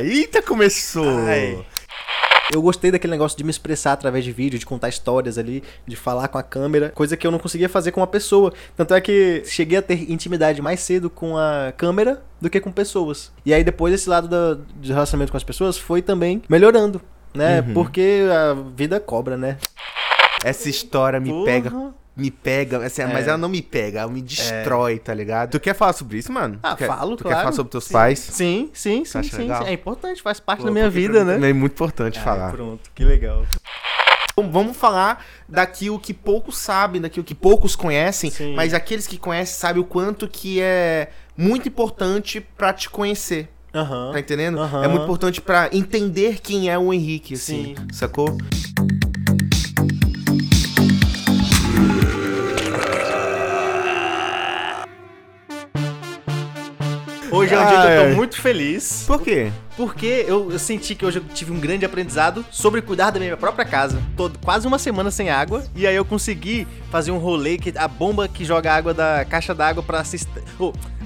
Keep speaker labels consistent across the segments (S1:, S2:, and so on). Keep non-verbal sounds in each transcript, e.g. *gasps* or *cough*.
S1: Eita, começou!
S2: Ai. Eu gostei daquele negócio de me expressar através de vídeo, de contar histórias ali, de falar com a câmera, coisa que eu não conseguia fazer com uma pessoa. Tanto é que cheguei a ter intimidade mais cedo com a câmera do que com pessoas. E aí depois esse lado da- do relacionamento com as pessoas foi também melhorando, né?
S1: Uhum.
S2: Porque a vida cobra, né?
S1: Essa história me
S2: Porra.
S1: pega, me pega, assim, mas
S2: É.
S1: ela não me pega, ela me destrói, tá ligado? Tu quer falar sobre isso, mano?
S2: Ah,
S1: tu quer,
S2: falo,
S1: tu
S2: claro.
S1: quer falar sobre teus pais?
S2: Sim, sim, sim,
S1: acha
S2: sim,
S1: legal?
S2: sim. É importante, faz parte
S1: Pô,
S2: da minha
S1: porque pra
S2: vida,
S1: mim
S2: né?
S1: também É muito importante
S2: Ah,
S1: falar.
S2: pronto, que legal.
S1: Então, vamos falar daquilo que poucos sabem, daquilo que poucos conhecem,
S2: Sim.
S1: mas aqueles que conhecem sabem o quanto que é muito importante pra te conhecer,
S2: Aham.
S1: tá entendendo?
S2: Aham.
S1: É muito importante pra entender quem é o Henrique, assim, sacou?
S2: Hoje é um dia que eu
S1: Ai.
S2: tô muito feliz.
S1: Por quê?
S2: Porque eu, eu senti que hoje eu tive um grande aprendizado sobre cuidar da minha própria casa. Tô quase uma semana sem água e aí eu consegui fazer um rolê que a bomba que joga água da caixa d'água pra cisterna.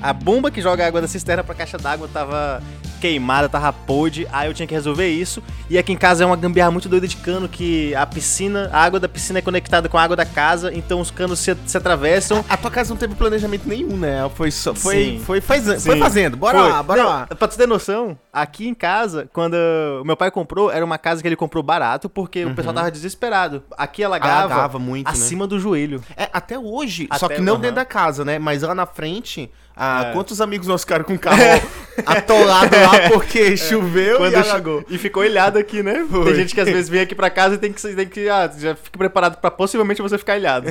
S2: a bomba que joga água da cisterna pra caixa d'água tava queimada, tava podre, aí eu tinha que resolver isso. E aqui em casa é uma gambiarra muito doida de cano que a piscina, a água da piscina é conectada com a água da casa, então os canos se, se atravessam.
S1: A tua casa não teve planejamento nenhum, né? Foi só. Foi,
S2: Sim.
S1: foi, faz- foi
S2: Sim.
S1: fazendo. Bora
S2: Foi.
S1: lá, bora
S2: Não,
S1: lá.
S2: Pra tu ter noção, aqui em casa, quando o meu pai comprou, era uma casa que ele comprou barato, porque o pessoal tava desesperado. Aqui ela
S1: Alagava
S2: gava
S1: Uhum. Ah, muito, né?
S2: acima do joelho.
S1: É, até hoje,
S2: Até-
S1: só que não
S2: aham.
S1: dentro da casa, né? Mas lá na frente, ah,
S2: É.
S1: quantos amigos nossos ficaram com o carro *laughs* atolado
S2: *laughs*
S1: lá porque choveu e
S2: Quando
S1: alagou.
S2: chegou. E ficou ilhado aqui, né?
S1: Foi.
S2: Tem gente que às vezes vem aqui pra casa e tem que. Tem que ah, já fica preparado pra possivelmente você ficar ilhado.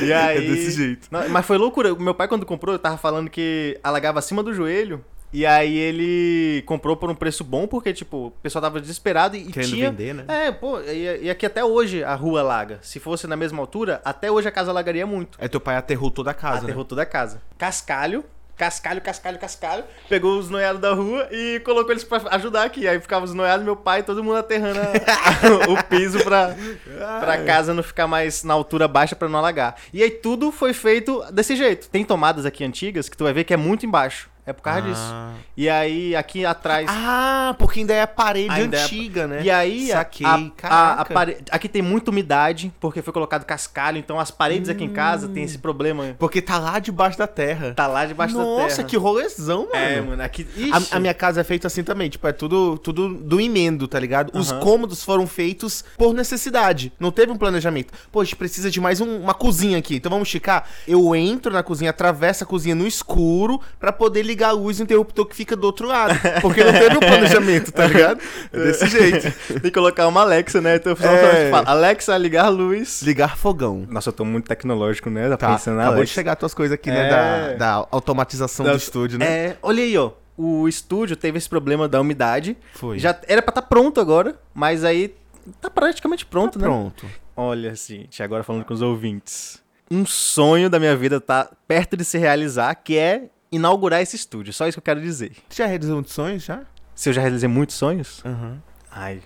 S2: e aí.
S1: *laughs* É desse jeito.
S2: Não, mas foi loucura. O Meu pai, quando comprou, eu tava falando que alagava acima do joelho. E aí ele comprou por um preço bom, porque, tipo, o pessoal tava desesperado e, e
S1: Querendo
S2: tinha.
S1: vender, né?
S2: É, pô, e, e aqui até hoje a rua alaga. Se fosse na mesma altura, até hoje a casa alagaria muito.
S1: Aí É. teu pai aterrou toda a casa. né?
S2: Aterrou toda a casa. Cascalho, cascalho, cascalho, cascalho. Pegou os noiados da rua e colocou eles pra ajudar aqui. Aí ficava os noiados, meu pai, todo mundo aterrando a- *laughs* o piso pra, pra casa não ficar mais na altura baixa pra não alagar. E aí tudo foi feito desse jeito. Tem tomadas aqui antigas que tu vai ver que é muito embaixo. É por causa
S1: Ah.
S2: disso. E aí aqui atrás.
S1: Ah, porque ainda é a parede
S2: Ainda é a-
S1: antiga, né?
S2: E aí, a-
S1: Saquei.
S2: a- a- a
S1: Caraca.
S2: pare- aqui tem muita umidade, porque foi colocado cascalho, então as paredes
S1: Hum.
S2: aqui em casa tem esse problema.
S1: Porque tá lá debaixo da terra.
S2: Tá lá debaixo da terra.
S1: Nossa, que rolezão, mano.
S2: É, mano, aqui.
S1: A, a minha casa é feita assim também, tipo, é tudo, tudo do emendo, tá ligado? Os
S2: Aham.
S1: cômodos foram feitos por necessidade, não teve um planejamento. Pô, a gente precisa de mais um- uma cozinha aqui, então vamos esticar? Eu entro na cozinha, atravesso a cozinha no escuro pra poder ligar a luz e o interruptor que fica do outro lado, porque não teve um
S2: *laughs*
S1: planejamento, tá ligado? É *laughs* desse jeito.
S2: Tem que colocar uma Alexa, né? Então o pessoal
S1: É.
S2: fala, Alexa, ligar a luz.
S1: Ligar fogão.
S2: Nossa, eu tô muito tecnológico, né?
S1: Tá, acabou de chegar as tuas coisas aqui, né, da,
S2: É.
S1: da automatização do
S2: Das-
S1: estúdio, né?
S2: É, olha aí, ó. O estúdio teve esse problema da umidade.
S1: Foi.
S2: Já era pra estar pronto agora, mas aí tá praticamente pronto, né?
S1: Pronto.
S2: Olha, gente, agora falando com os ouvintes. Um sonho da minha vida tá perto de se realizar, que é inaugurar esse estúdio. Só isso que eu quero dizer.
S1: Tu já realizou muitos sonhos, já?
S2: Se eu já realizei muitos sonhos?
S1: Aham.
S2: Ai.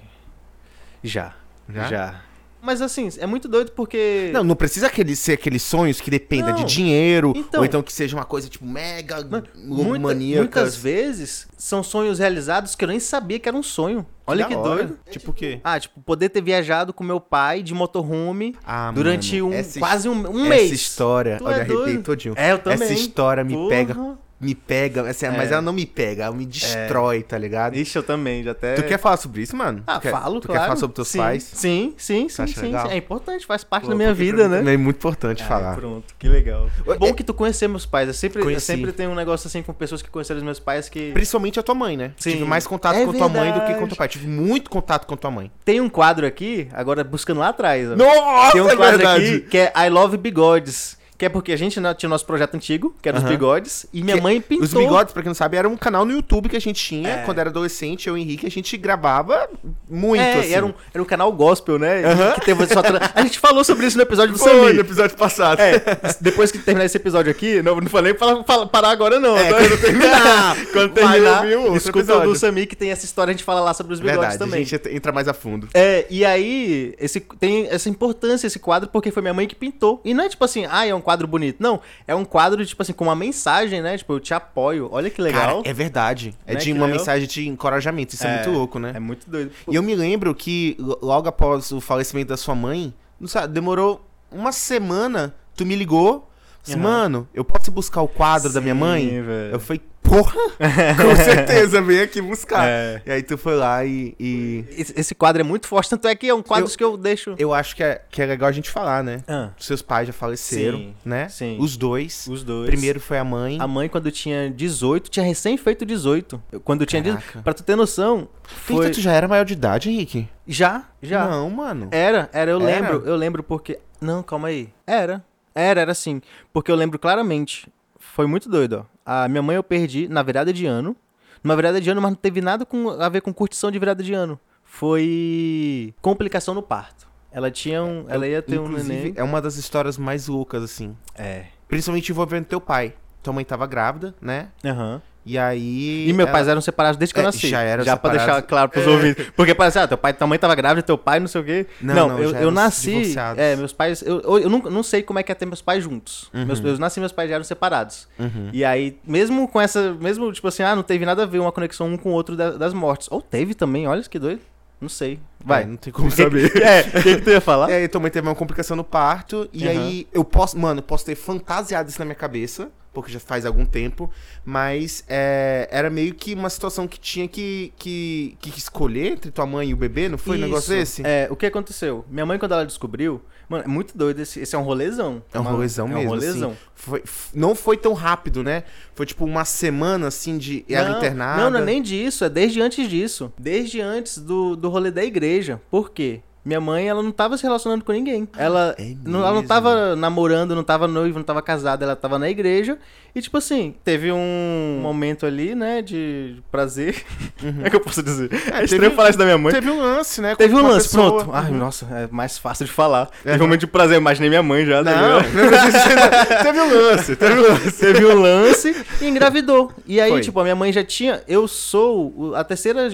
S2: Já.
S1: Já?
S2: Mas assim, é muito doido porque.
S1: Não, não precisa aquele, ser aqueles sonhos que dependa de
S2: Não.
S1: dinheiro,
S2: Então-
S1: ou então que seja uma coisa, tipo, mega
S2: Mano, né, muita- muitas
S1: maníacas.
S2: vezes são sonhos realizados que eu nem sabia que era um sonho. Olha que, doido.
S1: Tipo o quê?
S2: Ah, tipo, poder ter viajado com meu pai de motorhome
S1: Ah,
S2: durante
S1: mano,
S2: um,
S1: essa his-
S2: quase um, um
S1: essa
S2: mês.
S1: história,
S2: Tu
S1: olha,
S2: é
S1: arrepiei
S2: doido.
S1: todinho.
S2: É, eu também.
S1: Essa história me
S2: Porra. É.
S1: pega, me pega, assim, mas ela não me pega, ela me destrói, tá ligado?
S2: Ixi, eu também, já até...
S1: Tu quer falar sobre isso, mano?
S2: é. Ah,
S1: tu quer,
S2: falo,
S1: Tu
S2: claro.
S1: quer falar sobre teus
S2: sim,
S1: pais?
S2: Sim, sim, sim,
S1: acha
S2: sim, sim.
S1: legal?
S2: É importante, faz parte
S1: Pô,
S2: da minha
S1: porque
S2: vida,
S1: pra mim
S2: né?
S1: também É muito importante falar.
S2: Ai, pronto, que legal.
S1: Eu-
S2: Bom que tu conhecer meus pais. Eu sempre, eu
S1: Conheci.
S2: sempre tenho um negócio assim com pessoas que conheceram os meus pais que...
S1: Principalmente a tua mãe, né?
S2: Sim.
S1: Tive mais contato
S2: É
S1: com tua mãe do que com
S2: verdade.
S1: teu pai. Tive muito contato com tua mãe.
S2: Tem um quadro aqui, agora buscando lá atrás. ó.
S1: Nossa,
S2: Tem um quadro aqui que é I Love Bigodes. Que é porque a gente né, tinha o nosso projeto antigo, que era os
S1: Aham.
S2: bigodes, e minha
S1: Que-
S2: mãe pintou.
S1: Os Bigodes, pra quem não sabe, era um canal no YouTube que a gente tinha
S2: É.
S1: quando era adolescente, eu e o Henrique, a gente gravava muito,
S2: é,
S1: assim.
S2: era, um, era um canal gospel, né?
S1: Aham.
S2: Que teve só tra- A gente falou sobre isso no episódio do
S1: Foi no
S2: Samir.
S1: episódio passado. *laughs*
S2: É, *laughs* depois que terminar esse episódio aqui, não, não falei pra, pra- parar agora não.
S1: É,
S2: Então, *laughs*
S1: quando terminar.
S2: quando
S1: Vai
S2: terminar,
S1: ouvir o outro
S2: escuta
S1: episódio.
S2: o do Samir que tem essa história, a gente fala lá sobre os bigodes
S1: Verdade,
S2: também.
S1: a gente entra mais a fundo.
S2: É, e aí, esse, tem essa importância esse quadro porque foi minha mãe que pintou. E não é tipo assim, ah, é um quadro bonito. Não, é um quadro, tipo assim, com uma mensagem, né? Tipo, eu te apoio. Olha que legal.
S1: Cara, é verdade. É
S2: Né,
S1: de
S2: que
S1: uma
S2: legal.
S1: mensagem de encorajamento. Isso é, muito louco, né?
S2: É muito doido.
S1: E eu me lembro que lo- logo após o falecimento da sua mãe, não sabe, demorou uma semana, tu me ligou, disse,
S2: Aham.
S1: mano, eu posso ir buscar o quadro da minha
S2: Sim,
S1: mãe?
S2: velho.
S1: Eu falei, porra,
S2: *laughs*
S1: com certeza, vem aqui buscar.
S2: É.
S1: E aí tu foi lá e... e-
S2: Esse, esse quadro é muito forte, tanto é que é um quadro
S1: Eu-
S2: que eu deixo.
S1: Eu acho que é, que é legal a gente falar, né?
S2: Ah,
S1: Seus pais já faleceram,
S2: Sim,
S1: né?
S2: sim.
S1: Os dois.
S2: os dois.
S1: Primeiro foi a mãe.
S2: A mãe, quando eu tinha 18, tinha recém feito 18. Eu- Quando eu tinha. dezo-
S1: Caraca.
S2: Pra tu ter noção,
S1: Eita,
S2: foi.
S1: tu já era maior de idade, Henrique?
S2: Já, já.
S1: Não, mano.
S2: Era, era, eu
S1: Era?
S2: lembro, eu lembro porque. Não, calma aí. Era. Era, era sim. Porque eu lembro claramente. Foi muito doido, ó. A minha mãe eu perdi na virada de ano. Numa virada de ano, mas não teve nada com- a ver com curtição de virada de ano. Foi complicação no parto. Ela tinha um. Ela ia ter um
S1: Inclusive,
S2: neném.
S1: é uma das histórias mais loucas, assim.
S2: É.
S1: Principalmente envolvendo teu pai. Tua mãe tava grávada, né?
S2: É. Aham.
S1: E aí.
S2: E, meus
S1: ela-
S2: pais eram separados desde que eu
S1: É,
S2: nasci.
S1: já eram
S2: Já pra
S1: separados. É.
S2: deixar claro pros ouvintes. Porque parece, ah, teu pai, tua mãe tava grávida, teu pai, não sei o quê.
S1: Não,
S2: Não,
S1: não,
S2: eu,
S1: já
S2: eu
S1: eram
S2: nasci.
S1: divorciados.
S2: É, meus pais. Eu, eu, eu não, não sei como é que é ter meus pais juntos.
S1: Uhum.
S2: Meus, eu nasci meus pais já eram separados. E aí, mesmo com essa. Mesmo, tipo assim, ah, não teve nada a ver uma conexão um com o outro da- das mortes. Ou teve também, olha que doido. Não sei. Vai.
S1: É, não tem como
S2: *laughs*
S1: saber.
S2: é, o que, que tu ia falar?
S1: E aí tua mãe teve uma complicação no parto. E
S2: Uhum.
S1: aí eu posso. Mano, eu posso ter fantasiado isso na minha cabeça. Porque já faz algum tempo. Mas é, era meio que uma situação que tinha que, que, que escolher entre tua mãe e o bebê, não foi um negócio
S2: Isso.
S1: desse?
S2: É, o que aconteceu? Minha mãe, quando ela descobriu. Mano, é muito doido. Esse, esse é um rolezão.
S1: É um
S2: Mano,
S1: rolezão mesmo.
S2: É um rolezão.
S1: assim. Foi- f- não foi tão rápido, né? Foi tipo uma semana assim de ela
S2: não,
S1: internada.
S2: Não, não é nem disso, é desde antes disso. Desde antes do, do rolê da igreja. Por quê? Minha mãe, ela não tava se relacionando com ninguém. Ela,
S1: É
S2: não, ela não
S1: mesmo?
S2: tava namorando, não tava noiva, não tava casada, ela tava na igreja. E, tipo assim, teve um momento ali, né, de prazer. *laughs* É que eu posso dizer. É, estranho
S1: Uhum. teve-
S2: falar isso da minha mãe.
S1: Teve um lance, né? com
S2: Teve um
S1: uma
S2: lance,
S1: pessoa. Uhum.
S2: pronto. Ai, nossa, é mais fácil de falar. Teve um momento de prazer, eu imaginei minha mãe já. tá
S1: *laughs* Não, é
S2: ligado?
S1: teve um lance, teve um lance.
S2: Teve o lance e engravidou. E aí,
S1: Foi.
S2: tipo, a minha mãe já tinha. Eu sou o- a terceira.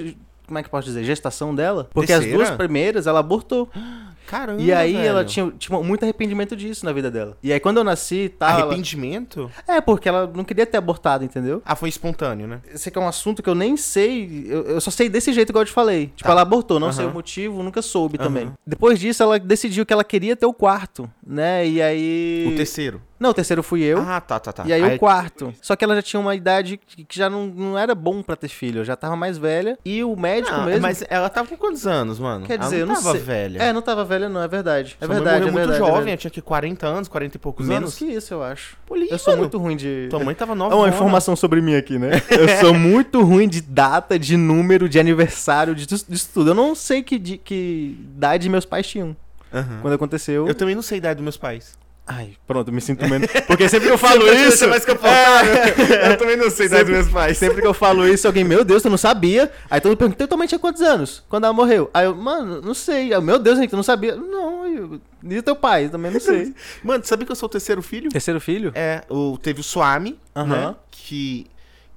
S2: Como é que eu posso dizer? Gestação dela. Porque
S1: Terceira?
S2: as duas primeiras ela abortou.
S1: Caramba,
S2: e aí ela
S1: velho.
S2: tinha, tinha muito arrependimento disso na vida dela. E aí quando eu nasci e tal. Ah, ela-
S1: Arrependimento?
S2: É, porque ela não queria ter abortado, entendeu?
S1: Ah, foi espontâneo, né?
S2: Esse aqui é um assunto que eu nem sei. Eu, eu só sei desse jeito que eu te falei. Tipo, ela abortou, não sei
S1: Tá. Aham.
S2: o motivo, nunca soube
S1: Aham.
S2: também. Depois disso, ela decidiu que ela queria ter o quarto, né? E aí.
S1: O terceiro.
S2: Não, o terceiro fui eu.
S1: Ah, tá, tá, tá.
S2: E aí, o quarto. Só que ela já tinha uma idade que que já não, não era bom pra ter filho, já tava mais velha. E o médico
S1: Não,
S2: mesmo.
S1: Mas ela tava com quantos anos, mano?
S2: Quer
S1: Ela
S2: dizer, eu não
S1: tava
S2: sei.
S1: velha.
S2: É, não tava Ah, é velha, não, é verdade. É
S1: Sua mãe
S2: verdade, é
S1: morreu muito
S2: verdade, é
S1: jovem,
S2: verdade.
S1: ela tinha que 40 anos, 40 e poucos
S2: Menos
S1: anos.
S2: que isso, eu acho.
S1: Olha,
S2: Eu sou
S1: mano,
S2: muito ruim de.
S1: Tua mãe tava
S2: *laughs* É
S1: nova.
S2: uma informação sobre mim aqui, *laughs* né? Eu sou muito ruim de data, de número, de aniversário, de tu- disso tudo. Eu não sei que, de, que idade meus pais tinham quando aconteceu.
S1: Eu também não sei a idade dos meus pais. *laughs*
S2: Ai, pronto, eu me sinto *laughs* menos. Porque sempre que eu falo isso.
S1: *laughs*
S2: é,
S1: confortável. Eu também não sei a idade dos meus pais.
S2: Sempre que eu falo isso, alguém, meu Deus, tu não sabia. Aí todo mundo pergunta, tua mãe tinha quantos anos? Quando ela morreu? Aí eu, mano, não sei. Aí, meu Deus, Henrique, tu não sabia. Não, eu... e teu pai? Eu Também não sei.
S1: Mano, tu sabia que eu sou o terceiro filho?
S2: *laughs* Terceiro filho?
S1: É, o, teve o Swami,
S2: Aham.
S1: né? Que,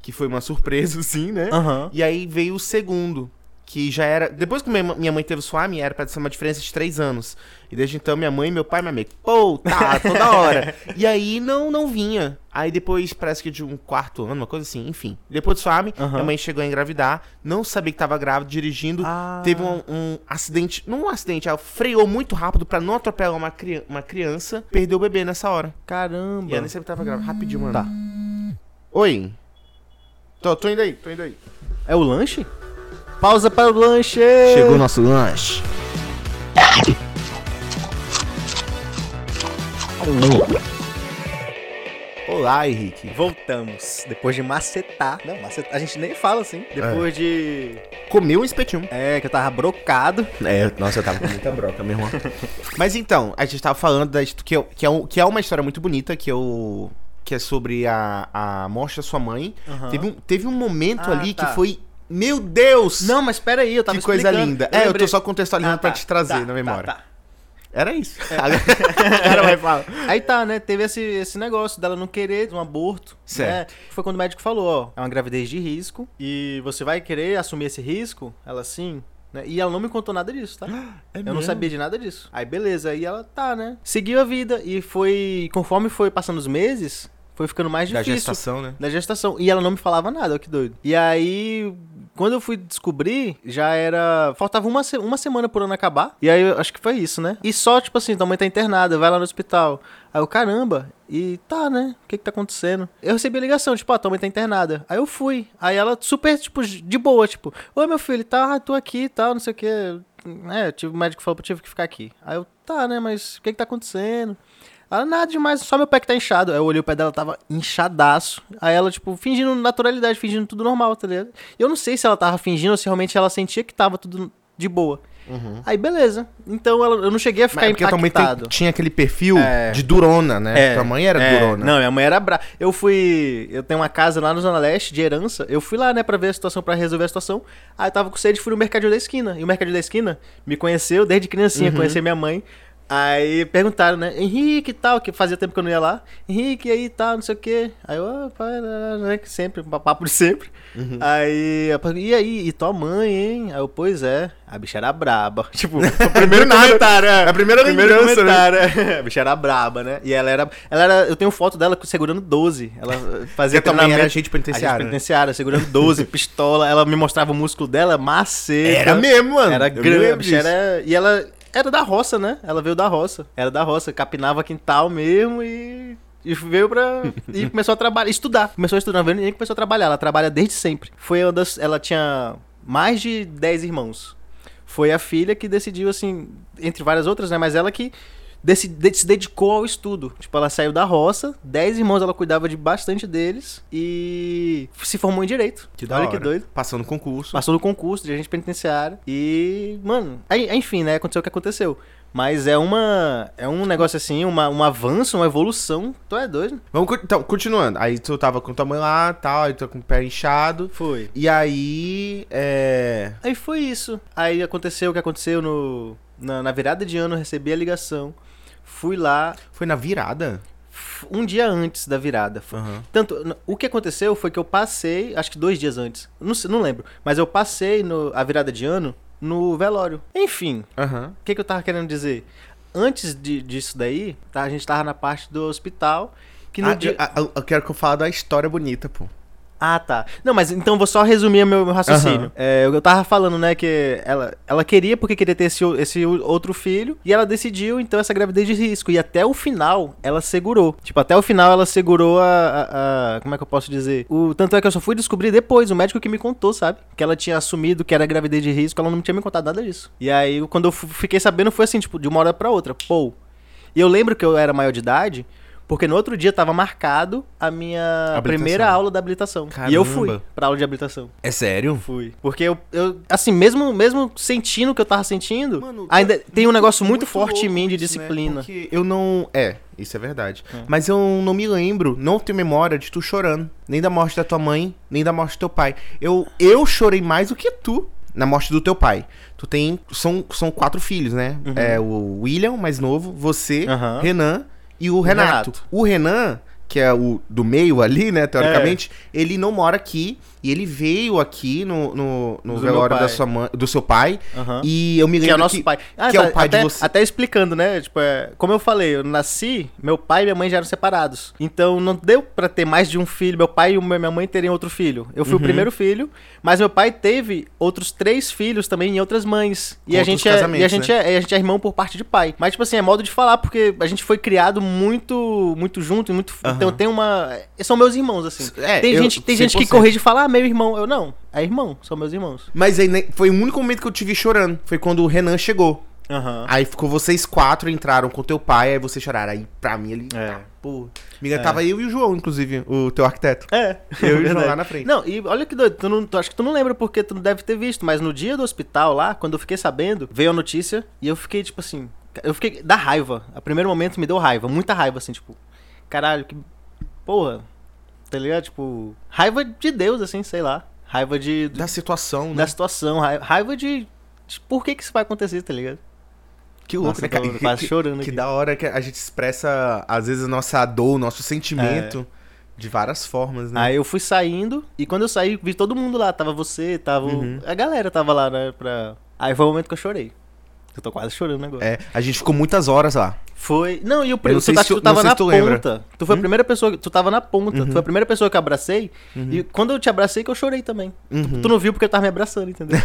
S1: que foi uma surpresa, *laughs* sim, né?
S2: Aham.
S1: E aí veio o segundo, que já era... Depois que minha ma- minha mãe teve o Swami, era pra ser uma diferença de três anos. E desde então, minha mãe e meu pai, minha mãe, pô, tá, toda
S2: *laughs*
S1: hora. e aí não, não vinha. Aí depois, parece que de um quarto ano, uma coisa assim, enfim. Depois do Swami,
S2: Aham.
S1: minha mãe chegou a engravidar, não sabia que tava grávida, dirigindo.
S2: Ah.
S1: Teve um, um acidente, não um acidente, ela freou muito rápido pra não atropelar uma, cri- uma criança, perdeu o bebê nessa hora.
S2: Caramba.
S1: E ela nem sempre tava gravando. Rapidinho, mano.
S2: Tá.
S1: Oi. Tô, tô indo aí, tô indo aí.
S2: É o lanche? Pausa para o lanche.
S1: Chegou o nosso lanche. Olá, Henrique.
S2: Voltamos. Depois de macetar. Não, macetar. A gente nem fala assim. Depois de.
S1: Comeu um espetinho.
S2: É, que eu tava brocado.
S1: É, nossa, eu tava com muita broca, meu irmão. *laughs* Mas então, a gente tava falando da, que, eu- que, é um- que é uma história muito bonita, que eu. Que é sobre a, a morte da sua mãe.
S2: Aham.
S1: Teve, um, teve um momento
S2: Ah,
S1: ali
S2: tá.
S1: que foi. Meu Deus!
S2: Não, mas pera aí, eu tava
S1: que coisa
S2: explicando.
S1: linda. é, eu
S2: lembrei.
S1: tô só contextualizando
S2: Ah,
S1: pra
S2: tá,
S1: te trazer
S2: tá,
S1: na memória.
S2: tá, É. tá.
S1: Era isso. O cara vai falar.
S2: *laughs* Aí tá, né? Teve esse, esse negócio dela não querer um aborto.
S1: Certo.
S2: né? Foi quando o médico falou, ó, é uma gravidez de risco e você vai querer assumir esse risco? Ela, sim. né? E ela não me contou nada
S1: *gasps*
S2: disso, tá? *laughs* eu não
S1: É mesmo?
S2: sabia de nada disso. Aí beleza, aí ela tá, né? Seguiu a vida e foi. Conforme foi passando os meses, foi ficando mais
S1: Da
S2: é difícil.
S1: gestação, né?
S2: Da gestação. E ela não me falava nada, olha que doido. E aí, quando eu fui descobrir, já era. Faltava uma, se- uma semana por ano acabar. E aí, eu acho que foi isso, né? E só, tipo assim, tua mãe tá internada, vai lá no hospital. Aí eu, caramba, e tá, né? O que que tá acontecendo? Eu recebi a ligação, tipo, ó, tua mãe tá internada. Aí eu fui. Aí ela, super, tipo, de boa, tipo, oi, meu filho, tá, tô aqui e tal, não sei o quê. É, tive, o médico falou que eu tive que ficar aqui. Aí eu, tá, né, mas o que que tá acontecendo? Ela, é nada demais, só meu pé que tá inchado. Aí eu olhei o pé dela, tava inchadaço. Aí ela, tipo, fingindo naturalidade, fingindo tudo normal, tá ligado? E eu não sei se ela tava fingindo ou se realmente ela sentia que tava tudo de boa. Aí, beleza. Então ela- eu não cheguei a ficar
S1: Uhum. Mas é porque tua mãe tem-
S2: impactado.
S1: tinha aquele perfil
S2: É.
S1: de durona, né?
S2: É,
S1: tua mãe era
S2: é,
S1: durona.
S2: Não, minha mãe era bra... Eu fui... Eu tenho uma casa lá no Zona Leste, de herança. Eu fui lá, né, pra ver a situação, pra resolver a situação. Aí eu tava com sede, fui no Mercadinho da Esquina. E o Mercadinho da Esquina me conheceu desde criancinha,
S1: Uhum.
S2: conheceu minha mãe. Aí perguntaram, né, Henrique e tal, que fazia tempo que eu não ia lá. Henrique, e aí, tal, não sei o quê. Aí eu, ah, pai, lá, lá, né, que sempre, papo de sempre.
S1: Uhum.
S2: Aí, eu falei, e aí, e tua mãe, hein? Aí eu, pois é, a bicha era braba. *laughs*
S1: *laughs*
S2: Tipo, o primeiro
S1: nada.
S2: comentário, é.
S1: É a primeira
S2: Primeiro
S1: lembrança, né?
S2: comentário, é. *laughs* A bicha era braba, né? E ela era, ela era. Eu tenho foto dela segurando 12. Ela eh,
S1: Porque também era
S2: fazia. treinamento-
S1: agente
S2: agente
S1: penitenciário. né?
S2: penitenciária, segurando 12, pistola. Ela me mostrava o músculo dela, maceta.
S1: Era mesmo, mano.
S2: Era
S1: Eu me lembro
S2: grande, a bicha
S1: disso.
S2: era. E ela era da roça, né? Ela veio da roça. Era da roça, capinava quintal mesmo e. E veio pra. *laughs* E começou a trabalhar, estudar. Começou a estudar, não veio ninguém começou a trabalhar. Ela trabalha desde sempre. Foi uma das. Ela tinha mais de 10 irmãos. Foi a filha que decidiu, assim, entre várias outras, né? Mas ela que deci- de- se dedicou ao estudo. Tipo, ela saiu da roça, 10 irmãos, ela cuidava de bastante deles e se formou em direito.
S1: Que da
S2: Olha
S1: hora.
S2: que doido.
S1: Passou no concurso.
S2: Passou no concurso de agente penitenciário. E, mano, aí- aí, enfim, né? Aconteceu o que aconteceu. Mas é uma. É um negócio assim, uma, um avanço, uma evolução. Tu é doido?
S1: Vamos, co- então, continuando. Aí tu tava com tua mãe lá, tal, aí tu tá com o pé inchado.
S2: Foi.
S1: E aí, é...
S2: Aí foi isso. Aí aconteceu o que aconteceu no. Na, na virada de ano, eu recebi a ligação. Fui lá
S1: Foi na virada?
S2: f- um dia antes da virada. Foi- um-
S1: Aham.
S2: Tanto, n- o que aconteceu foi que eu passei, acho que dois dias antes, não, sei- não lembro, mas eu passei no, a virada de ano no velório. Enfim,
S1: Aham.
S2: O que, que eu tava querendo dizer? Antes de, disso daí, tá, a gente tava na parte do hospital. Que no
S1: Ah,
S2: dia...
S1: eu, ah, eu- eu quero que eu fale da história bonita, pô.
S2: Ah, tá. Não, mas então vou só resumir meu, meu raciocínio.
S1: Aham.
S2: É, eu, eu tava falando, né, que ela, ela queria porque queria ter esse, o- esse o- outro filho. E ela decidiu, então, essa gravidez de risco. E até o final, ela segurou. Tipo, até o final ela segurou a. a- a- como é que eu posso dizer? O, tanto é que eu só fui descobrir depois, o médico que me contou, sabe? Que ela tinha assumido que era gravidez de risco, ela não tinha me contado nada disso. E aí, quando eu fu- fiquei sabendo, foi assim, tipo, de uma hora pra outra. Pô. E eu lembro que eu era maior de idade. Porque no outro dia tava marcado a minha
S1: Habilitação.
S2: primeira aula da habilitação. E eu fui
S1: Caramba.
S2: pra aula de habilitação.
S1: É sério?
S2: Fui. Porque eu, eu assim, mesmo, mesmo sentindo o que eu tava sentindo,
S1: Mano, tá
S2: ainda tem um negócio muito,
S1: louco
S2: forte em mim de
S1: isso, né?
S2: disciplina.
S1: Porque eu não... É, isso é verdade. Mas eu não me lembro, não tenho memória de tu chorando. Nem da morte da tua mãe, nem da morte do teu pai. Eu, eu chorei mais do que tu na morte do teu pai. Tu tem... São, são quatro filhos, né? É o William, mais novo, você,
S2: Uhum. Aham.
S1: Renan e o Renato.
S2: Renato.
S1: O Renan... Que é o do meio ali, né? Teoricamente,
S2: É.
S1: ele não mora aqui. E ele veio aqui no, no, no
S2: Do meu
S1: velório da
S2: pai.
S1: sua mãe, do seu pai.
S2: Aham.
S1: E eu me lembro
S2: Que é o nosso pai. Ah,
S1: que é o pai
S2: até,
S1: de você.
S2: Até explicando, né? Tipo, é, como eu falei, eu nasci, meu pai e minha mãe já eram separados. Então não deu pra ter mais de um filho. Meu pai e o- minha mãe teriam outro filho.
S1: Uhum.
S2: Eu fui o primeiro filho, mas meu pai teve outros três filhos também e outras mães. E
S1: Com
S2: a,
S1: outros
S2: gente é, e a
S1: casamentos, né?
S2: gente é, e a gente é irmão por parte de pai. Mas, tipo assim, é modo de falar, porque a gente foi criado muito, muito junto e muito. Então tem uma. São meus irmãos, assim.
S1: É,
S2: tem
S1: eu-
S2: gente, tem gente que
S1: 100%.
S2: corrige e fala, ah, meu irmão. Eu não, é irmão, são meus irmãos.
S1: Mas aí né, foi o único momento que eu tive chorando. Foi quando o Renan chegou.
S2: Aham.
S1: Aí ficou vocês quatro, entraram com teu pai, aí vocês choraram. Aí pra mim ele.
S2: É.
S1: Pô. Amiga, tava eu e o João, inclusive, o teu arquiteto.
S2: É,
S1: Eu e o João
S2: verdade.
S1: lá na frente.
S2: Não, e olha que doido, tu não, tu, acho que tu não lembra porque tu não deve ter visto, mas no dia do hospital lá, quando eu fiquei sabendo, veio a notícia e eu fiquei tipo assim, ca- eu fiquei da raiva. A primeiro momento me deu raiva, muita raiva assim, tipo, caralho, que porra. Tá ligado? Tipo, raiva de Deus assim, sei lá. Raiva de
S1: Da situação, né?
S2: da situação, rai- raiva de, de por que que isso vai acontecer, tá ligado?
S1: Que louco,
S2: Nossa,
S1: né, cara?
S2: eu tô
S1: *laughs*
S2: quase
S1: que,
S2: chorando
S1: que
S2: aqui.
S1: da hora que a gente expressa, às vezes, a nossa dor, o nosso sentimento de várias formas, né?
S2: É. Aí eu fui saindo, e quando eu saí, vi todo mundo lá. Tava você, tava. o-
S1: Uhum.
S2: A galera tava lá, né? Pra Aí foi o momento que eu chorei. Eu tô quase chorando agora.
S1: É, a gente ficou muitas horas lá.
S2: Foi. Não, e o primeiro.
S1: não
S2: Tu,
S1: sei
S2: tá-
S1: se tu-
S2: tu tava
S1: não sei
S2: na
S1: se tu
S2: ponta.
S1: lembra. Hum? Uhum.
S2: Tu foi a primeira pessoa. que- Tu tava na ponta. Tu foi a primeira pessoa que eu abracei. E quando eu te abracei, que eu chorei também. Tu-
S1: Uhum.
S2: Tu, não viu porque eu tava me
S1: *laughs*
S2: abraçando, entendeu?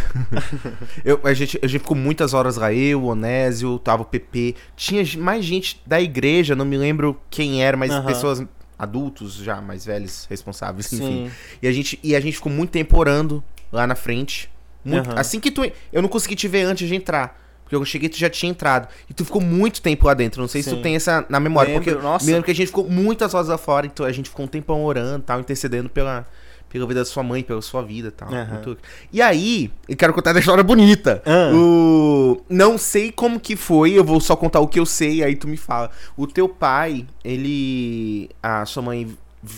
S1: Eu- a, gente, a gente ficou muitas horas lá, eu, o Onésio, tava o PP. Tinha g- mais gente da igreja, não me lembro quem era, mas
S2: Aham.
S1: pessoas adultos já, mais velhos, responsáveis, enfim.
S2: Sim.
S1: E a, gente, e a gente ficou muito tempo orando lá na frente. Muito-
S2: Aham.
S1: Assim que tu. en- Eu não consegui te ver antes de entrar. Porque eu cheguei e tu já tinha entrado. E tu ficou muito tempo lá dentro. Não sei se tu
S2: Sim.
S1: tem essa na memória.
S2: Lembro,
S1: porque
S2: nossa.
S1: me lembro que a gente ficou muitas horas lá fora. Então a gente ficou um tempão orando e tal, intercedendo pela, pela vida da sua mãe, pela sua vida e tal.
S2: Aham.
S1: Muito- e aí, eu quero contar da história bonita.
S2: Ah.
S1: O... Não sei como que foi, eu vou só contar o que eu sei, aí tu me fala. O teu pai, ele. A sua mãe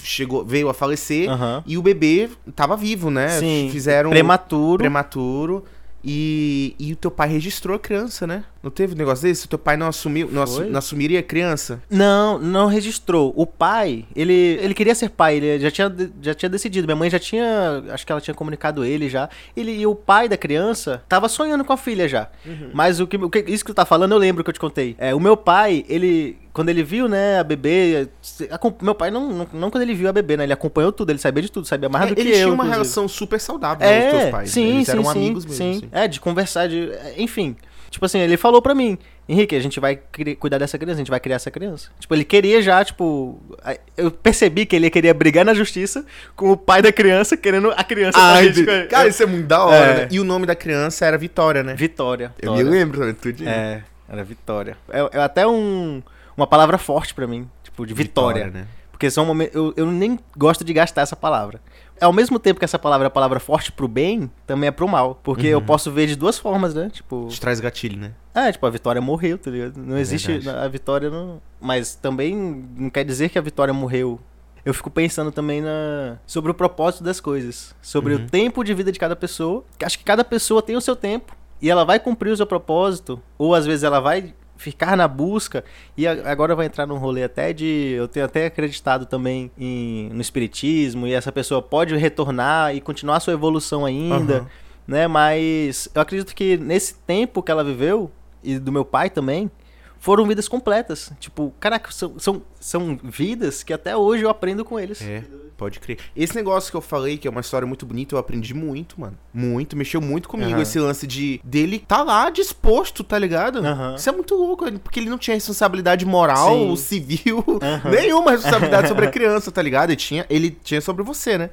S1: chegou, veio a falecer
S2: Aham.
S1: e o bebê tava vivo, né?
S2: Sim.
S1: Fizeram.
S2: Prematuro.
S1: prematuro. E, e o teu pai registrou a criança, né? Não teve um negócio desse? O teu pai não assumiu, não, assu-
S2: Foi?
S1: não assumiria a criança?
S2: Não, não registrou. O pai, ele, ele queria ser pai, ele já tinha, de- já tinha decidido. Minha mãe já tinha, acho que ela tinha comunicado ele já. Ele e o pai da criança tava sonhando com a filha já.
S1: Uhum.
S2: Mas o que, o que isso que tu tá falando, eu lembro que eu te contei. É, o meu pai, ele quando ele viu, né, a bebê, se- acom- meu pai não, não, não quando ele viu a bebê, né, ele acompanhou tudo, ele sabia de tudo, sabia mais
S1: É,
S2: do que eu.
S1: eles tinham uma
S2: inclusive.
S1: relação super saudável né,
S2: É,
S1: os teus pais. né?
S2: Sim,
S1: eles
S2: sim,
S1: eram
S2: sim,
S1: amigos mesmo.
S2: Sim.
S1: assim.
S2: É, de conversar, de. Enfim. Tipo assim, ele falou pra mim, Henrique, a gente vai cri- cuidar dessa criança, a gente vai criar essa criança. Tipo, ele queria já, tipo. a- Eu percebi que ele queria brigar na justiça com o pai da criança, querendo *laughs* a criança tipo, pra
S1: Ai,
S2: gente-
S1: de- Cara, isso é muito da hora,
S2: É.
S1: né? E o nome da criança era Vitória, né?
S2: Vitória.
S1: Eu me
S2: Vitória.
S1: lembro também, tudinho.
S2: É, era vitória. É, é até um, uma palavra forte pra mim, tipo, de vitória.
S1: né?
S2: Porque são momentos. Eu, eu nem gosto de gastar essa palavra. Ao mesmo tempo que essa palavra é uma palavra forte pro bem, também é pro mal. Porque eu posso ver de duas formas, né? Tipo.
S1: Te traz gatilho, né?
S2: É, tipo, a Vitória morreu, tá ligado? Não existe.
S1: É verdade.
S2: A Vitória não. Mas também não quer dizer que a Vitória morreu. Eu fico pensando também na sobre o propósito das coisas. Sobre
S1: Uhum.
S2: o tempo de vida de cada pessoa. Que Acho que cada pessoa tem o seu tempo. E ela vai cumprir o seu propósito. Ou às vezes ela vai ficar na busca. E a- agora vai entrar num rolê até de. Eu tenho até acreditado também em, no Espiritismo. E essa pessoa pode retornar e continuar a sua evolução ainda
S1: Aham.
S2: né? Mas eu acredito que nesse tempo que ela viveu, e do meu pai também, foram vidas completas. Tipo, caraca, são, são, são vidas que até hoje eu aprendo com eles.
S1: É, pode crer. Esse negócio que eu falei, que é uma história muito bonita, eu aprendi muito, mano. Muito, mexeu muito comigo
S2: Aham.
S1: esse lance de dele tá lá disposto, tá ligado?
S2: Aham.
S1: Isso é muito louco, ele- porque ele não tinha responsabilidade moral,
S2: Sim.
S1: civil, nenhuma responsabilidade sobre a criança, tá ligado? Ele tinha, ele tinha sobre você, né?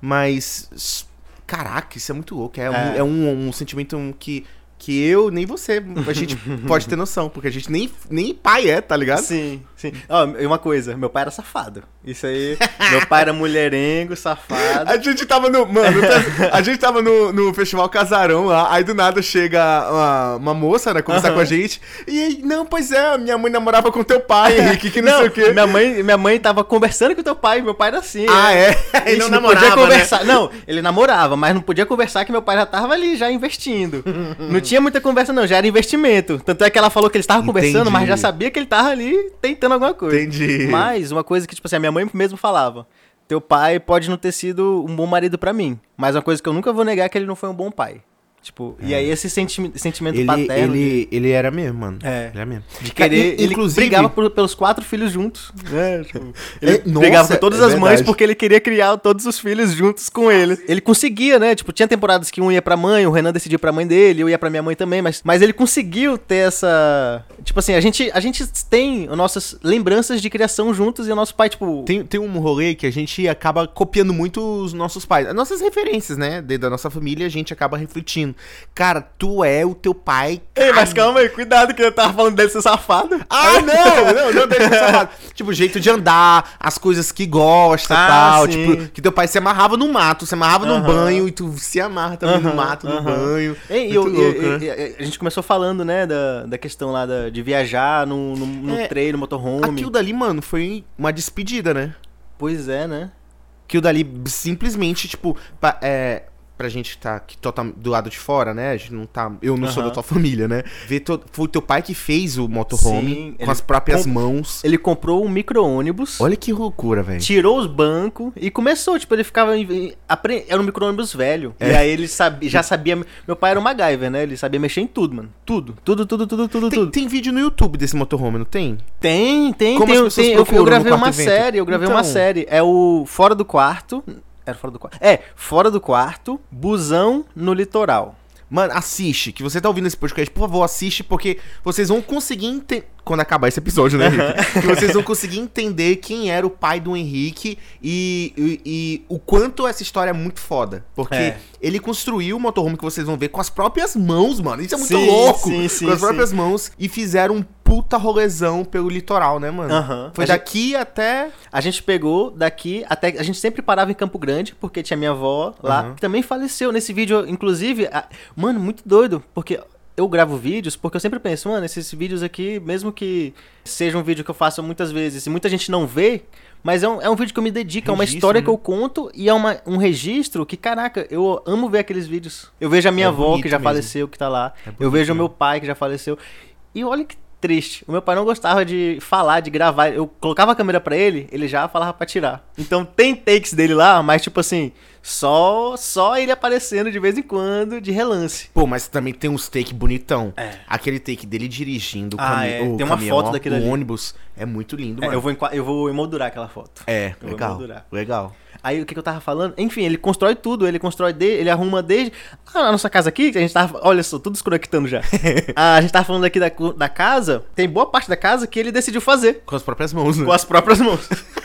S1: Mas. s- Caraca, isso é muito louco. É, Um,
S2: É.
S1: é um, um sentimento que, que eu, nem você, a
S2: *laughs*
S1: gente pode ter noção, porque a gente nem, nem pai é, tá ligado?
S2: Sim, sim. Ó, e uma coisa, meu pai era safado. Isso *laughs* aí, meu pai era mulherengo, safado.
S1: A gente tava no. Mano, tá- a gente tava no, no festival Casarão lá, aí do nada chega uma, uma moça, né, conversar com a gente. E aí, não, pois é, minha mãe namorava com teu pai, *laughs*
S2: É.
S1: Henrique, que não, sei o quê.
S2: Minha mãe, minha mãe tava conversando com teu pai, meu pai era assim.
S1: Ah, é?
S2: Ele não, podia
S1: né?
S2: conversar. Não, ele namorava, mas não podia conversar que meu pai já tava ali,
S1: *laughs*
S2: já investindo. não tinha muita conversa, não, já era investimento. Tanto é que ela falou que eles estavam conversando, mas já
S1: Entendi.
S2: sabia que ele tava ali tentando alguma
S1: *laughs*
S2: coisa.
S1: Entendi.
S2: Mas uma coisa que, tipo assim, a minha mãe mesmo falava: Teu pai pode não ter sido um bom marido pra mim, mas uma coisa que eu nunca vou negar é que ele não foi um bom pai. Tipo, e aí esse senti- sentimento paterno. de-
S1: É. ele era mesmo, mano.
S2: É.
S1: Ele era mesmo.
S2: De querer, ele
S1: inclusive,
S2: brigava por- pelos quatro filhos juntos.
S1: *laughs*
S2: né? Tipo, Ele
S1: É,
S2: brigava
S1: nossa,
S2: com todas
S1: é
S2: as mães
S1: verdade.
S2: porque ele queria criar todos os filhos juntos com ele. Ele conseguia, né? Tipo, tinha temporadas que um ia pra mãe, o Renan decidia pra mãe dele, eu ia pra minha mãe também, mas, mas ele conseguiu ter essa. Tipo assim, a gente, a gente tem nossas lembranças de criação juntos e o nosso pai, tipo.
S1: Tem, tem um rolê que a gente acaba copiando muito os nossos pais. As nossas referências, né? Dentro da nossa família, a gente acaba refletindo. Cara, tu é o teu pai.
S2: Ei, mas calma aí, cuidado que eu tava falando dele ser safado.
S1: Ah, *laughs* não! Não, não deixa de ser errado. Tipo, o jeito de andar, as coisas que gosta e
S2: Ah,
S1: tal.
S2: sim.
S1: Tipo, que teu pai se amarrava no mato, se amarrava num
S2: Aham.
S1: banho e tu se amarra também no
S2: Aham,
S1: mato, no
S2: aham.
S1: banho.
S2: Ei, e
S1: Muito
S2: eu-
S1: louco,
S2: e-
S1: né?
S2: e- e- a gente começou falando, né, da, da questão lá da- de viajar no, no, no
S1: É,
S2: trem, no motorhome.
S1: Aquilo dali, mano, foi uma despedida, né?
S2: Pois é, né?
S1: Aquilo dali simplesmente, tipo, pa- é, pra gente que tá aqui total, do lado de fora, né? A gente não tá, eu não sou
S2: Aham.
S1: da tua família, né? Ver to- foi teu pai que fez o motorhome
S2: Sim,
S1: com
S2: ele
S1: as próprias
S2: com-
S1: mãos.
S2: Ele comprou um micro-ônibus.
S1: Olha que loucura, velho.
S2: Tirou os bancos e começou, tipo, ele ficava. em- em- apre- Era um micro-ônibus velho.
S1: É.
S2: E aí ele sabia, já sabia. Meu pai era um MacGyver, né? Ele sabia mexer em tudo, mano. Tudo, tudo, tudo, tudo, tudo,
S1: Tem,
S2: tudo.
S1: tem vídeo no YouTube desse motorhome, não tem?
S2: Tem, tem,
S1: Como
S2: tem.
S1: as pessoas
S2: tem- eu,
S1: procuram
S2: eu gravei
S1: no Quarto
S2: uma
S1: Evento?
S2: série, eu gravei uma
S1: Então.
S2: série. É o Fora do Quarto. Era fora do quarto. É, fora do quarto, busão no litoral.
S1: Mano, assiste. Que você tá ouvindo esse podcast, por favor, assiste, porque vocês vão conseguir entender. Quando acabar esse episódio, né,
S2: *laughs*
S1: Henrique? que vocês vão conseguir entender quem era o pai do Henrique e, e- e o quanto essa história é muito foda. Porque
S2: É.
S1: ele construiu o motorhome que vocês vão ver com as próprias mãos, mano. Isso é muito
S2: Sim,
S1: louco!
S2: sim, sim,
S1: com as
S2: sim.
S1: próprias mãos. E fizeram um puta rolezão pelo litoral, né, mano?
S2: Aham.
S1: Foi
S2: Ah, A
S1: daqui até.
S2: A gente pegou daqui até. A gente sempre parava em Campo Grande, porque tinha minha avó lá,
S1: Aham.
S2: que também faleceu. Nesse vídeo, inclusive. a- Mano, muito doido, porque. Eu gravo vídeos porque eu sempre penso, mano, esses vídeos aqui, mesmo que seja um vídeo que eu faço muitas vezes e muita gente não vê, mas é um, é um vídeo que eu me dedico, é uma
S1: Registro,
S2: história
S1: né?
S2: que eu conto e é uma- um registro que, caraca, eu amo ver aqueles vídeos. Eu vejo a minha
S1: É
S2: avó
S1: bonito
S2: que já
S1: mesmo.
S2: faleceu, que tá lá,
S1: É bonito
S2: eu vejo o
S1: mesmo.
S2: meu pai que já faleceu. E olha que triste. O meu pai não gostava de falar, de gravar. Eu colocava a câmera pra ele, ele já falava pra tirar. Então tem takes dele lá, mas tipo assim, só só ele aparecendo de vez em quando, de relance.
S1: Pô, mas também tem uns take bonitão.
S2: É.
S1: Aquele take dele dirigindo o,
S2: Ah,
S1: cami-
S2: é.
S1: o
S2: Tem uma
S1: caminhão,
S2: foto
S1: ó,
S2: daquilo
S1: o
S2: ali.
S1: ônibus. É muito lindo,
S2: É,
S1: mano.
S2: eu vou enqua- eu vou emoldurar aquela foto.
S1: É,
S2: Eu vou
S1: legal.
S2: moldurar.
S1: Legal.
S2: Aí o que, que eu tava falando? Enfim, ele constrói tudo, ele constrói de, ele arruma desde. Ah, a nossa casa aqui, que a gente tava. Olha só, tudo desconectando *laughs* já. Ah, a gente tava falando aqui da, cu- da casa, tem boa parte da casa que ele decidiu fazer.
S1: Com as próprias mãos, né?
S2: Com as próprias mãos. *laughs*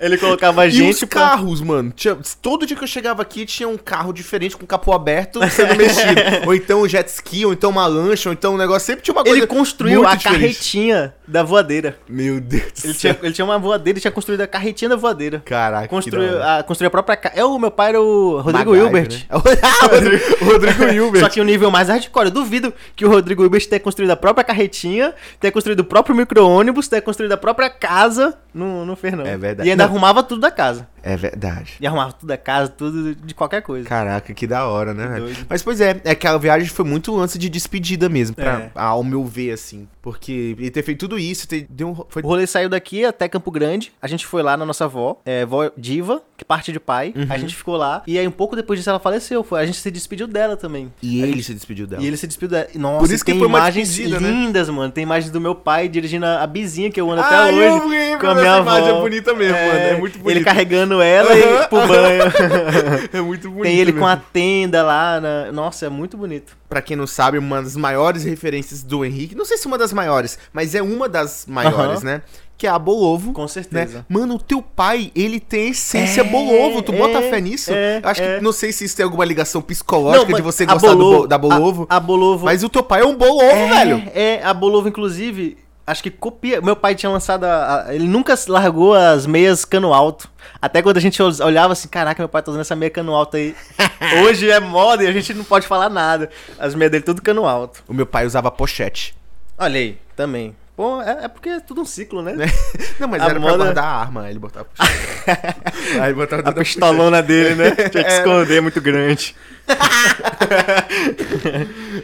S2: ele colocava
S1: E
S2: gente.
S1: os
S2: pra-
S1: carros, mano. Tinha- todo dia que eu chegava aqui tinha um carro diferente com capô aberto
S2: *laughs*
S1: sendo mexido. ou então um jet ski, ou então uma lancha, ou então um negócio. Sempre tinha uma coisa.
S2: Ele construiu
S1: muito
S2: a
S1: diferente.
S2: carretinha da voadeira.
S1: Meu Deus do
S2: Ele
S1: céu.
S2: tinha, ele tinha uma voadeira, ele tinha construído a carretinha da voadeira.
S1: Caraca. que da
S2: Construiu
S1: hora.
S2: a, construiu a própria casa. É o meu pai era o *laughs* Rodrigo
S1: MacGyver,
S2: Hilbert. É
S1: né? Ah, Rodrigo,
S2: *laughs*
S1: Rodrigo Hilbert.
S2: Só que o nível mais hardcore, eu duvido que o Rodrigo Hilbert tenha construído a própria carretinha, tenha construído o próprio micro-ônibus, tenha construído a própria casa. Não, não fez, não.
S1: É verdade.
S2: E ainda
S1: Não.
S2: arrumava tudo da casa.
S1: É verdade.
S2: E arrumava tudo da casa, tudo de qualquer coisa.
S1: Caraca, que da hora, né, velho?
S2: doido.
S1: Mas pois é, é que a viagem foi muito lance de despedida mesmo, pra-
S2: É.
S1: ao meu ver, assim. Porque ele ter feito tudo isso, ter, deu um. Foi
S2: O rolê saiu daqui até Campo Grande. A gente foi lá na nossa avó, é, vó diva, que parte de pai.
S1: Uhum.
S2: A gente ficou lá. E aí, um pouco depois disso, ela faleceu. Foi- a gente se despediu dela também.
S1: E ele se despediu dela.
S2: E ele se despediu dela. E, Nossa,
S1: isso que
S2: tem
S1: foi uma
S2: imagens
S1: despedida, né?
S2: lindas, mano. Tem imagens do meu pai dirigindo a a bizinha que eu ando
S1: Ah,
S2: até
S1: eu
S2: hoje.
S1: lembro
S2: com a
S1: dessa
S2: minha
S1: imagem,
S2: avó.
S1: é bonita mesmo, mano. É muito bonita.
S2: Ele carregando ela e
S1: Aham.
S2: pro banho. *laughs*
S1: É *laughs* muito bonito.
S2: tem ele
S1: mesmo.
S2: com a tenda lá. na- Nossa, é muito bonito.
S1: Pra quem não sabe, uma das maiores referências do Henrique, não sei se uma das maiores, mas é uma das maiores,
S2: Aham.
S1: né? Que é a Bolovo.
S2: Com certeza.
S1: Né? Mano, o teu pai, ele tem a essência
S2: É,
S1: Bolovo. Tu bota
S2: é,
S1: fé nisso?
S2: é,
S1: Eu acho
S2: é.
S1: que não sei se isso tem alguma ligação psicológica é de
S2: mas
S1: você
S2: a
S1: gostar do
S2: Bolovo-
S1: Bo- da Bolovo.
S2: A, a Bolovo
S1: Mas o teu pai é um Bolovo,
S2: É,
S1: velho.
S2: É, a Bolovo, inclusive, acho que copia. Meu pai tinha lançado. a- a- ele nunca se largou as meias cano alto. Até quando a gente os- olhava assim, caraca, meu pai tá usando essa meia cano alta aí. Hoje é moda e a gente não pode falar nada. As meias dele tudo cano alto.
S1: O meu pai usava pochete.
S2: Olha aí, também. Pô, é, é porque é tudo um ciclo, né?
S1: *laughs* Não, mas
S2: A
S1: era pra
S2: moda-
S1: guardar a arma. Aí ele botava pochete.
S2: *laughs*
S1: Aí ele botava
S2: A
S1: dentro da
S2: pistolona dele, né? Tinha que esconder, é muito grande.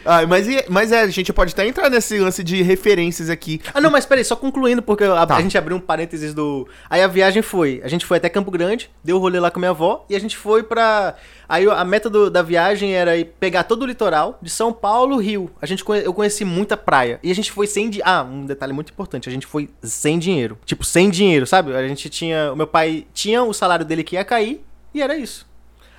S1: Ah, mas, e- mas é, a gente pode até entrar nesse lance de referências aqui.
S2: Ah, não, mas peraí, só concluindo, porque a,
S1: Tá.
S2: a gente abriu um parênteses do. Aí a viagem foi. A gente foi até Campo Grande, deu rolê lá com minha avó, e a gente foi pra. Aí a meta do- da viagem era ir pegar todo o litoral de São Paulo, Rio. A gente conhe- eu conheci muita praia. E a gente foi sem. Di... Ah, um detalhe muito importante. A gente foi sem dinheiro. Tipo, sem dinheiro, sabe? A gente tinha. O meu pai tinha o salário dele que ia cair, e era isso.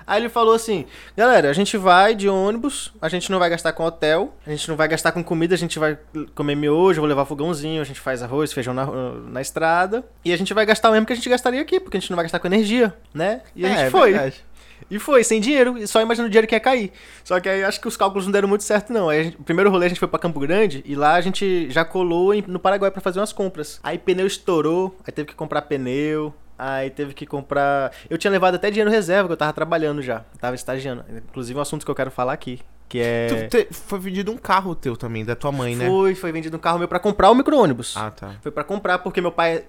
S2: Aí ele falou assim: galera, a gente vai de ônibus, a gente não vai gastar com hotel, a gente não vai gastar com comida, a gente vai comer miojo, vou levar fogãozinho, a gente faz arroz, feijão na, na estrada. E a gente vai gastar o mesmo que a gente gastaria aqui, porque a gente não vai gastar com energia, né? E a
S1: É,
S2: gente
S1: é
S2: foi.
S1: verdade.
S2: E foi, sem dinheiro, e só imagina o dinheiro que ia cair. Só que aí acho que os cálculos não deram muito certo, não. Aí a gente- o primeiro rolê a gente foi pra Campo Grande e lá a gente já colou em- no Paraguai pra fazer umas compras. Aí pneu estourou, aí teve que comprar pneu. Aí teve que comprar. Eu tinha levado até dinheiro reserva, que eu tava trabalhando já. Eu tava estagiando. Inclusive, um assunto que eu quero falar aqui. Que é.
S1: Tu- te- foi vendido um carro teu também, da tua mãe, né?
S2: Foi, foi vendido um carro meu pra comprar o micro-ônibus.
S1: Ah, tá.
S2: Foi pra comprar, porque meu pai.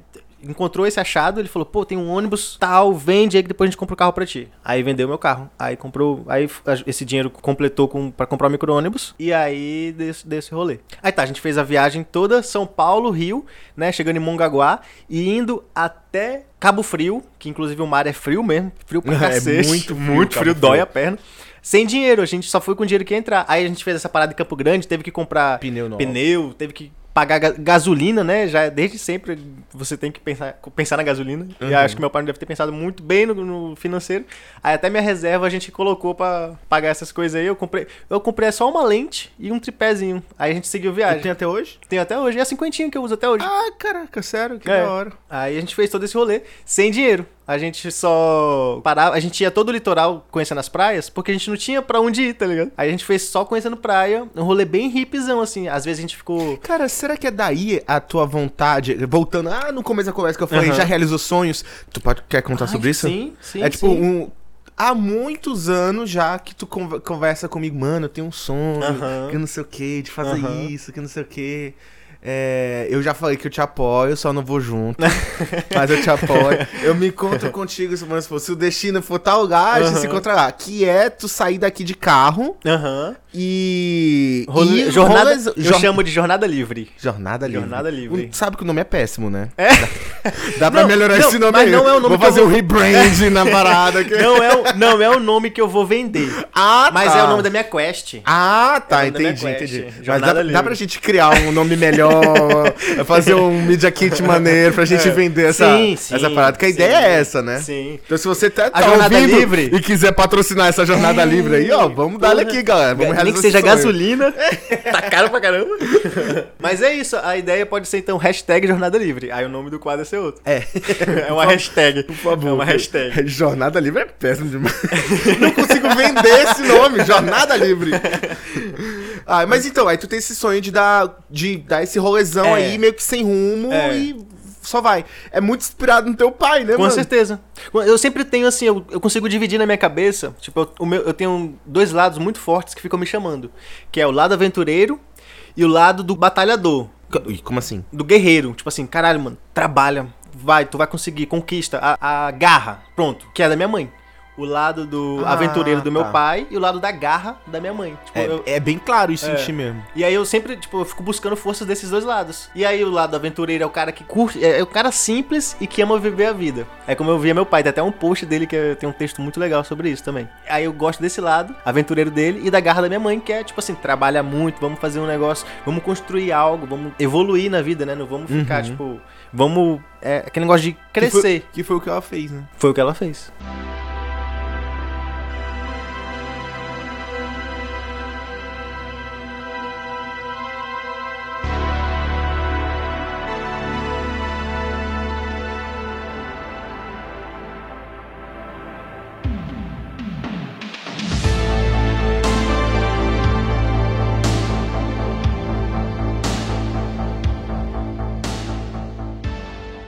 S2: encontrou esse achado, ele falou, pô, tem um ônibus tal, vende aí que depois a gente compra o carro pra ti. Aí vendeu meu carro. Aí comprou, aí a- esse dinheiro completou com, pra comprar o micro-ônibus. E aí deu, esse- deu esse rolê. Aí tá, a gente fez a viagem toda, São Paulo, Rio, né, chegando em Mongaguá e indo até Cabo Frio, que inclusive o mar é frio mesmo, frio pra
S1: *laughs* É
S2: cacete.
S1: muito frio,
S2: muito
S1: Cabo
S2: frio, dói
S1: Frio.
S2: a perna. Sem dinheiro, a gente só foi com o dinheiro que ia entrar. Aí a gente fez essa parada em Campo Grande, teve que comprar
S1: Pneu novo.
S2: pneu, teve que pagar ga- gasolina, né? Já desde sempre você tem que pensar, pensar na gasolina. E acho que meu pai não deve ter pensado muito bem no, no financeiro. Aí até minha reserva a gente colocou pra pagar essas coisas aí. Eu comprei, eu comprei só uma lente e um tripézinho. Aí a gente seguiu
S1: Eu
S2: viagem.
S1: tenho até hoje?
S2: Tem até hoje, é a cinquentinha que eu uso até hoje.
S1: Ah, caraca, sério, que
S2: É.
S1: da hora.
S2: Aí a gente fez todo esse rolê sem dinheiro. A gente só parava, a gente ia todo o litoral conhecendo as praias, porque a gente não tinha pra onde ir, tá ligado? Aí a gente fez só conhecendo praia, um rolê bem hipzão, assim. Às vezes a gente ficou.
S1: Cara, será que é daí a tua vontade, voltando, ah, no começo da conversa que eu falei,
S2: Aham.
S1: já realizou sonhos, tu pode, quer contar
S2: Ai,
S1: Tá sobre isso?
S2: Sim, sim.
S1: é tipo
S2: sim.
S1: um. Há muitos anos já que tu conver- conversa comigo, mano, eu tenho um sonho,
S2: Aham.
S1: que eu não sei o que, de fazer
S2: Aham.
S1: isso, que eu não sei o que. eu já falei que eu te apoio, só não vou junto. *laughs* mas eu te apoio. Eu me
S2: *laughs*
S1: encontro contigo, se, mano, se for- se o destino for tal lugar, a gente se
S2: Aham.
S1: encontra lá. Que é tu sair daqui de carro
S2: Aham.
S1: e.
S2: Rolê-
S1: e
S2: jornada,
S1: rolês-
S2: eu
S1: jor-
S2: chamo de jornada livre.
S1: Jornada Livre.
S2: Jornada Livre.
S1: Tu Sabe que o nome é péssimo, né?
S2: É.
S1: Dá pra
S2: Não,
S1: melhorar
S2: não,
S1: esse nome
S2: mas
S1: aí.
S2: não é o nome
S1: vou
S2: que eu
S1: fazer um rebrand na
S2: *laughs*
S1: parada. aqui.
S2: Não é, o, não é o nome que eu vou vender,
S1: Ah,
S2: mas
S1: tá.
S2: é o nome da minha quest.
S1: Ah, tá,
S2: É o nome da
S1: entendi,
S2: minha quest.
S1: entendi. Mas
S2: Jornada
S1: dá, pra-
S2: Livre.
S1: dá pra gente criar um nome melhor, *laughs* fazer um media kit maneiro pra gente vender essa,
S2: É. Sim, sim,
S1: essa parada. Porque a
S2: sim.
S1: ideia é essa, né?
S2: Sim.
S1: Então se você tá, tá
S2: Jornada
S1: ouvindo
S2: Livre.
S1: e quiser patrocinar essa jornada
S2: É,
S1: livre aí, ó, vamos dar
S2: porra.
S1: aqui, galera. Vamos
S2: Nem
S1: realizar
S2: que seja
S1: esse sonho. *laughs*
S2: gasolina. tá caro pra caramba. *laughs* Mas é isso. A ideia pode ser, então, hashtag Jornada Livre. Aí o nome do quadro é ser outro. *laughs*
S1: É.
S2: É uma hashtag.
S1: Por favor.
S2: É uma hashtag.
S1: Jornada Livre é péssimo demais. *laughs* Não consigo vender esse nome, Jornada Livre. *laughs* Ah, mas então, aí tu tem esse sonho de dar, de dar esse rolezão
S2: É.
S1: aí, meio que sem rumo
S2: É.
S1: e só vai. É muito inspirado no teu pai, né,
S2: Com
S1: mano?
S2: certeza. Eu sempre tenho, assim, eu, eu consigo dividir na minha cabeça. Tipo, eu, o meu- eu tenho dois lados muito fortes que ficam me chamando. Que é o lado aventureiro e o lado do batalhador,
S1: Ih, Como assim?
S2: do guerreiro. Tipo assim, caralho, mano, trabalha, vai, tu vai conseguir, conquista, a, a garra, pronto, que é da minha mãe. O lado do
S1: Ah,
S2: aventureiro do meu
S1: tá.
S2: pai e o lado da garra da minha mãe. Tipo,
S1: É,
S2: eu-
S1: é bem claro isso
S2: É.
S1: em ti mesmo.
S2: e aí eu sempre, tipo, eu fico buscando forças desses dois lados. E aí o lado aventureiro é o cara que curte, é, é o cara simples e que ama viver a vida. É como eu via meu pai, tem até um post dele que é- tem um texto muito legal sobre isso também. Aí eu gosto desse lado, aventureiro dele, e da garra da minha mãe, que é tipo assim, trabalha muito, vamos fazer um negócio, vamos construir algo, vamos evoluir na vida, né? Não vamos ficar,
S1: Uhum.
S2: tipo, vamos. É aquele negócio de
S1: Que
S2: crescer.
S1: foi, que foi o que ela fez, né?
S2: Foi o que ela fez.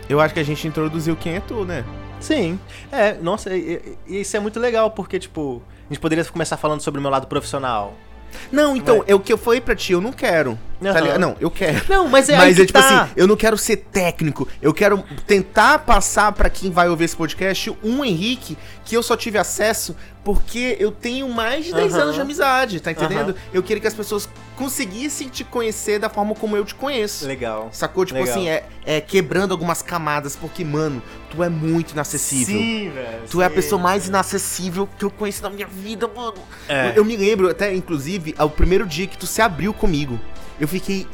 S1: Eu acho que a gente introduziu quem é tu, né?
S2: Sim. É, nossa, e, e- e isso é muito legal, porque, tipo, a gente poderia começar falando sobre o meu lado profissional.
S1: Não, então, é o que eu falei pra ti, eu não quero. tá
S2: Aham.
S1: ligado? Não, eu quero.
S2: Não, mas é aí
S1: Mas
S2: que
S1: é tipo
S2: tá.
S1: assim, eu não quero ser técnico, eu quero tentar passar pra quem vai ouvir esse podcast um Henrique que eu só tive acesso porque eu tenho mais de 10
S2: Aham.
S1: anos de amizade, tá entendendo?
S2: Aham.
S1: Eu queria que as pessoas conseguissem te conhecer da forma como eu te conheço.
S2: Legal.
S1: Sacou? Tipo
S2: Legal.
S1: assim, é, é quebrando algumas camadas, porque, mano, tu é muito inacessível.
S2: Sim, velho.
S1: Tu é a
S2: sim.
S1: pessoa mais inacessível que eu conheço na minha vida, mano.
S2: É.
S1: Eu me lembro até, inclusive, ao primeiro dia que tu se abriu comigo. Eu fiquei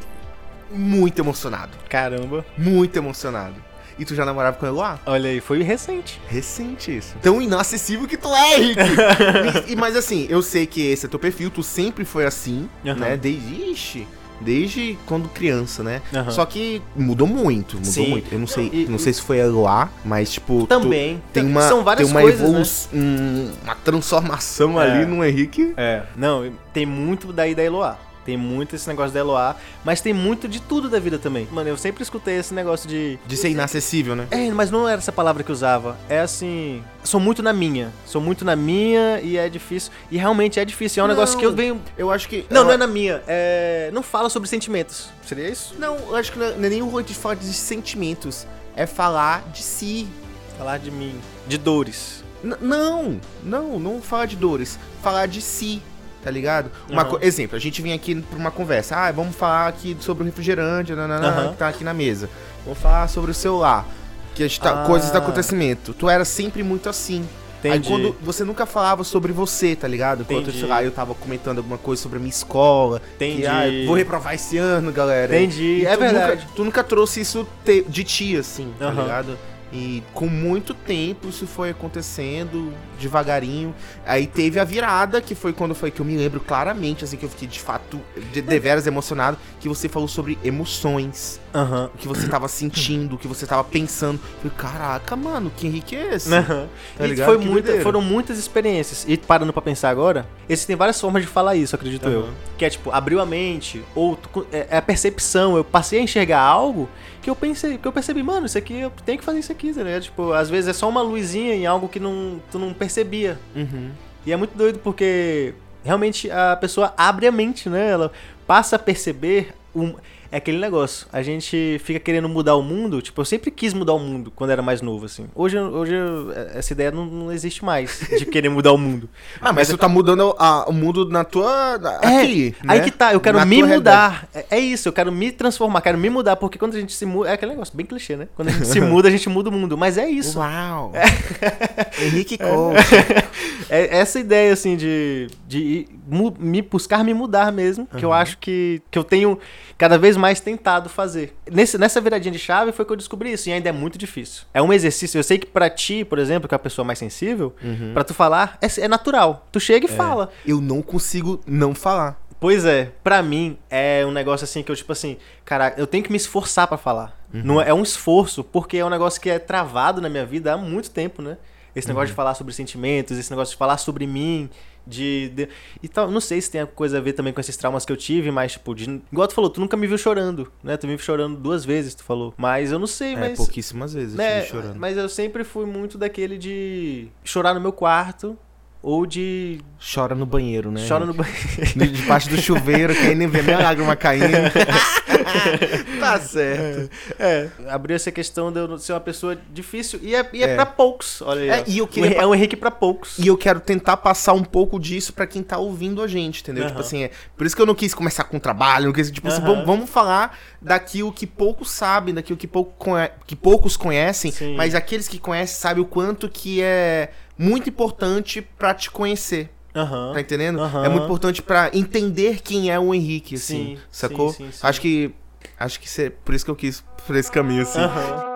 S1: muito emocionado.
S2: Caramba.
S1: Muito emocionado. E tu já namorava com a Eloá?
S2: Olha aí, foi recente.
S1: Recente isso. Tão inacessível que tu é,
S2: *laughs*
S1: Henrique. E- e- mas assim, eu sei que esse é teu perfil, tu sempre foi assim,
S2: Aham.
S1: né? Desde. Ixi, desde quando criança, né?
S2: Aham.
S1: Só que mudou muito, mudou
S2: Sim.
S1: muito. Eu não sei,
S2: E-
S1: não sei se foi a Eloá, mas tipo. tu-
S2: Também.
S1: tem uma,
S2: São várias
S1: tem uma
S2: coisas, né?
S1: evolução, um- uma transformação
S2: É.
S1: ali no Henrique.
S2: É. Não, tem muito daí da Eloá. Tem muito esse negócio da Eloá, mas tem muito de tudo da vida também. Mano, eu sempre escutei esse negócio de.
S1: De ser inacessível, né?
S2: É, mas não era essa palavra que eu usava. É assim. Sou muito na minha. Sou muito na minha e é difícil. E realmente é difícil. É um negócio
S1: Não.
S2: que eu venho.
S1: Eu acho que.
S2: Não, não é na minha. É. Não fala sobre sentimentos. Seria isso?
S1: Não, eu acho que não é, não é nem o rolê de falar de sentimentos. é falar de si.
S2: Falar de mim. De dores.
S1: N- não, não, não falar de dores. Falar de si, tá ligado? Uma
S2: Aham.
S1: co- exemplo, a gente vinha aqui pra uma conversa. Ah, vamos falar aqui sobre o refrigerante nananã,
S2: Aham.
S1: que tá aqui na mesa. Vamos falar sobre o celular. Que a gente tá,
S2: Ah.
S1: coisas do acontecimento. Tu era sempre muito assim.
S2: Entendi.
S1: Aí quando você nunca falava sobre você, tá ligado? Enquanto,
S2: Entendi.
S1: sei lá, eu tava comentando alguma coisa sobre a minha escola.
S2: Entendi.
S1: Que, ah, eu vou reprovar esse ano, galera.
S2: Entendi.
S1: E
S2: É
S1: tu nunca-
S2: verdade.
S1: tu nunca trouxe isso te- de ti, assim, tá
S2: Aham.
S1: ligado? E com muito tempo isso foi acontecendo, devagarinho. Aí teve a virada, que foi quando foi que eu me lembro claramente, assim, que eu fiquei de fato, de, deveras emocionado, que você falou sobre emoções,
S2: Aham.
S1: o que você tava sentindo, o que você tava pensando. Eu falei, caraca, mano, que Henrique é esse?
S2: Aham.
S1: Tá
S2: e
S1: ligado?
S2: foi
S1: Que
S2: muita-
S1: doideira.
S2: foram muitas experiências. E parando pra pensar agora, existem várias formas de falar isso, acredito eu.
S1: Aham.
S2: Que é tipo, abriu a mente, ou tu co- é é a percepção. Eu passei a enxergar algo que eu pensei, que eu percebi, mano, isso aqui eu tenho que fazer isso aqui, tá ligado? Tipo, às vezes é só uma luzinha em algo que não, tu não percebia.
S1: Uhum.
S2: E é muito doido porque realmente a pessoa abre a mente, né? Ela passa a perceber um... é aquele negócio. A gente fica querendo mudar o mundo. Tipo, eu sempre quis mudar o mundo quando era mais novo, assim. Hoje, eu- hoje eu- essa ideia não, não existe mais de querer mudar o *laughs* mundo.
S1: Ah, mas tu tá mudando a- o mundo na tua. na- aqui. né?
S2: aí que tá, eu quero
S1: Na
S2: me
S1: tua
S2: mudar. É, é isso, eu quero me transformar, quero me mudar, porque quando a gente se muda. É aquele negócio bem clichê, né? Quando a *laughs* gente se muda, a gente muda o mundo. Mas é isso.
S1: Uau! Henrique Couto.
S2: *laughs* É essa ideia, assim, de, de ir mu- me buscar me mudar mesmo, que eu acho que, que eu tenho cada vez mais tentado fazer. Nesse, nessa viradinha de chave foi que eu descobri isso, e ainda é muito difícil. É um exercício, eu sei que pra ti, por exemplo, que é uma pessoa mais sensível,
S1: Uhum.
S2: pra tu falar, é, é natural. Tu chega e fala.
S1: Eu não consigo não falar.
S2: Pois é, pra mim é um negócio assim que eu, tipo assim, cara, eu tenho que me esforçar pra falar.
S1: Uhum.
S2: Não é, é um esforço, porque é um negócio que é travado na minha vida há muito tempo, né? Esse negócio
S1: Uhum.
S2: de falar sobre sentimentos, esse negócio de falar sobre mim, de. de- e tal, não sei se tem alguma coisa a ver também com esses traumas que eu tive, mas, tipo, de, igual tu falou, tu nunca me viu chorando, né? Tu me viu chorando duas vezes, tu falou. Mas eu não sei,
S1: É,
S2: mas.
S1: pouquíssimas vezes eu
S2: né,
S1: estive chorando.
S2: mas eu sempre fui muito daquele de chorar no meu quarto ou de
S1: Chora no banheiro, né?
S2: chora no banheiro.
S1: banheiro. *laughs* Debaixo do chuveiro, que aí nem vê minha lágrima caindo. *laughs* tá certo.
S2: abriu essa questão de eu ser uma pessoa difícil e é, e é
S1: É.
S2: pra poucos, olha aí.
S1: É,
S2: ó.
S1: e eu queria-
S2: É um Henrique pra poucos.
S1: E eu quero tentar passar um pouco disso pra quem tá ouvindo a gente, entendeu? Tipo
S2: Aham.
S1: assim, é, por isso que eu não quis começar com trabalho, não quis, tipo assim,
S2: Aham.
S1: vamos, vamos falar daquilo que poucos sabem, daquilo que, pouco conhe- que poucos conhecem,
S2: Sim.
S1: mas aqueles que conhecem sabem o quanto que é muito importante pra te conhecer,
S2: Aham.
S1: tá entendendo?
S2: Aham.
S1: É muito importante pra entender quem é o Henrique, assim,
S2: Sim,
S1: sacou?
S2: sim, sim, sim.
S1: Acho que acho que cê- por isso que eu quis por esse caminho assim.
S2: Aham.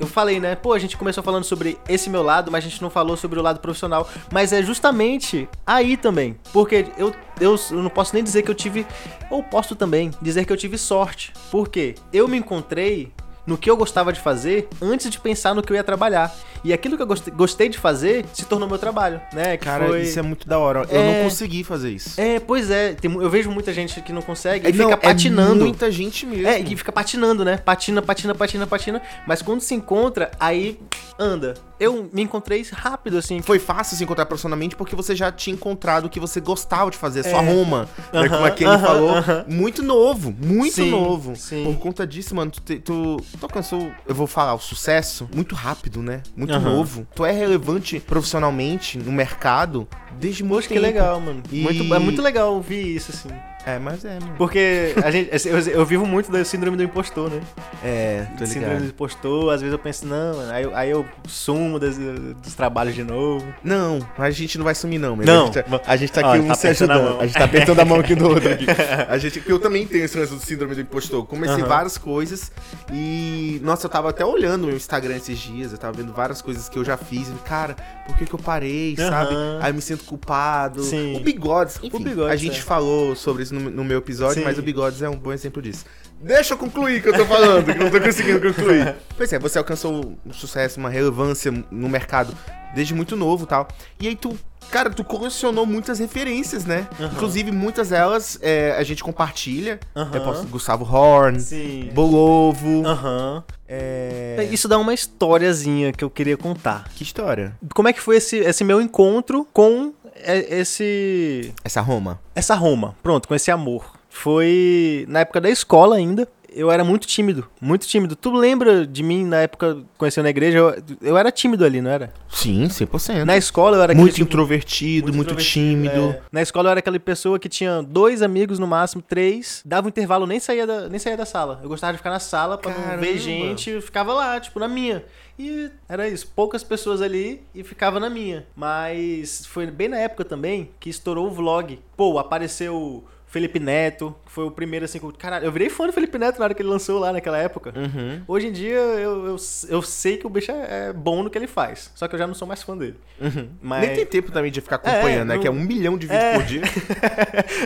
S2: Eu falei, né? Pô, a gente começou falando sobre esse meu lado, mas a gente não falou sobre o lado profissional. Mas é justamente aí também. Porque eu, eu, eu não posso nem dizer que eu tive. Ou posso também dizer que eu tive sorte. Porque eu me encontrei no que eu gostava de fazer antes de pensar no que eu ia trabalhar. E aquilo que eu goste- gostei de fazer se tornou meu trabalho, né? Que
S1: Cara,
S2: foi-
S1: isso é muito da hora. Eu
S2: É.
S1: não consegui fazer isso.
S2: É, pois é. Tem mu- eu vejo muita gente que É, não consegue e
S1: Não,
S2: fica patinando.
S1: É muita gente mesmo.
S2: É, que fica patinando, né? Patina, patina, patina, patina. Mas quando se encontra, aí anda. Eu me encontrei rápido, assim.
S1: Foi fácil se encontrar profissionalmente porque você já tinha encontrado o que você gostava de fazer, sua Roma, né, como a Kenny
S2: É. aham,
S1: falou.
S2: aham.
S1: Muito novo, muito
S2: Sim,
S1: novo.
S2: sim.
S1: Por conta disso, mano, tu, te- tu, tu alcançou, eu vou falar, o sucesso muito rápido, né? Muito
S2: Aham.
S1: novo. Tu é relevante profissionalmente no mercado desde muito
S2: Poxa, que
S1: tempo.
S2: legal, mano.
S1: E-
S2: Muito, é muito legal ouvir isso, assim.
S1: É, mas é, mano.
S2: Porque a gente, assim, eu, eu vivo muito da síndrome do impostor, né?
S1: É, tô
S2: Síndrome do
S1: ligado.
S2: impostor, às vezes eu penso, não, mano, aí, eu- aí eu sumo das- dos trabalhos de novo.
S1: Não, a gente não vai sumir, não, mas
S2: Não.
S1: A, gente tá, a gente tá
S2: Ó,
S1: aqui um
S2: tá
S1: se
S2: apertando a
S1: ajudando.
S2: mão.
S1: A gente tá apertando a mão aqui do outro
S2: *laughs*
S1: aqui. A gente, porque eu também tenho esse lance do síndrome do impostor. Comecei
S2: Aham.
S1: várias coisas e. Nossa, eu tava até olhando o meu Instagram esses dias, eu tava vendo várias coisas que eu já fiz. E, cara, por que, que eu parei,
S2: Aham.
S1: sabe? Aí eu me sinto culpado.
S2: Sim.
S1: O Bigodes, enfim,
S2: Bigodes,
S1: a gente
S2: é.
S1: falou sobre isso no, no meu episódio,
S2: Sim.
S1: mas o Bigodes é um bom exemplo disso. Deixa eu concluir o que eu tô falando, que eu não tô conseguindo
S2: *laughs*
S1: concluir. Pois é, você alcançou um sucesso, uma relevância no mercado desde muito novo e tal. E aí tu, cara, tu colecionou muitas referências, né?
S2: Aham.
S1: Inclusive, muitas delas é, a gente compartilha.
S2: Aham. Ah.
S1: Eu posso Gustavo Horn,
S2: Sim.
S1: Bolovo,
S2: Aham.
S1: É...
S2: Isso dá uma historiazinha que eu queria contar.
S1: Que história?
S2: Como é que foi esse, esse meu encontro com é, esse
S1: Essa Roma.
S2: essa Roma? Pronto, com esse amor. Foi na época da escola ainda. Eu era muito tímido, muito tímido. Tu lembra de mim na época conhecendo a igreja? Eu, eu era tímido ali, não era?
S1: Sim, 100%.
S2: Na escola eu era aquele
S1: muito
S2: tipo-
S1: introvertido, muito,
S2: introvertido,
S1: tímido.
S2: é. Na escola eu era aquela pessoa que tinha dois amigos no máximo, três. Dava um intervalo, nem saía da, nem saía da sala. Eu gostava de ficar na sala pra não
S1: Caramba.
S2: ver gente. Eu ficava lá, tipo, na minha. E era isso. Poucas pessoas ali e ficava na minha. Mas foi bem na época também que estourou o vlog. Pô, apareceu... Felipe Neto, que foi o primeiro assim. que eu- Caralho, eu virei fã do Felipe Neto na hora que ele lançou lá naquela época.
S1: Uhum.
S2: Hoje em dia eu, eu, eu sei que o bicho é é bom no que ele faz. Só que eu já não sou mais fã dele.
S1: Uhum.
S2: Mas...
S1: Nem tem tempo também de ficar acompanhando,
S2: É,
S1: né?
S2: não-
S1: Que é um milhão de vídeos
S2: É. *laughs*
S1: por dia.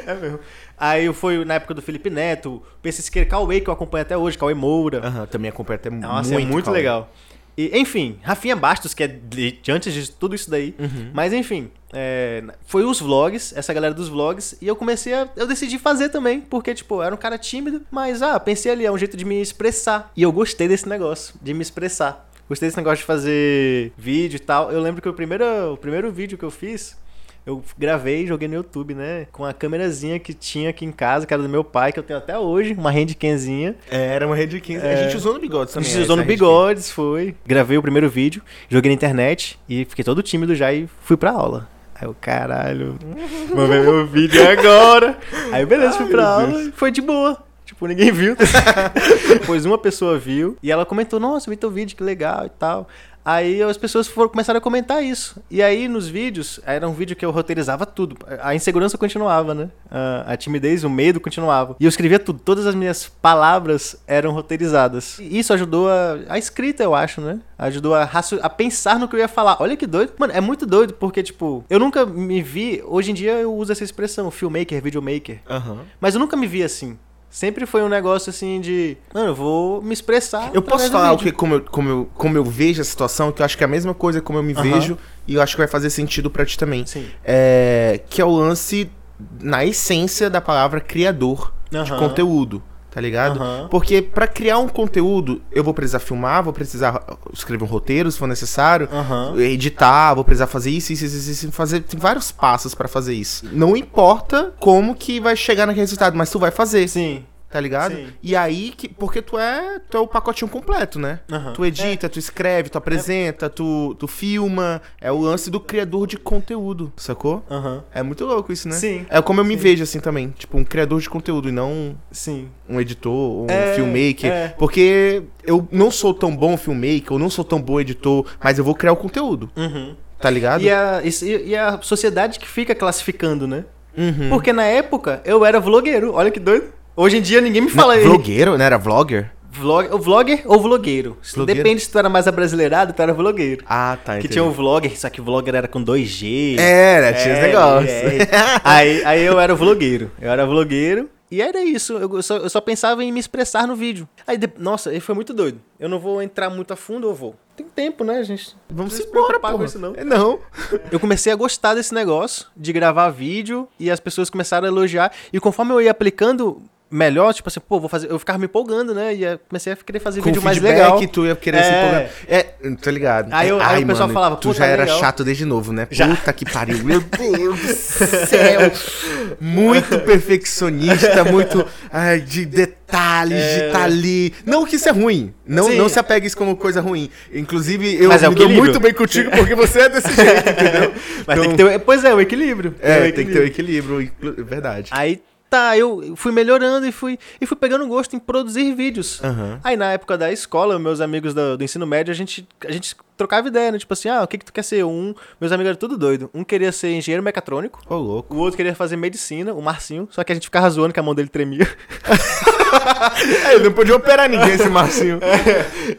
S2: é mesmo. Aí foi na época do Felipe Neto, PC Siqueira, Cauê, que eu acompanho até hoje, Cauê Moura.
S1: Aham, também acompanha até
S2: Nossa,
S1: muito.
S2: é muito
S1: Cauê.
S2: legal. E, enfim, Rafinha Bastos, que é de, de antes de tudo isso daí. Mas enfim, é, foi os vlogs, essa galera dos vlogs, e eu comecei a. Eu decidi fazer também, porque, tipo, eu era um cara tímido, mas ah, pensei ali, é um jeito de me expressar. E eu gostei desse negócio, de me expressar. Gostei desse negócio de fazer vídeo e tal. Eu lembro que o primeiro, o primeiro vídeo que eu fiz eu gravei e joguei no YouTube, né? Com a câmerazinha que tinha aqui em casa, que era do meu pai, que eu tenho até hoje, uma handcamzinha.
S1: É, Era uma rede 15. A
S2: É.
S1: gente usou no bigode também.
S2: Usou no
S1: essa Hand
S2: bigodes, foi. Gravei o primeiro vídeo, joguei na internet e fiquei todo tímido já e fui pra aula. Aí eu, caralho, vou
S1: *laughs*
S2: ver meu vídeo agora. Aí beleza, fui
S1: Ai,
S2: pra
S1: meu
S2: aula e foi de boa. Tipo,
S1: *laughs*
S2: ninguém viu. Depois uma pessoa viu e ela comentou, nossa, vi teu vídeo, que legal e tal. Aí as pessoas foram, começaram a comentar isso. E aí nos vídeos, era um vídeo que eu roteirizava tudo. A insegurança continuava, né? A, a timidez, o medo continuava. E eu escrevia tudo. Todas as minhas palavras eram roteirizadas. E isso ajudou a, a escrita, eu acho, né? Ajudou a, racio- a pensar no que eu ia falar. Olha que doido. Mano, é muito doido porque, tipo, eu nunca me vi. Hoje em dia eu uso essa expressão, filmmaker, videomaker.
S1: Aham.
S2: Mas eu nunca me vi assim. Sempre foi um negócio assim de. Mano, eu vou me expressar.
S1: Eu
S2: através
S1: posso
S2: do
S1: falar o
S2: vídeo."
S1: que, como, eu, como, eu, como eu vejo a situação, que eu acho que é a mesma coisa como eu me
S2: Aham.
S1: vejo, e eu acho que vai fazer sentido pra ti também.
S2: Sim.
S1: É, que é o lance na essência da palavra criador de
S2: Aham.
S1: conteúdo, tá ligado?
S2: Aham.
S1: Porque pra criar um conteúdo, eu vou precisar filmar, vou precisar escrever um roteiro se for necessário,
S2: Aham.
S1: editar, vou precisar fazer isso, isso, isso, isso, fazer tem vários passos pra fazer isso. Não importa como que vai chegar naquele resultado, mas tu vai fazer,
S2: Sim.
S1: tá ligado?
S2: Sim.
S1: E aí que porque tu é, tu é o pacotinho completo, né?
S2: Aham.
S1: Tu edita, tu escreve, tu apresenta, tu, tu filma, é o lance do criador de conteúdo, sacou?
S2: Aham.
S1: É muito louco isso, né?
S2: Sim.
S1: É como eu me
S2: Sim.
S1: vejo assim também, tipo um criador de conteúdo e não um-
S2: Sim.
S1: um editor, ou um
S2: É,
S1: filmmaker,
S2: é.
S1: porque eu não sou tão bom filmmaker, eu não sou tão bom editor, mas eu vou criar o conteúdo,
S2: Uhum.
S1: tá ligado?
S2: E a, isso- e, e a sociedade que fica classificando, né?
S1: Uhum.
S2: Porque na época eu era vlogueiro, olha que doido. Hoje em dia ninguém me fala
S1: Não,
S2: ele.
S1: Vlogueiro, né? Era vlogger?
S2: Vlog, o vlogger ou vlogueiro?
S1: Vlogueiro.
S2: Depende se tu era mais abrasileirado, tu era vlogueiro.
S1: Ah, tá.
S2: que
S1: entendi.
S2: tinha o vlogger, só que o vlogger era com 2G.
S1: Era, né? tinha os
S2: É,
S1: negócios.
S2: é. Aí, aí eu era vlogueiro. Eu era vlogueiro. E era isso. Eu só, eu só pensava em me expressar no vídeo. Aí, de- nossa, aí foi muito doido. Eu não vou entrar muito a fundo, eu vou. Tem tempo, né, gente?
S1: Vamos se
S2: Vocês
S1: embora,
S2: preocupar com
S1: porra.
S2: isso, não.
S1: É, Não.
S2: Eu comecei a gostar desse negócio de gravar vídeo e as pessoas começaram a elogiar. E conforme eu ia aplicando melhor, tipo assim, pô, vou fazer. Eu ficava me empolgando, né? E eu comecei a querer fazer
S1: Com
S2: vídeo mais
S1: feedback,
S2: legal.
S1: *laughs* tu ia querer se
S2: É.
S1: empolgar. É, tá ligado?
S2: Aí eu-
S1: É,
S2: aí o pessoal falava,
S1: tu
S2: "Pô,
S1: já
S2: tá
S1: era
S2: legal."
S1: chato desde novo, né?
S2: Já.
S1: Puta que pariu, meu Deus
S2: *laughs*
S1: do céu. Muito perfeccionista, muito ai, de detalhes, de tá ali. Não que isso é ruim, não,
S2: É. Sim.
S1: não se apegue isso como coisa ruim. Inclusive, eu
S2: Mas é o
S1: me dou
S2: equilíbrio.
S1: muito bem contigo porque você é desse
S2: *laughs*
S1: jeito, entendeu?
S2: Mas tem
S1: Então,
S2: que ter. o- Pois é, o equilíbrio.
S1: É, tem que ter o equilíbrio, inclu- é verdade.
S2: Aí tá, eu fui melhorando e fui, e fui pegando gosto em produzir vídeos.
S1: Aham.
S2: Aí na época da escola, meus amigos do, do ensino médio, a gente, a gente trocava ideia, né? Tipo assim, ah, o que que tu quer ser? Um, meus amigos eram tudo doido. Um queria ser engenheiro mecatrônico,
S1: Ô, louco.
S2: o outro queria fazer medicina, o Marcinho, só que a gente ficava zoando que a mão dele tremia.
S1: *laughs*
S2: *laughs*
S1: É, eu não podia operar ninguém esse Marcinho.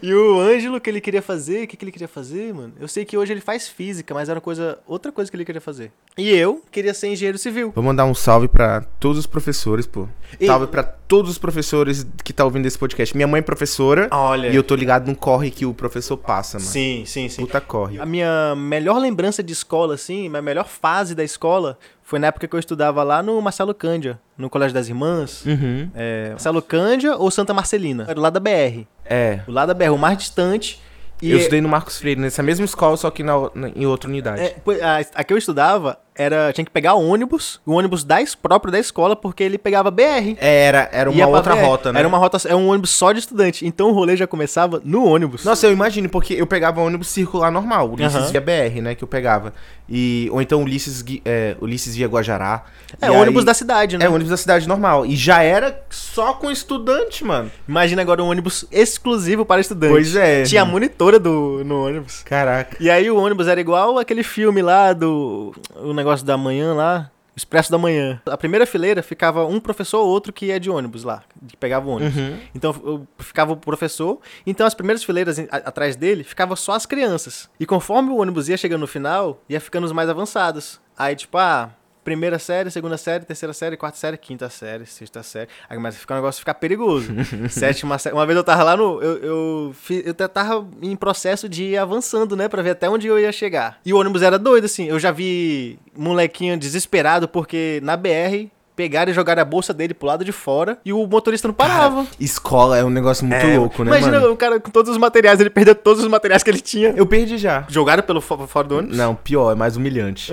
S2: e o Ângelo, que ele queria fazer, o que que ele queria fazer, mano? Eu sei que hoje ele faz física, mas era uma coisa, outra coisa que ele queria fazer. E eu queria ser engenheiro civil.
S1: Vou mandar um salve pra todos os professores, pô.
S2: Ei.
S1: Salve pra todos os professores que tá ouvindo esse podcast. Minha mãe é professora
S2: Olha.
S1: e eu tô ligado num corre que o professor passa, mano.
S2: Sim, sim, sim.
S1: Puta corre.
S2: A minha melhor lembrança de escola, assim, minha melhor fase da escola foi na época que eu estudava lá no Marcelo Cândia, no Colégio das Irmãs.
S1: Uhum.
S2: É, Marcelo Cândia ou Santa Marcelina? Era lá da BR.
S1: É.
S2: O lado da BR, o mais distante. E é-
S1: eu estudei no Marcos Freire, nessa mesma escola, só que na, na- em outra unidade.
S2: É, pô, a, a que eu estudava era. Tinha que pegar ônibus, o ônibus da, es- próprio da escola, porque ele pegava BR.
S1: É, Era, era uma
S2: Ia é pra
S1: outra
S2: BR.
S1: rota, né?
S2: Era uma rota, é um ônibus só de estudante. Então o rolê já começava no ônibus.
S1: Nossa, eu imagino, porque eu pegava ônibus circular normal, Ulisses
S2: Aham.
S1: via BR, né, que eu pegava. E, ou então Ulisses, gui- é, Ulisses via Guajará.
S2: é
S1: E
S2: ônibus
S1: aí-
S2: da cidade, né?
S1: É, ônibus da cidade normal. E já era só com estudante, mano.
S2: Imagina agora um ônibus exclusivo para estudante.
S1: Pois é.
S2: Tinha a monitora do, no ônibus.
S1: Caraca.
S2: E aí o ônibus era igual aquele filme lá do. O negócio da manhã lá. Expresso da manhã. A primeira fileira ficava um professor ou outro que é de ônibus lá, que pegava o ônibus.
S1: Uhum.
S2: Então eu- ficava o professor, então as primeiras fileiras em- a- atrás dele ficava só as crianças. E conforme o ônibus ia chegando no final, ia ficando os mais avançados. Aí tipo, ah, primeira série, segunda série, terceira série, quarta série, quinta série, sexta série. Aí começa a ficar um negócio
S1: *laughs*
S2: ficar perigoso. Sétima série. Uma vez eu tava lá no eu eu, fi- eu tava em processo de ir avançando, né, Pra ver até onde eu ia chegar. E o ônibus era doido assim. Eu já vi molequinho desesperado porque na BR Pegaram e jogaram a bolsa dele pro lado de fora e o motorista não parava.
S1: Escola é um negócio muito
S2: É,
S1: louco, né,
S2: Imagina
S1: mano?
S2: o cara com todos os materiais, ele perdeu todos os materiais que ele tinha.
S1: Eu perdi já.
S2: Jogaram pelo fo- fora do ônibus?
S1: Não, pior, é mais humilhante.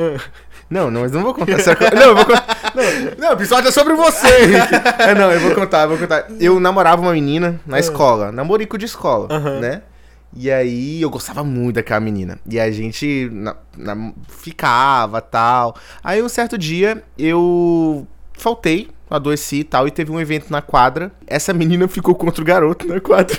S1: Não, não, mas não vou contar essa coisa. Não, eu vou contar. Não, não, o episódio é sobre você, Henrique. É, não, eu vou contar, eu vou contar. Eu namorava uma menina na escola, namorico de escola, né? E aí eu gostava muito daquela menina. E a gente na- na- ficava tal. Aí um certo dia eu faltei, adoeci e tal, e teve um evento na quadra. Essa menina ficou contra o garoto na *laughs* quadra.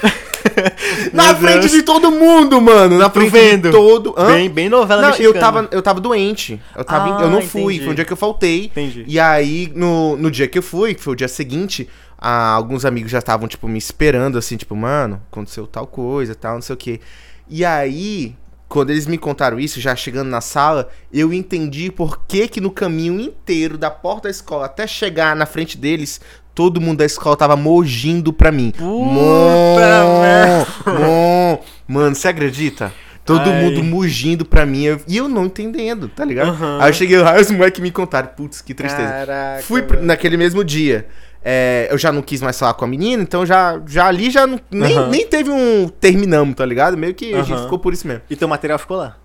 S1: na
S2: Meu
S1: frente
S2: Deus.
S1: de todo mundo, mano! Na
S2: Tô
S1: frente
S2: vendo.
S1: de todo. Hã?
S2: Bem, bem novela
S1: Não,
S2: mexicana.
S1: eu tava, eu tava doente. Eu, tava em-
S2: Ah,
S1: eu não fui.
S2: entendi.
S1: Foi um dia que eu faltei.
S2: Entendi.
S1: E aí, no, no dia que eu fui, que foi o dia seguinte, ah, alguns amigos já estavam, tipo, me esperando, assim, tipo, mano, aconteceu tal coisa, tal, não sei o quê. E aí, quando eles me contaram isso, já chegando na sala, eu entendi por que que no caminho inteiro, da porta da escola até chegar na frente deles, todo mundo da escola tava mogindo pra mim.
S2: Puta
S1: Mon,
S2: merda.
S1: mon. Mano, você acredita? Todo
S2: Ai.
S1: mundo mugindo pra mim. eu- E eu não entendendo, tá ligado?
S2: Aham.
S1: Aí eu cheguei lá, os moleques me contaram. Putz, que tristeza.
S2: Caraca,
S1: Fui
S2: mano.
S1: pro- naquele mesmo dia. É, eu já não quis mais falar com a menina, então já, já ali já não- nem,
S2: Aham.
S1: nem teve um terminamos, tá ligado? Meio que a gente
S2: Aham.
S1: ficou por isso mesmo.
S2: E teu material ficou lá?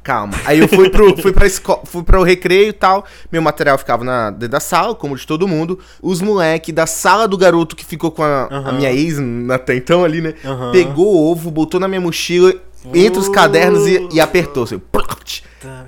S1: Calma. Aí eu fui pro fui pra escola, fui para o recreio e tal. Meu material ficava na dentro da sala, como de todo mundo. Os moleque da sala do garoto que ficou com a, a
S2: Aham.
S1: minha ex n- até então ali, né?
S2: Aham.
S1: Pegou o ovo, botou na minha mochila, entre os cadernos e, e apertou. Assim,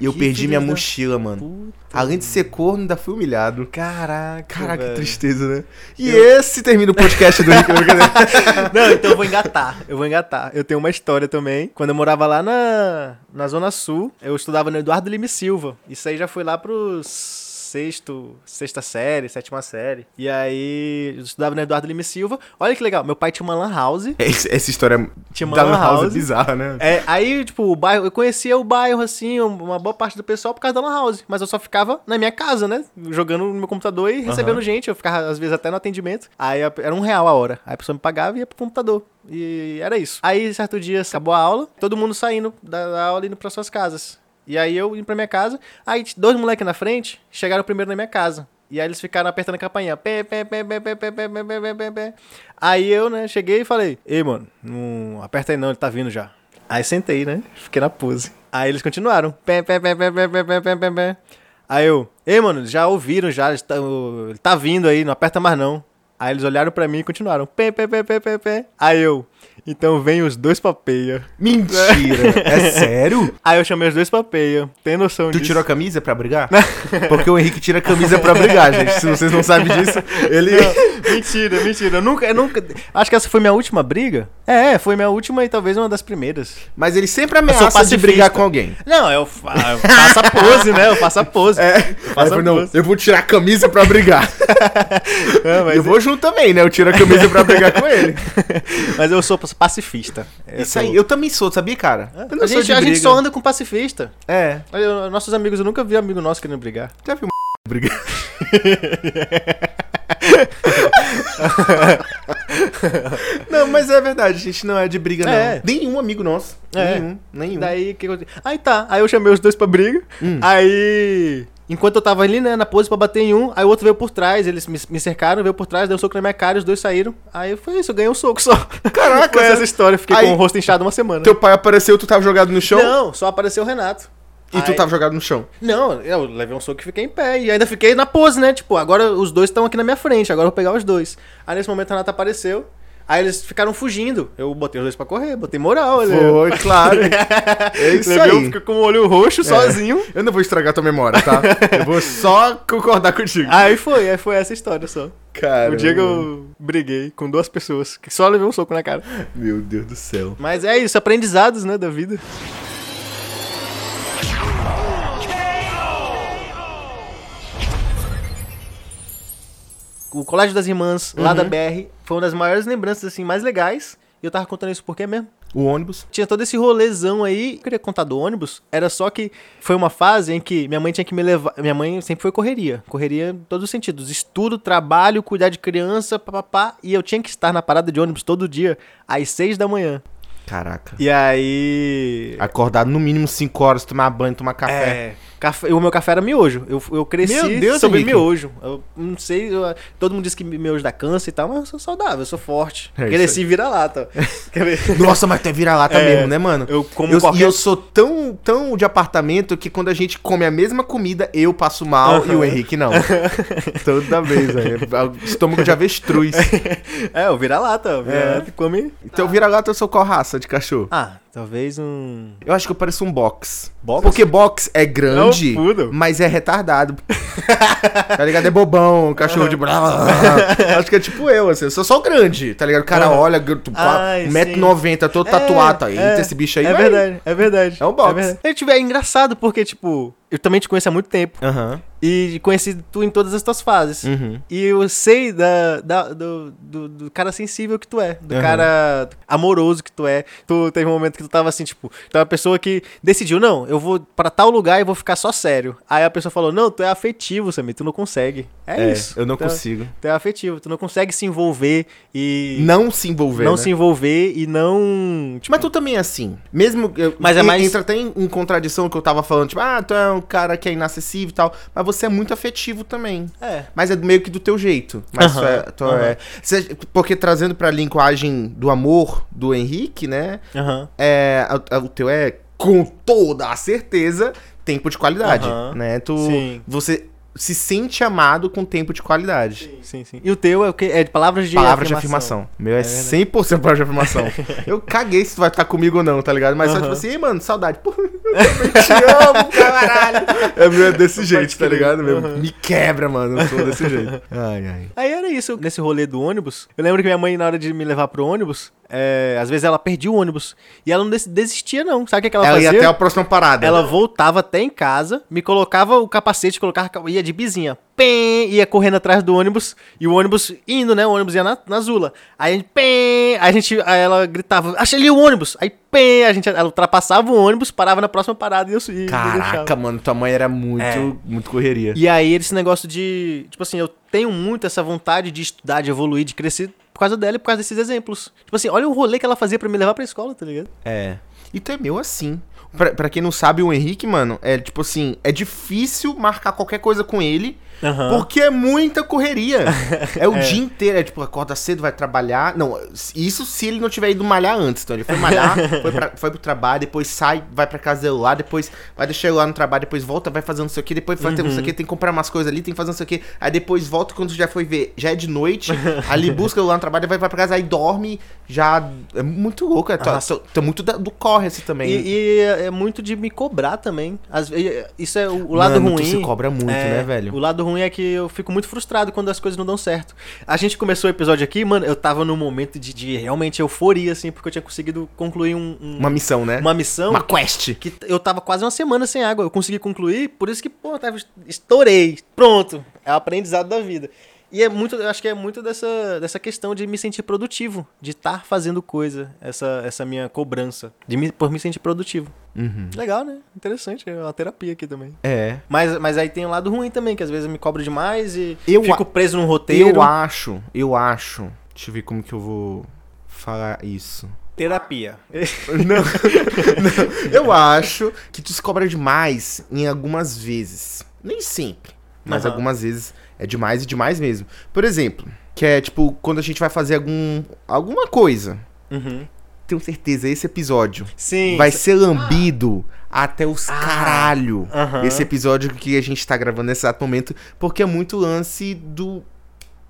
S1: e eu
S2: Tá, que
S1: perdi
S2: filho
S1: minha
S2: da
S1: mochila, mano.
S2: Puta.
S1: Além de ser corno, ainda fui humilhado.
S2: Caraca,
S1: Caraca, que
S2: velho.
S1: tristeza, né? E esse termina o podcast do né? Henrique. Brincadeira.
S2: *laughs* Não, então eu vou engatar. Eu vou engatar. Eu tenho uma história também. Quando eu morava lá na, na Zona Sul, eu estudava no Eduardo Lima e Silva. Isso aí já foi lá pro sexto, sexta série, sétima série. E aí eu estudava no Eduardo Lima e Silva. Olha que legal, meu pai tinha uma lan house.
S1: *laughs* Esse- Essa história
S2: Tinha uma
S1: da
S2: lan
S1: Lan House é
S2: house.
S1: bizarra, né?
S2: É, aí, tipo, o bairro, eu conhecia o bairro, assim, uma boa parte do pessoal por causa da Lan House. Mas eu só ficava na minha casa, né? Jogando no meu computador e recebendo gente. Eu ficava, às vezes, até no atendimento. Aí a- era um real a hora. Aí a pessoa me pagava e ia pro computador. E era isso. Aí, certo dia, acabou a aula, todo mundo saindo da, da aula e indo pra suas casas. E aí eu indo pra minha casa. Aí t- dois moleques na frente chegaram primeiro na minha casa. E aí eles ficaram apertando a campainha. Pé, pé, pé, pé, pé, pé, pé, pé, pé, pé, pé, pé. Aí eu, né, cheguei e falei: Ei, mano, não aperta aí não, ele tá vindo já. Aí sentei, né? Fiquei na pose. Aí eles continuaram. Pé, pé, pé, pé, pé, pé, pé, pé, pé, pé. Aí eu, ei, mano, já ouviram já, eles tão- ele tá vindo aí, não aperta mais não. Aí eles olharam pra mim e continuaram. Pé, pé, pé, pé, pé, pé. Aí eu, então vem os dois papeia.
S1: *laughs* Mentira! É sério?
S2: Aí eu chamei os dois papeia. Tem noção
S1: Tu
S2: disso? *laughs*
S1: tirou a camisa pra *laughs* brigar? Porque o Henrique tira a camisa pra brigar, gente. Se vocês não sabem disso, ele.
S2: Não, *laughs* mentira, mentira. Eu nunca, eu nunca. Acho que essa foi minha última briga. É, é, foi minha última e talvez uma das primeiras.
S1: Mas ele sempre
S2: Eu sou
S1: ameaça de
S2: pacifista.
S1: brigar com alguém.
S2: Não, eu, fa- eu faço a pose, né? Eu faço a pose.
S1: É,
S2: eu
S1: Aí eu
S2: faço a
S1: falei, não,
S2: pose.
S1: eu vou tirar a camisa pra *laughs* brigar.
S2: É, mas,
S1: eu vou junto também, né? Eu tiro a camisa pra brigar com ele.
S2: mas eu sou pacifista. Eu
S1: Isso
S2: sou-
S1: aí, eu também sou, sabia, cara? Eu não
S2: A,
S1: sou
S2: gente,
S1: de
S2: a gente
S1: briga.
S2: só anda com pacifista.
S1: É.
S2: Olha, eu- Nossos amigos, eu nunca vi amigo nosso querendo brigar.
S1: Já um *laughs* viu uma
S2: *laughs*
S1: brigar? não, mas é verdade, a gente não é de briga, não.
S2: É.
S1: Nenhum amigo nosso.
S2: É.
S1: Nenhum, Hum. nenhum.
S2: Daí, o que que eu... Aí tá, aí eu chamei os dois pra briga. Aí Enquanto eu tava ali, né, na pose pra bater em um, aí o outro veio por trás, eles me, me cercaram, veio por trás, deu um soco na minha cara, os dois saíram. Aí foi isso, eu ganhei um soco só.
S1: Caraca,
S2: *laughs* foi essa
S1: você-
S2: história, eu fiquei
S1: Aí-
S2: com o rosto inchado uma semana.
S1: Teu pai apareceu, tu tava jogado no chão
S2: Não, só apareceu o Renato.
S1: e tu
S2: Aí-
S1: tava jogado no chão.
S2: Não, eu levei um soco e fiquei em pé. E ainda fiquei na pose, né? Tipo, agora os dois estão aqui na minha frente, agora eu vou pegar os dois. Aí nesse momento a Renata apareceu. Aí eles ficaram fugindo. Eu botei os dois pra correr, botei moral, né?
S1: Foi,
S2: *laughs*
S1: claro. É isso
S2: Levei
S1: aí.
S2: um
S1: É.
S2: fico com o olho roxo sozinho.
S1: Eu não vou estragar tua memória,
S2: *laughs*
S1: tá? Eu vou só concordar contigo.
S2: Aí foi, aí foi essa história só.
S1: Cara.
S2: Ah, O dia que eu briguei com duas pessoas, que só levei um soco na cara.
S1: Meu Deus do céu.
S2: Mas é isso, aprendizados, né, da vida. O Colégio das Irmãs, lá da BR, foi uma das maiores lembranças, assim, mais legais. E eu tava contando isso porque mesmo.
S1: O ônibus.
S2: Tinha todo esse rolezão aí. Eu queria contar do ônibus. Era só que foi uma fase em que minha mãe tinha que me levar. Minha mãe sempre foi correria. Correria em todos os sentidos: estudo, trabalho, cuidar de criança, papapá. E eu tinha que estar na parada de ônibus todo dia, às seis da manhã.
S1: Caraca.
S2: E aí.
S1: Acordar no mínimo 5 horas, tomar banho, tomar café.
S2: É. Café, o meu café era miojo. Eu, eu cresci
S1: Meu Deus,
S2: sobre
S1: Henrique.
S2: miojo. Eu não sei, eu- todo mundo diz que miojo dá câncer e tal, mas eu sou saudável, eu sou forte.
S1: É isso
S2: cresci
S1: *laughs*
S2: vira-lata. Quer ver?
S1: Nossa, mas tu é vira-lata
S2: É.
S1: mesmo, né, mano?
S2: Eu *laughs* como
S1: eu, *laughs*
S2: qualquer-
S1: E eu sou tão, tão de apartamento que quando a gente come a mesma comida, eu passo mal e o Henrique
S2: *laughs*
S1: não. Toda vez, velho. É Estômago de
S2: *laughs*
S1: avestruz.
S2: É, o vira-lata. o Vira-lata come.
S1: Então vira-lata eu sou qual raça de cachorro?
S2: Ah, talvez um.
S1: Eu acho que eu pareço um box.
S2: Box?
S1: Porque box é grande,
S2: É um poodle.
S1: mas é
S2: *laughs*
S1: retardado. tá ligado? É bobão, cachorro de brava. acho que é tipo eu, assim. Eu sou só grande, tá ligado? O cara
S2: Aham.
S1: olha, gr- tu-
S2: Ai,
S1: 1,90m, todo tatuado. Tá? Eita, esse bicho aí
S2: É
S1: vai-
S2: verdade, é verdade.
S1: É um box.
S2: verdade. Eu tive, é engraçado porque, tipo, eu também te conheço há muito tempo.
S1: Aham.
S2: E conheci tu em todas as tuas fases.
S1: Uhum.
S2: E eu sei da, da- do, do, do cara sensível que tu é, do
S1: Aham.
S2: cara amoroso que tu é. Tu teve um momento que tu tava assim, tipo, tu é uma pessoa que decidiu, não, eu vou pra tal lugar e vou ficar só sério. Aí a pessoa falou, não, tu é afetivo, Samir, tu não consegue. É,
S1: É,
S2: isso.
S1: eu não
S2: Tu é-
S1: consigo.
S2: Tu é afetivo, tu não consegue se envolver e.
S1: Não se envolver.
S2: não
S1: né?
S2: se envolver e não. tipo,
S1: Mas tu também é assim. Mesmo. Eu,
S2: Mas é
S1: en-
S2: mais-
S1: Entra até em, em contradição com o que eu tava falando, tipo, ah, tu é um cara que é inacessível e tal. Mas você é muito afetivo também.
S2: É.
S1: Mas é meio que do teu jeito. Mas
S2: Aham,
S1: tu é. tu
S2: aham.
S1: é- Cê- porque trazendo pra linguagem do amor do Henrique, né?
S2: Aham.
S1: É, a- a- o teu é, com toda a certeza, tempo de qualidade.
S2: Aham.
S1: Né? Tu.
S2: Sim.
S1: Você se sente amado com tempo de qualidade.
S2: Sim, sim. E o teu é o quê? É de palavras de
S1: Palavra de
S2: afirmação.
S1: afirmação. Meu é,
S2: É verdade.
S1: 100% palavra de afirmação. *laughs* eu caguei se tu vai ficar comigo ou não, tá ligado? Mas só
S2: Aham.
S1: tipo assim, "Ei, mano, saudade. Pô, *laughs* eu também te amo, caralho. É meu é desse jeito, tá
S2: crer.
S1: ligado? Meu,
S2: Aham.
S1: Me quebra, mano. Eu sou desse jeito. *laughs* Ai, ai.
S2: Aí era isso, nesse rolê do ônibus. Eu lembro que minha mãe, na hora de me levar pro ônibus, é, às vezes ela perdia o ônibus. E ela não des- desistia, não. Sabe o que, que ela,
S1: Ela ia
S2: fazia?
S1: até a próxima parada.
S2: Ela voltava até em casa, me colocava o capacete, colocava, ia de bizinha. Pem, ia correndo atrás do ônibus. E o ônibus indo, né? O ônibus ia na, na zula. Aí a gente, pem, aí a gente, aí ela gritava, achei ali o ônibus. Aí, pem, a gente, ela ultrapassava o ônibus, parava na próxima parada e eu e
S1: Caraca, mano, tua mãe era muito,
S2: É.
S1: muito correria.
S2: e aí, esse negócio de. Tipo assim, eu tenho muito essa vontade de estudar, de evoluir, de crescer por causa dela e por causa desses exemplos. Tipo assim, olha o rolê que ela fazia pra me levar pra escola, tá ligado?
S1: É. E tu é meu assim. Pra, pra quem não sabe, o Henrique, mano, é tipo assim, é difícil marcar qualquer coisa com ele.
S2: Aham.
S1: Porque é muita
S2: *laughs*
S1: correria. É o dia inteiro, é tipo, acorda cedo, vai trabalhar. Não, isso se ele não tiver ido malhar antes. Então ele foi
S2: *laughs*
S1: malhar, foi, pra, foi pro trabalho, depois sai, vai pra casa dele lá, depois vai deixar ele lá no trabalho, depois volta, vai fazer não sei o que, depois vai fazer
S2: Uhum.
S1: não sei o que, tem que comprar umas coisas ali, tem que fazer não sei o que. Aí depois volta quando já foi ver, já é de
S2: *laughs*
S1: noite, ali busca ele lá no trabalho, vai, vai pra casa, aí dorme, já. É muito louco, é, tô, tô- tô muito da- do corre assim também.
S2: E, e é é muito de me cobrar também. Às ve- isso é o, o lado
S1: Mano,
S2: ruim.
S1: tu se cobra muito,
S2: é,
S1: né, velho?
S2: O lado ruim é que eu fico muito frustrado quando as coisas não dão certo. A gente começou o episódio aqui, mano, eu tava num momento de, de realmente euforia, assim, porque eu tinha conseguido concluir um- um-
S1: Uma missão, né?
S2: uma missão.
S1: Uma quest.
S2: Que t- eu tava quase uma semana sem água. Eu consegui concluir, por isso que, pô, eu tava, estourei. Pronto. É o aprendizado da vida. E é muito, eu acho que é muito dessa, dessa questão de me sentir produtivo, de estar fazendo coisa, essa, essa minha cobrança, de me, por me sentir produtivo. Legal, né? Interessante, é uma terapia aqui também.
S1: É.
S2: Mas, mas aí tem um lado ruim também, que às vezes eu me cobro demais e
S1: Eu
S2: fico
S1: a-
S2: preso num roteiro.
S1: Eu acho, eu acho. Deixa eu ver como que eu vou falar isso.
S2: Terapia.
S1: Não,
S2: *laughs*
S1: não, eu acho que tu se cobra demais em algumas vezes. Nem sempre. Mas
S2: Aham.
S1: algumas vezes é demais e demais mesmo. Por exemplo, que é tipo quando a gente vai fazer algum, alguma coisa.
S2: *laughs* Uhum.
S1: Tenho certeza, esse episódio
S2: Sim.
S1: vai ser lambido até os
S2: Ah.
S1: caralho.
S2: Aham.
S1: Esse episódio que a gente tá gravando nesse exato momento, porque é muito lance do,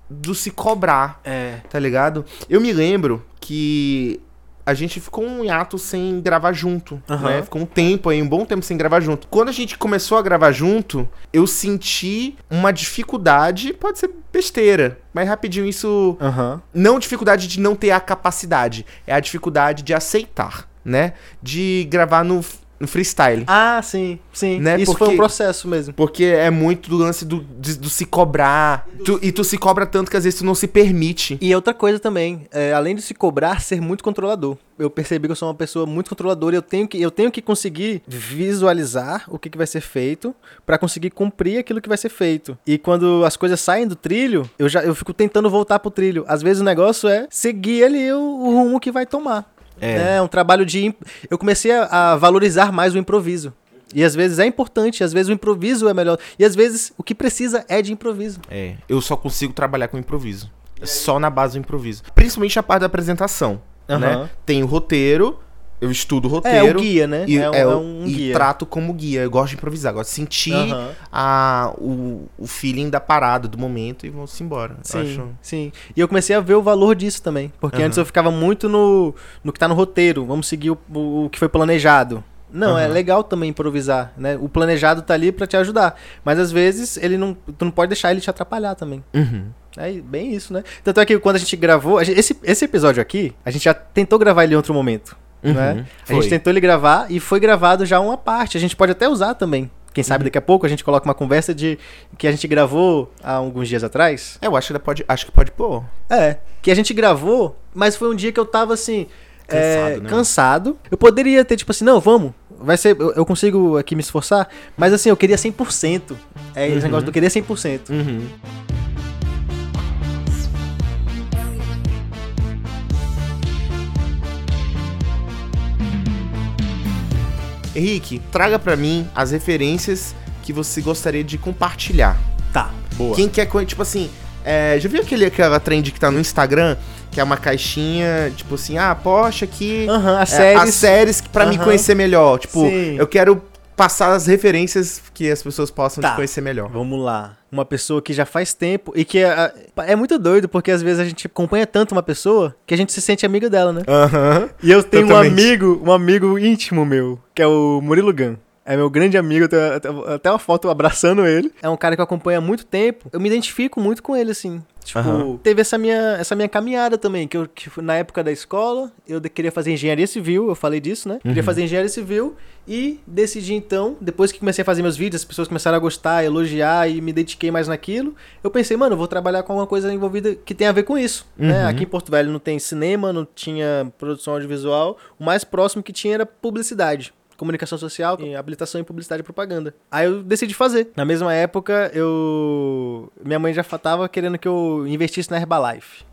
S1: do se cobrar
S2: É.
S1: tá ligado? Eu me lembro que a gente ficou um hiato sem gravar junto,
S2: Aham.
S1: né? Ficou um tempo aí, um bom tempo sem gravar junto. Quando a gente começou a gravar junto, eu senti uma dificuldade, pode ser besteira, mas rapidinho isso
S2: Aham.
S1: não dificuldade de não ter a capacidade, é a dificuldade de aceitar, né? De gravar no, no freestyle.
S2: Ah, sim, sim.
S1: Né,
S2: Isso foi
S1: porque-
S2: um processo mesmo.
S1: Porque é muito do lance do, de- do se cobrar. Tu- e tu se cobra tanto que às vezes tu não se permite.
S2: E outra coisa também, é, além de se cobrar, ser muito controlador. Eu percebi que eu sou uma pessoa muito controladora e eu tenho que, eu tenho que conseguir visualizar o que, que vai ser feito pra conseguir cumprir aquilo que vai ser feito. E quando as coisas saem do trilho, eu já eu fico tentando voltar pro trilho. Às vezes o negócio é seguir ali o, o rumo que vai tomar.
S1: É.
S2: Né? É um trabalho de. imp- Eu comecei a, a valorizar mais o improviso. E às vezes é importante, às vezes o improviso é melhor. E às vezes o que precisa é de improviso.
S1: É, eu só consigo trabalhar com improviso. É Só na base do improviso. Principalmente a parte da apresentação,
S2: Aham.
S1: né? Tem o roteiro, eu estudo o
S2: É, o
S1: roteiro.
S2: guia, né?
S1: E,
S2: é, um,
S1: é,
S2: é
S1: o-
S2: um
S1: e
S2: guia.
S1: trato como guia. Eu gosto de improvisar, gosto de sentir
S2: Aham.
S1: a, o, o feeling da parada, do momento e vou-se embora. eu
S2: Sim,
S1: acho.
S2: sim. E eu comecei a ver o valor disso também. Porque
S1: Aham.
S2: antes eu ficava muito no, no que tá no roteiro. Vamos seguir o, o- o que foi planejado. Não, é
S1: Aham.
S2: legal também improvisar, né? O planejado tá ali pra te ajudar. Mas às vezes ele não. Tu não pode deixar ele te atrapalhar também.
S1: Uhum.
S2: É bem isso, né? Tanto é que quando a gente gravou. a gente- esse, esse episódio aqui, a gente já tentou gravar ele em outro momento.
S1: Uhum,
S2: Né? A
S1: foi.
S2: gente tentou ele gravar e foi gravado já uma parte. A gente pode até usar também. Quem
S1: Uhum.
S2: sabe daqui a pouco a gente coloca uma conversa de que a gente gravou há alguns dias atrás.
S1: É, eu acho que ela pode. Acho que pode pôr.
S2: É, que a gente gravou, mas foi um dia que eu tava assim. Cansado,
S1: Cansado, né?
S2: cansado. Eu poderia ter, tipo assim, não, vamos. Vai ser, eu, eu consigo aqui me esforçar, mas assim, eu queria 100%. É esse negócio do querer 100%.
S1: Uhum. Henrique, traga pra mim as referências que você gostaria de compartilhar.
S2: Tá, boa.
S1: Quem quer, co- tipo assim, é, já viu aquele, aquela trend que tá no Instagram? Que é uma caixinha, tipo assim, ah, poxa aqui
S2: Aham, a
S1: é,
S2: série.
S1: as séries que- pra me
S2: Aham.
S1: conhecer melhor. Tipo,
S2: Sim.
S1: eu quero passar as referências que as pessoas possam
S2: Tá.
S1: te conhecer melhor.
S2: Vamos lá. Uma pessoa que já faz tempo e que é, é muito doido, porque às vezes a gente acompanha tanto uma pessoa que a gente se sente amigo dela, né?
S1: Aham.
S2: E eu tenho
S1: Totalmente.
S2: um amigo, um amigo íntimo meu, que é o Murilo Gun. É meu grande amigo, eu tenho até- até uma foto abraçando ele. É um cara que eu acompanho há muito tempo. Eu me identifico muito com ele, assim. Tipo,
S1: Aham.
S2: teve essa minha, essa minha caminhada também, que eu que foi na época da escola, eu de- queria fazer engenharia civil, eu falei disso, né?
S1: Uhum.
S2: Queria fazer engenharia civil e decidi então, depois que comecei a fazer meus vídeos, as pessoas começaram a gostar, elogiar e me dediquei mais naquilo. Eu pensei, mano, eu vou trabalhar com alguma coisa envolvida que tem a ver com isso, né?
S1: Uhum.
S2: Aqui em Porto Velho não tem cinema, não tinha produção audiovisual. O mais próximo que tinha era publicidade. Comunicação social, e habilitação em publicidade e propaganda. Aí eu decidi fazer. Na mesma época, eu. Minha mãe já fa- tava querendo que eu investisse na *laughs* Herbalife.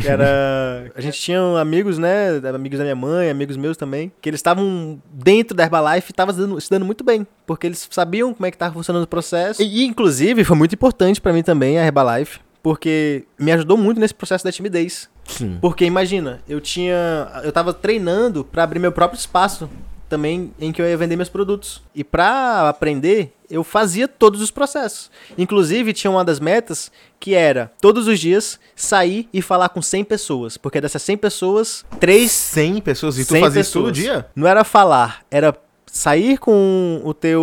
S2: que era. A gente tinha amigos, né? Amigos da minha mãe, amigos meus também. Que eles estavam dentro da Herbalife e estavam se dando, se dando muito bem. Porque eles sabiam como é que tava funcionando o processo. E, inclusive, foi muito importante pra mim também a Herbalife. Porque me ajudou muito nesse processo da timidez.
S1: Sim.
S2: Porque imagina, eu tinha. Eu tava treinando pra abrir meu próprio espaço também em que eu ia vender meus produtos. E pra aprender, eu fazia todos os processos. Inclusive, tinha uma das metas que era todos os dias sair e falar com 100 pessoas, porque dessas 100 pessoas, 3
S1: 100 pessoas e tu
S2: 100
S1: fazia isso todo
S2: pessoas.
S1: dia?
S2: Não era falar, era sair com o teu,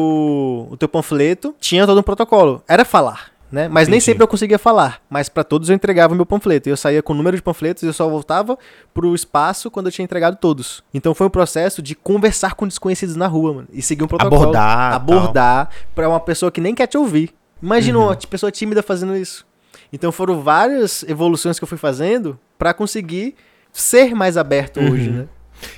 S2: o teu panfleto, tinha todo um protocolo, era falar. Né? Mas nem
S1: Entendi.
S2: sempre eu conseguia falar, mas pra todos eu entregava o meu panfleto. E eu saía com o número de panfletos e eu só voltava pro espaço quando eu tinha entregado todos. Então foi um processo de conversar com desconhecidos na rua, mano. E seguir um protocolo.
S1: Abordar,
S2: Abordar pra uma pessoa que nem quer te ouvir. Imagina
S1: Uhum.
S2: uma t- pessoa tímida fazendo isso. Então foram várias evoluções que eu fui fazendo pra conseguir ser mais aberto
S1: Uhum.
S2: hoje, né?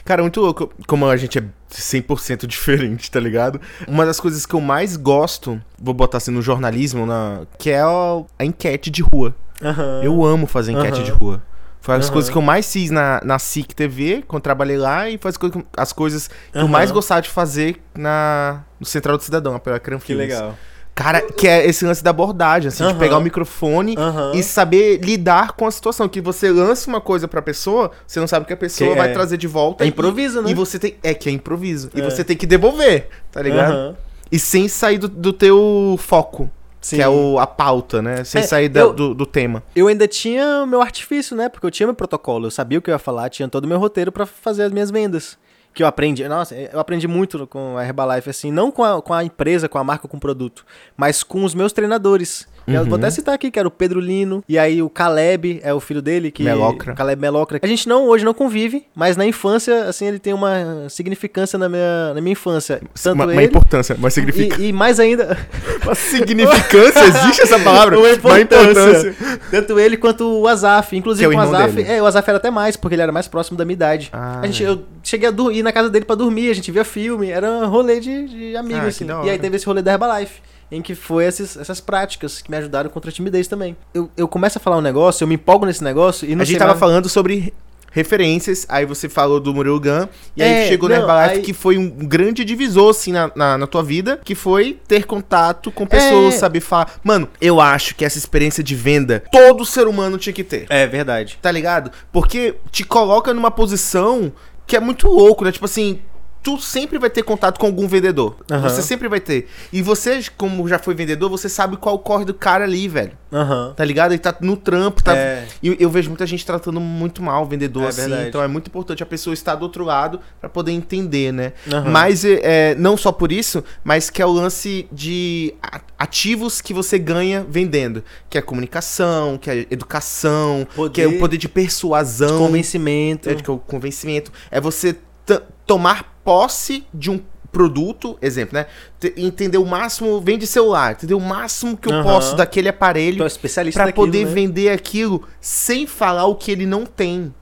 S1: Cara, é muito louco como a gente é 100% *laughs* diferente, tá ligado? Uma das coisas que eu mais gosto, vou botar assim no jornalismo, na, que é a, a enquete de rua.
S2: Aham.
S1: Eu amo fazer enquete
S2: Aham.
S1: de rua. Foi as
S2: Aham.
S1: coisas que eu mais fiz na, na SIC TV, quando trabalhei lá, e foi as, coi- as coisas que eu
S2: Aham.
S1: mais gostava de fazer na, no Central do Cidadão, pela Cram
S2: Que legal.
S1: Cara, que é esse lance da abordagem, assim, de
S2: Aham.
S1: pegar o microfone
S2: Aham.
S1: e saber lidar com a situação. Que você lança uma coisa pra pessoa, você não sabe o que a pessoa
S2: Que
S1: vai
S2: é-
S1: trazer de volta.
S2: É
S1: e-
S2: improviso, né?
S1: E você tem. É que é improviso. E
S2: É.
S1: você tem que devolver, tá ligado?
S2: Aham.
S1: E sem sair do, do teu foco,
S2: Sim.
S1: que é o, a pauta, né? Sem
S2: É,
S1: sair da-
S2: eu-
S1: do, do tema.
S2: Eu ainda tinha o meu artifício, né? Porque eu tinha meu protocolo, eu sabia o que eu ia falar, tinha todo o meu roteiro pra fazer as minhas vendas. Que eu aprendi, nossa, eu aprendi muito com a Herbalife, assim, não com a, com a empresa, com a marca, com o produto, mas com os meus treinadores. E
S1: Uhum.
S2: Eu vou até citar aqui que era o Pedro Lino, e aí o Caleb, é o filho dele, que.
S1: Melocra.
S2: Caleb Melocra. A gente não, hoje não convive, mas na infância, assim, ele tem uma significância na minha, na minha infância. Tanto
S1: uma,
S2: ele.
S1: uma importância, mas significa.
S2: e, e
S1: *laughs*
S2: mais ainda.
S1: Uma significância? Existe
S2: *laughs*
S1: essa palavra?
S2: Uma importância.
S1: importância.
S2: Tanto ele quanto o Azaf. Inclusive,
S1: Que é
S2: o,
S1: o irmão
S2: Azaf.
S1: dele.
S2: É, o Azaf era até mais, porque ele era mais próximo da minha idade.
S1: Ah,
S2: a gente, eu cheguei a dur- ir na casa dele pra dormir, a gente via filme, era um rolê de, de amigo,
S1: Ah, que
S2: assim.
S1: da
S2: E aí
S1: hora.
S2: teve esse rolê da Herbalife. Em que foi esses- essas práticas que me ajudaram contra a timidez também. Eu, eu começo a falar um negócio, eu me empolgo nesse negócio e não
S1: a gente
S2: sei
S1: tava
S2: mais-
S1: falando sobre referências, aí você falou do Murilo Gun, e
S2: É,
S1: aí chegou
S2: não,
S1: na Herbalife,
S2: aí-
S1: que foi um grande divisor, assim, na, na, na tua vida, que foi ter contato com pessoas,
S2: É.
S1: saber falar. Mano, eu acho que essa experiência de venda, todo ser humano tinha que ter.
S2: É verdade.
S1: Tá ligado? Porque te coloca numa posição que é muito louco, né? Tipo assim, tu sempre vai ter contato com algum vendedor.
S2: Aham.
S1: Você sempre vai ter. E você, como já foi vendedor, você sabe qual corre do cara ali, velho.
S2: Aham.
S1: Tá ligado? Ele tá no trampo, tá.
S2: É.
S1: E eu, eu vejo muita gente tratando muito mal o vendedor,
S2: É
S1: assim.
S2: verdade.
S1: Então é muito importante a pessoa estar do outro lado pra poder entender, né?
S2: Aham.
S1: Mas é, é, não só por isso, mas que é o lance de a- ativos que você ganha vendendo. Que é comunicação, que é educação,
S2: Poder-
S1: que é o poder de persuasão.
S2: Convencimento.
S1: É, de que é o convencimento. É você t- tomar posse de um produto, exemplo, né? Te- entender o máximo, vende celular, entender o máximo que eu
S2: Aham.
S1: posso daquele aparelho
S2: Então, especialista
S1: pra
S2: naquilo,
S1: poder
S2: né?
S1: vender aquilo sem falar o que ele não tem.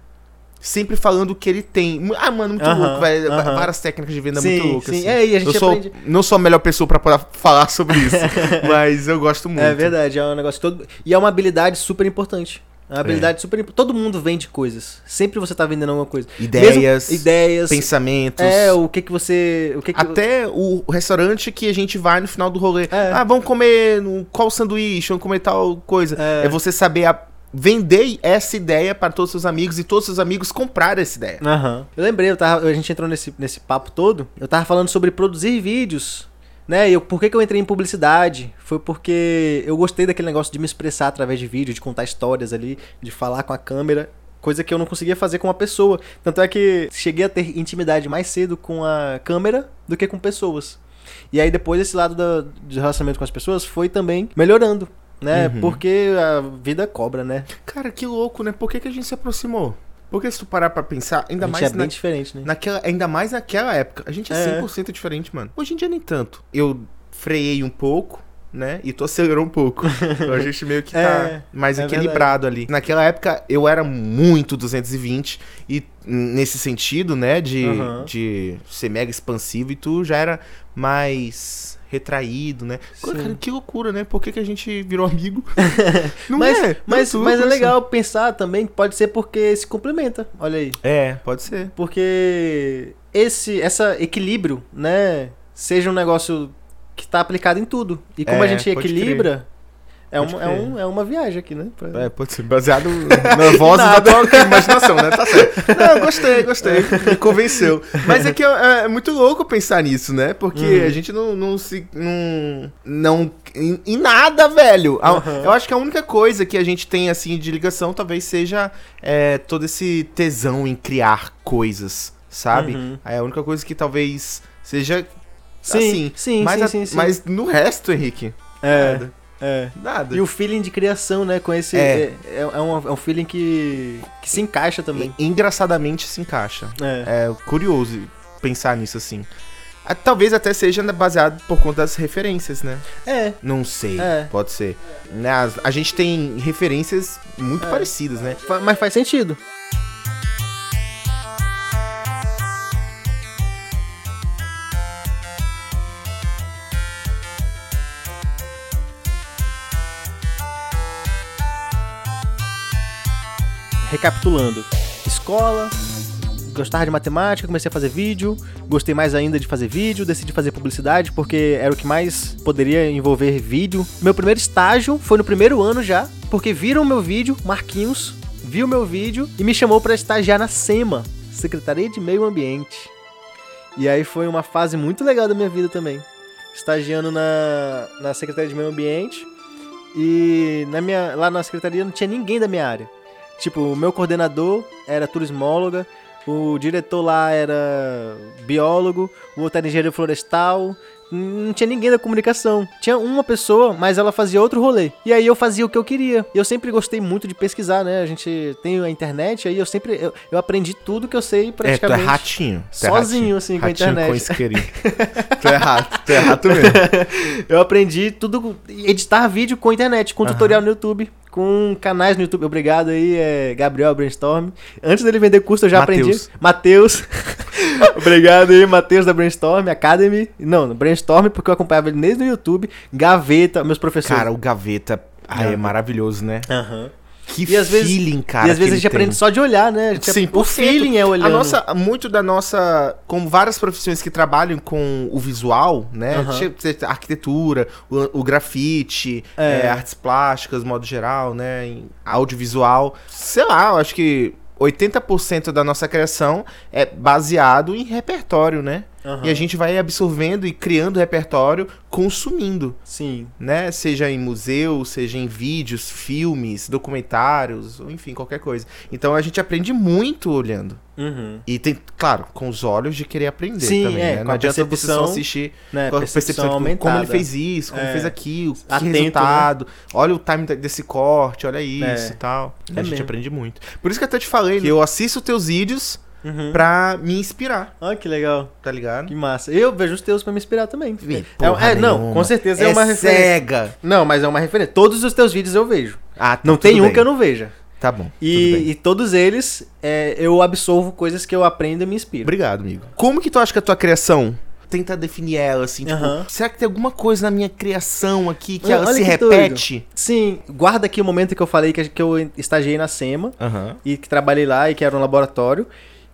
S1: Sempre falando o que ele tem. Mu- Ah, mano, muito
S2: Aham,
S1: louco, velho.
S2: aham.
S1: Várias técnicas de venda
S2: Sim,
S1: muito loucas.
S2: sim.
S1: assim.
S2: É, e a gente
S1: eu sou,
S2: aprende-
S1: Não sou a melhor pessoa pra poder falar sobre
S2: *laughs*
S1: isso, mas eu gosto muito.
S2: É verdade, é um negócio todo. E é uma habilidade super importante. É uma habilidade super imp- Todo mundo vende coisas. Sempre você tá vendendo alguma coisa.
S1: Ideias,
S2: Mesmo- ideias.
S1: Pensamentos.
S2: É, o que que você. O que que
S1: Até o restaurante que a gente vai no final do rolê.
S2: É.
S1: Ah, vamos comer no- qual sanduíche, vamos comer tal coisa.
S2: É.
S1: É, você saber a- vender essa ideia para todos os seus amigos e todos os seus amigos comprar essa ideia.
S2: Aham. Eu lembrei, eu tava, a gente entrou nesse, nesse papo todo, eu tava falando sobre produzir vídeos, né? E eu, por que, que eu entrei em publicidade? Foi porque eu gostei daquele negócio de me expressar através de vídeo, de contar histórias ali, de falar com a câmera. Coisa que eu não conseguia fazer com uma pessoa. Tanto é que cheguei a ter intimidade mais cedo com a câmera do que com pessoas. E aí depois esse lado da- de relacionamento com as pessoas foi também melhorando, né?
S1: Uhum.
S2: Porque a vida cobra, né?
S1: Cara, que louco, né? Por que, que a gente se aproximou? Porque se tu parar pra pensar, ainda
S2: a gente
S1: mais
S2: é bem
S1: na-
S2: diferente, né?
S1: naquela, ainda mais naquela época, a gente
S2: É.
S1: é 100% diferente, mano. Hoje em dia nem tanto. Eu freiei um pouco, né? E tu acelerou um
S2: *laughs*
S1: pouco. então a gente meio que tá
S2: É,
S1: mais
S2: é
S1: equilibrado ali. Naquela época eu era muito 220 e n- nesse sentido, né, de,
S2: Aham.
S1: de ser mega expansivo e tu já era mais retraído, né?
S2: Sim.
S1: Cara, que loucura, né? Por que, que a gente virou
S2: *laughs*
S1: amigo? Não
S2: mas
S1: é, não
S2: mas,
S1: tudo
S2: mas é
S1: isso.
S2: legal pensar também que pode ser porque se complementa. Olha aí.
S1: É, pode ser.
S2: Porque esse essa equilíbrio, né, seja um negócio que tá aplicado em tudo. E como
S1: É,
S2: a gente
S1: pode
S2: equilibra, é,
S1: Pode
S2: um, é,
S1: crer.
S2: um, é uma viagem aqui, né? Pra-
S1: É, pode ser baseado
S2: *laughs*
S1: na voz da tua imaginação, né? Tá certo. Não, gostei, gostei. Me convenceu. Mas é que é, é muito louco pensar nisso, né? Porque
S2: Uhum.
S1: a gente não, não se. Não. não em, em nada, velho. A-
S2: Uhum.
S1: Eu acho que a única coisa que a gente tem, assim, de ligação talvez seja é, todo esse tesão em criar coisas, sabe?
S2: Uhum.
S1: É a única coisa que talvez seja.
S2: Sim,
S1: assim,
S2: sim,
S1: mas
S2: sim,
S1: a-
S2: sim, sim.
S1: Mas no resto, Henrique,
S2: É,
S1: nada.
S2: é.
S1: Nada.
S2: E o feeling de criação, né? Com esse. É,
S1: É.
S2: é, é um, é um feeling que, que se encaixa também.
S1: Engraçadamente se encaixa.
S2: É.
S1: É curioso pensar nisso assim. Ah, Talvez até seja baseado por conta das referências, né?
S2: É.
S1: Não sei,
S2: É.
S1: pode ser. Né, as- A gente tem referências muito parecidas, né?
S2: Fa- Mas faz sentido. Recapitulando: escola, gostava de matemática, comecei a fazer vídeo, gostei mais ainda de fazer vídeo, decidi fazer publicidade porque era o que mais poderia envolver vídeo. Meu primeiro estágio foi no primeiro ano já, porque viram meu vídeo, Marquinhos viu meu vídeo e me chamou para estagiar na SEMA, Secretaria de Meio Ambiente. E aí foi uma fase muito legal da minha vida também. Estagiando na, na Secretaria de Meio Ambiente e na minha, lá na secretaria não tinha ninguém da minha área. Tipo, o meu coordenador era turismóloga, o diretor lá era biólogo, o outro era engenheiro florestal. Não tinha ninguém da comunicação. Tinha uma pessoa, mas ela fazia outro rolê. E aí eu fazia o que eu queria. Eu sempre gostei muito de pesquisar, né? A gente tem a internet, aí eu sempre. Eu, eu aprendi tudo que eu
S1: É,
S2: sei
S1: tu é
S2: praticamente.
S1: ratinho. Tu é
S2: Sozinho,
S1: ratinho.
S2: assim, com a
S1: ratinho
S2: internet.
S1: com isqueirinho.
S2: *laughs*
S1: tu é rato, tu é rato mesmo.
S2: eu aprendi tudo, editar vídeo com internet, com
S1: Aham.
S2: tutorial no YouTube, com canais no YouTube. Obrigado aí, é, Gabriel Brainstorm. Antes dele vender curso, eu já
S1: Mateus.
S2: aprendi. Matheus. *laughs* Obrigado aí, Matheus da Brainstorm Academy. Não, no Brainstorm, porque eu acompanhava ele desde o YouTube. Gaveta, meus professores.
S1: Cara, o Gaveta ai, é
S2: É.
S1: maravilhoso, né?
S2: Aham.
S1: Que
S2: E às vezes-
S1: feeling, cara.
S2: e às vezes
S1: que
S2: a gente
S1: ele tem.
S2: aprende só de olhar, né? A gente- o
S1: 100%.
S2: feeling é olhando.
S1: Tipo, A nossa, muito da nossa, como várias profissões que trabalham com o visual, né?
S2: Aham.
S1: Tipo, você- a arquitetura, o, o grafite,
S2: É.
S1: eh, artes plásticas, modo geral, né? em audiovisual. Sei lá, eu acho que 80% da nossa criação é baseado em repertório, né?
S2: Aham.
S1: E a gente vai absorvendo e criando repertório, consumindo
S2: Sim.
S1: né? Seja em museu, seja em vídeos, filmes, documentários, ou enfim, qualquer coisa. Então a gente aprende muito olhando.
S2: Uhum.
S1: E tem, claro, com os olhos de querer aprender
S2: Sim,
S1: também,
S2: é,
S1: né?
S2: com
S1: Não
S2: a
S1: adianta você só
S2: percepção,
S1: assistir
S2: Né?
S1: com a percepção,
S2: Percepção
S1: tipo, como
S2: aumentada.
S1: ele fez isso, como
S2: É.
S1: fez aquilo, que
S2: Atento, né?
S1: resultado, olha o time da- desse corte, olha isso e
S2: É.
S1: tal. a gente
S2: mesmo.
S1: aprende muito. Por isso que eu até te falei, que eu assisto teus vídeos
S2: Uhum.
S1: pra me inspirar,
S2: Olha que legal.
S1: tá ligado?
S2: Que massa. Eu vejo os teus pra me inspirar também.
S1: Ih,
S2: é,
S1: porra
S2: é, não,
S1: nenhuma.
S2: com certeza é, uma referência.
S1: cega.
S2: Não, mas é uma referência. Todos os teus vídeos eu vejo.
S1: Ah, tá,
S2: Não
S1: tudo
S2: tem um
S1: bem.
S2: que eu não veja.
S1: Tá bom. tudo bem.
S2: E, e todos eles é, eu absorvo coisas que eu aprendo e me inspiro.
S1: Obrigado, amigo. Como que tu acha que a tua criação? Tenta definir ela, assim, tipo,
S2: Aham.
S1: será que tem alguma coisa na minha criação aqui que
S2: Olha-
S1: ela
S2: olha
S1: se
S2: que
S1: repete?
S2: Sim, guarda aqui o momento que eu falei que, que eu estagiei na SEMA
S1: Aham.
S2: e que trabalhei lá e que era um laboratório.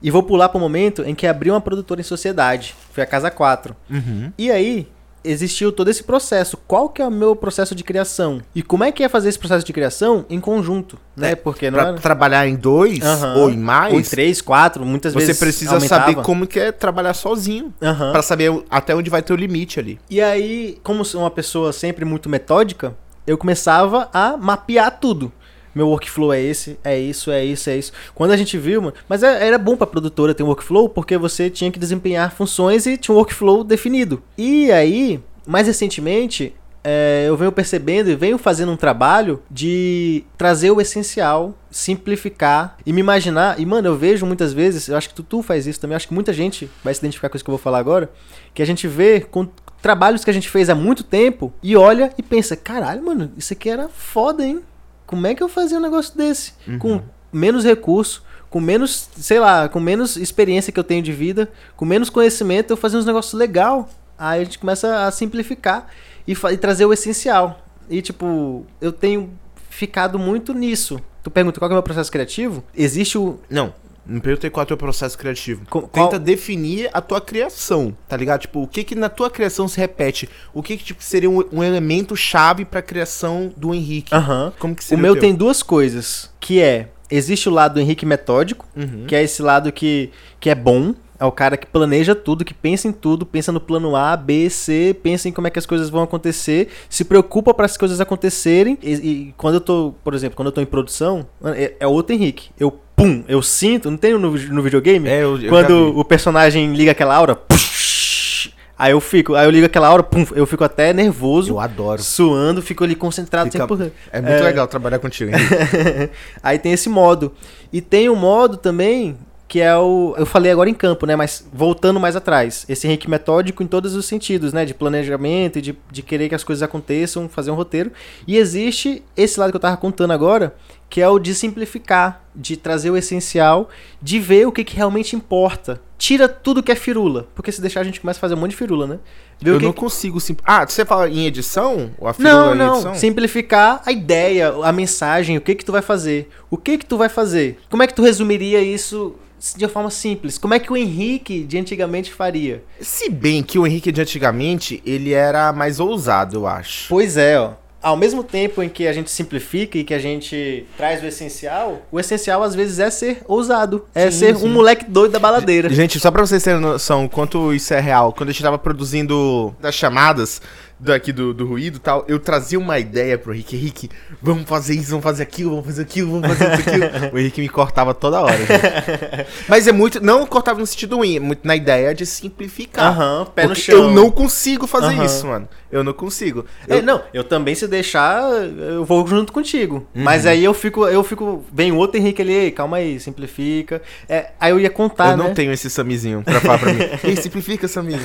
S2: E vou pular pro momento em que abri uma produtora em sociedade. Foi a Casa 4.
S1: Uhum.
S2: E aí, existiu todo esse processo. Qual que é o meu processo de criação? E como é que é fazer esse processo de criação em conjunto, né?
S1: É,
S2: Porque não
S1: Pra
S2: era...
S1: trabalhar em dois
S2: Aham.
S1: ou em mais,
S2: Ou em três, quatro, muitas
S1: você
S2: vezes
S1: precisa
S2: aumentava.
S1: saber como que é trabalhar sozinho.
S2: Aham.
S1: Pra saber o- até onde vai teu limite ali.
S2: E aí, como sou uma pessoa sempre muito metódica, eu começava a mapear tudo. Meu workflow é esse, é isso, é isso, é isso. Quando a gente viu, mano, mas é- era bom pra produtora ter um workflow porque você tinha que desempenhar funções e tinha um workflow definido. E aí, mais recentemente, é, eu venho percebendo e venho fazendo um trabalho de trazer o essencial, simplificar e me imaginar. E, mano, eu vejo muitas vezes, eu acho que tu, tu faz isso também, eu acho que muita gente vai se identificar com isso que eu vou falar agora, que a gente vê com trabalhos que a gente fez há muito tempo e olha e pensa, caralho, mano, isso aqui era foda, hein? Como é que eu fazia um negócio desse? Com menos recurso, com menos, sei lá, com menos experiência que eu tenho de vida, com menos conhecimento, eu fazia uns negócios legal. Aí a gente começa a simplificar e, fa- e trazer o essencial. E tipo, eu tenho ficado muito nisso. Tu pergunta qual que é o meu processo criativo? Existe o.
S1: Não. Não perguntei qual é o teu processo criativo.
S2: co- qual-
S1: Tenta definir a tua criação, tá ligado? Tipo, o que que na tua criação se repete? O que que tipo, seria um, um elemento chave pra criação do Henrique?
S2: Aham.
S1: Como que
S2: O
S1: seria
S2: meu
S1: teu?
S2: tem duas coisas, que é existe o lado Henrique metódico,
S1: Uhum.
S2: que é esse lado que, que é bom, é o cara que planeja tudo, que pensa em tudo, pensa no plano A, B, C, pensa em como é que as coisas vão acontecer, se preocupa para as coisas acontecerem. E, e quando eu tô, por exemplo, quando eu tô em produção, é, é outro Henrique. Eu pum, eu sinto, não tem no, no videogame?
S1: É, eu- eu já
S2: quando
S1: vi.
S2: o personagem liga aquela aura, push, aí eu fico, aí eu ligo aquela aura, pum, eu fico até nervoso.
S1: Eu adoro.
S2: Suando, fico ali concentrado
S1: Fica-
S2: 100%.
S1: É muito legal trabalhar contigo. hein?
S2: *laughs* Aí tem esse modo. E tem um modo também que é o. Eu falei agora em campo, né? Mas voltando mais atrás. Esse Henrique metódico em todos os sentidos, né? De planejamento, e de, de querer que as coisas aconteçam, fazer um roteiro. E existe esse lado que eu tava contando agora, que é o de simplificar, de trazer o essencial, de ver o que, que realmente importa. Tira tudo que é firula. Porque se deixar a gente começa a fazer um monte de firula, né? Ver
S1: Eu
S2: o que
S1: não consigo sim. Ah, você fala em edição? Ou a firula
S2: não,
S1: em
S2: não.
S1: edição?
S2: Simplificar a ideia, a mensagem, o que que tu vai fazer. O que que tu vai fazer. Como é que tu resumiria isso de uma forma simples. Como é que o Henrique de antigamente faria?
S1: Se bem que o Henrique de antigamente, ele era mais ousado, eu acho.
S2: Pois é, ó. Ao mesmo tempo em que a gente simplifica e que a gente traz o essencial, o essencial às vezes é ser ousado. É
S1: Sim,
S2: ser
S1: sim.
S2: um moleque doido da baladeira.
S1: Gente, só pra vocês terem noção quanto isso é real, quando a gente tava produzindo das chamadas daqui do, do ruído e tal, eu trazia uma ideia pro Henrique. Henrique, vamos fazer isso, vamos fazer aquilo, vamos fazer aquilo, vamos fazer
S2: *laughs*
S1: isso, aquilo. o Henrique me cortava toda hora. gente. Mas é muito. Não cortava no sentido ruim, é muito na ideia de simplificar.
S2: Aham, pé no
S1: Porque
S2: chão.
S1: Eu não consigo fazer
S2: Aham.
S1: isso, mano. Eu não consigo.
S2: É,
S1: Eu-
S2: não, eu também se deixar, eu vou junto contigo. Mas aí eu fico, eu fico, vem o outro Henrique ali, "Ei, calma aí, simplifica. É, aí eu ia contar,
S1: eu não
S2: né?
S1: tenho esse Samizinho pra falar
S2: *laughs*
S1: pra mim. Ei, simplifica, Samir.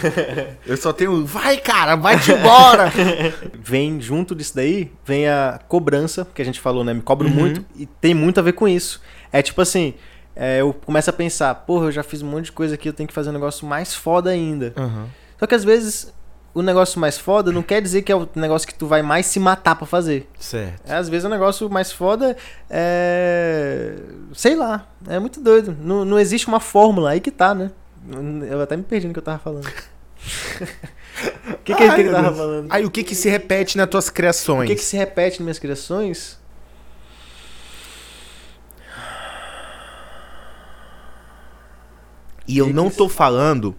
S1: Eu só tenho. um, Vai, cara, vai-te embora!
S2: Vem junto disso daí, vem a cobrança, que a gente falou, né? Me cobro muito e tem muito a ver com isso. É tipo assim, é, eu começo a pensar, porra, eu já fiz um monte de coisa aqui, eu tenho que fazer um negócio mais foda ainda. Só que às vezes o negócio mais foda não quer dizer que é o negócio que tu vai mais se matar pra fazer.
S1: Certo.
S2: É, Às vezes o negócio mais foda é. Sei lá. É muito doido. Não, não existe uma fórmula aí que tá, né? Eu até me perdi no que eu tava
S1: *laughs*
S2: falando. O que, que é
S1: Ai,
S2: que ele
S1: meu
S2: tava
S1: Deus.
S2: falando?
S1: Aí o que que se repete nas tuas
S2: O
S1: criações?
S2: que, que se repete nas minhas criações?
S1: E eu
S2: que
S1: não
S2: que
S1: tô falando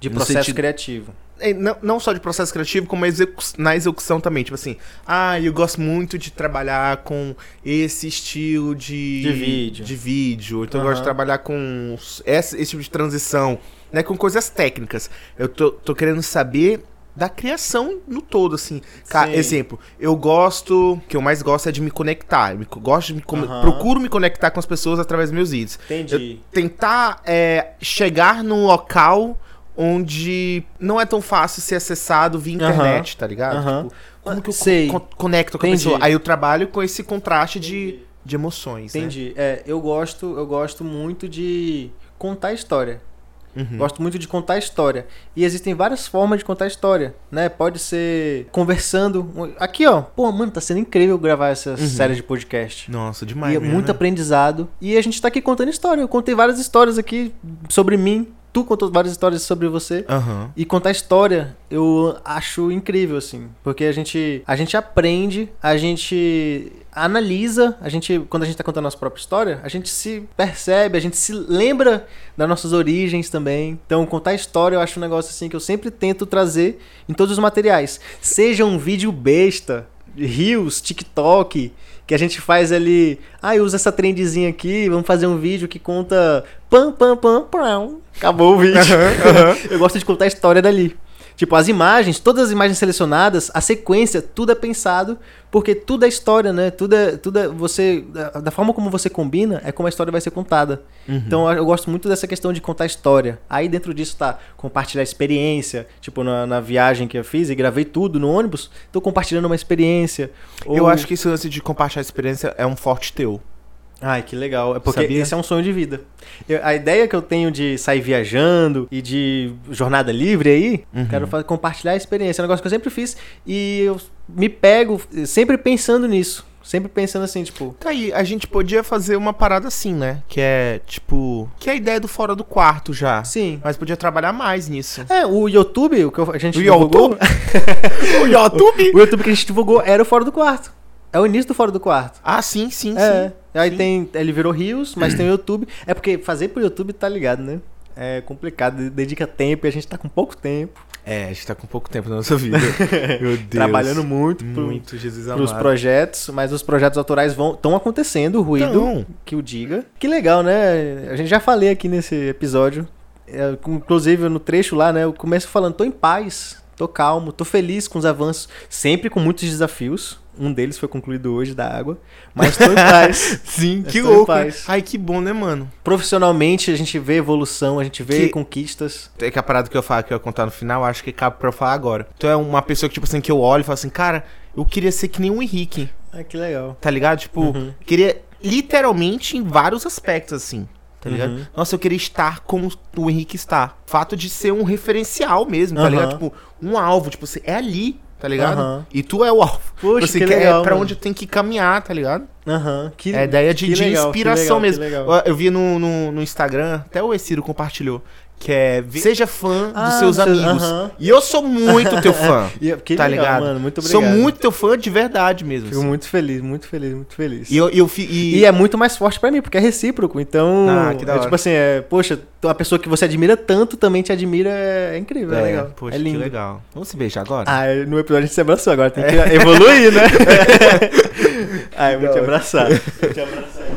S2: De
S1: No
S2: processo
S1: sentido-
S2: criativo.
S1: é, não, não só de processo criativo, como execu- na execução também. Tipo assim, ah, eu gosto muito de trabalhar com esse estilo de,
S2: De vídeo.
S1: de vídeo. Então eu gosto
S2: Aham.
S1: de trabalhar com s- esse, esse tipo de transição, né? Com coisas técnicas. Eu tô, tô querendo saber da criação no todo, assim. Ca-
S2: Sim.
S1: exemplo, eu gosto, o que eu mais gosto é de me conectar. Eu me co- gosto de me come-
S2: Aham.
S1: procuro me conectar com as pessoas através dos meus vídeos.
S2: Entendi.
S1: tentar é, chegar num local onde não é tão fácil ser acessado via
S2: Aham.
S1: internet, tá ligado?
S2: Aham.
S1: Tipo, como que eu
S2: Sei.
S1: con- conecto com
S2: Entendi.
S1: a pessoa? Aí eu trabalho com esse contraste de, de emoções, né?
S2: Entendi. É, eu gosto, eu gosto muito de contar história.
S1: né? Uhum.
S2: Gosto muito de contar história. E existem várias formas de contar história, né? Pode ser conversando. Aqui, ó. Pô, mano, tá sendo incrível gravar essa série de podcast.
S1: Nossa, demais.
S2: E é
S1: mesmo,
S2: muito
S1: Uhum. né?
S2: aprendizado. E a gente tá aqui contando história. Eu contei várias histórias aqui sobre mim. Tu contou várias histórias sobre você.
S1: Aham.
S2: E contar história eu acho incrível, assim. Porque a gente, a gente aprende, a gente analisa, a gente, quando a gente tá contando a nossa própria história, a gente se percebe, a gente se lembra das nossas origens também. Então, contar história eu acho um negócio assim que eu sempre tento trazer em todos os materiais. Seja um vídeo besta, Reels, TikTok, que a gente faz ali. Ah, eu uso essa trendzinha aqui, vamos fazer um vídeo que conta. Pam, pam, pam, pam. Acabou o vídeo. *laughs* eu gosto de contar a história dali. Tipo, as imagens, todas as imagens selecionadas, a sequência, tudo é pensado, porque tudo é história, né? Tudo é. Tudo é você, da, da forma como você combina, é como a história vai ser contada.
S1: Uhum.
S2: Então eu, eu gosto muito dessa questão de contar história. Aí dentro disso tá compartilhar experiência. Tipo, na, na viagem que eu fiz e gravei tudo no ônibus, tô compartilhando uma experiência.
S1: Então, Eu
S2: Ou-
S1: acho que esse lance de compartilhar experiência é um forte teu.
S2: Ai, que legal. É porque
S1: Sabia?
S2: esse é um sonho de vida. Eu- a ideia que eu tenho de sair viajando e de jornada livre aí, quero
S1: Uhum.
S2: fa- compartilhar a experiência. É um negócio que eu sempre fiz e eu me pego sempre pensando nisso. Sempre pensando assim, tipo,
S1: Tá aí, a gente podia fazer uma parada assim, né? Que é, tipo... Que é a ideia do fora do quarto já.
S2: sim.
S1: Mas podia trabalhar mais
S2: *laughs*
S1: nisso.
S2: É, o YouTube, o que eu- a gente
S1: O
S2: divulgou.
S1: YouTube? o YouTube?
S2: *laughs* o YouTube que a gente divulgou era o Fora do Quarto. É o início do Fora do Quarto.
S1: Ah, sim, sim,
S2: É.
S1: sim.
S2: Aí tem. Ele virou Rios, mas
S1: *clears throat*
S2: tem o YouTube. É porque fazer pro YouTube tá ligado, né? É complicado, dedica tempo e a gente tá com pouco tempo.
S1: É, a gente tá com pouco tempo na nossa
S2: *laughs*
S1: vida. Meu Deus.
S2: trabalhando muito, pro,
S1: muito, Jesus amado.
S2: pros projetos, mas os projetos autorais vão estão acontecendo, o ruído
S1: Então,
S2: que o diga. Que legal, né? A gente já falei aqui nesse episódio, é, com- inclusive no trecho lá, né? Eu começo falando, tô em paz, tô calmo, tô feliz com os avanços, sempre com muitos desafios. Um deles foi concluído hoje da água, mas tô em
S1: *laughs*
S2: paz.
S1: sim, que
S2: Estou É em
S1: louco. né?
S2: paz.
S1: Ai, que bom, né, mano?
S2: Profissionalmente a gente vê evolução, a gente vê
S1: Que-
S2: conquistas.
S1: É que a parada que eu falo que eu ia contar no final, acho que cabe pra eu falar agora. Tu é uma pessoa que, tipo assim, que eu olho e falo assim, cara, eu queria ser que nem o Henrique,
S2: Ah, que legal.
S1: tá ligado? Tipo,
S2: Uhum.
S1: queria literalmente em vários aspectos, assim. Tá ligado?
S2: Uhum.
S1: Nossa, eu queria estar como o Henrique está. Fato de ser um referencial mesmo, tá
S2: Aham.
S1: ligado? Tipo, um alvo, tipo, assim, é ali. tá ligado?
S2: Aham.
S1: E tu é o alvo.
S2: Poxa,
S1: você
S2: que
S1: quer
S2: legal,
S1: é pra
S2: mano.
S1: onde tem que caminhar, tá ligado?
S2: Aham. que-
S1: É a ideia de,
S2: que
S1: de
S2: legal, que
S1: inspiração
S2: legal,
S1: mesmo.
S2: que legal.
S1: Eu- Eu vi no, no, no Instagram, até o Eciro compartilhou, que é vi- seja fã
S2: Ah,
S1: dos seus
S2: dos seus-
S1: amigos.
S2: aham.
S1: E eu sou muito teu fã.
S2: E- é, que
S1: tá
S2: legal,
S1: ligado?
S2: mano, *laughs* muito
S1: Sou
S2: obrigado.
S1: muito teu fã de verdade mesmo.
S2: Fico
S1: assim.
S2: muito feliz, muito feliz, muito feliz.
S1: E eu, eu fi- e-
S2: E é muito mais forte pra mim, porque é recíproco. Então,
S1: Ah, que da
S2: é
S1: hora.
S2: tipo assim, é, poxa, a pessoa que você admira tanto também te admira, é, é incrível, é, legal.
S1: Poxa,
S2: é lindo.
S1: que legal. Vamos se beijar agora?
S2: Ah, no episódio a gente se abraçou, agora tem que evoluir, né? ah, eu vou te abraçar. Vou te abraçar.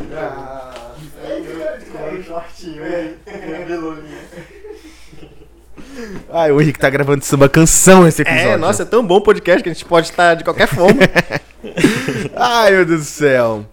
S1: Ai, o Henrique tá gravando samba canção esse episódio.
S2: É, nossa, é tão bom o podcast que a gente pode estar de qualquer forma.
S1: Ai, meu Deus do céu.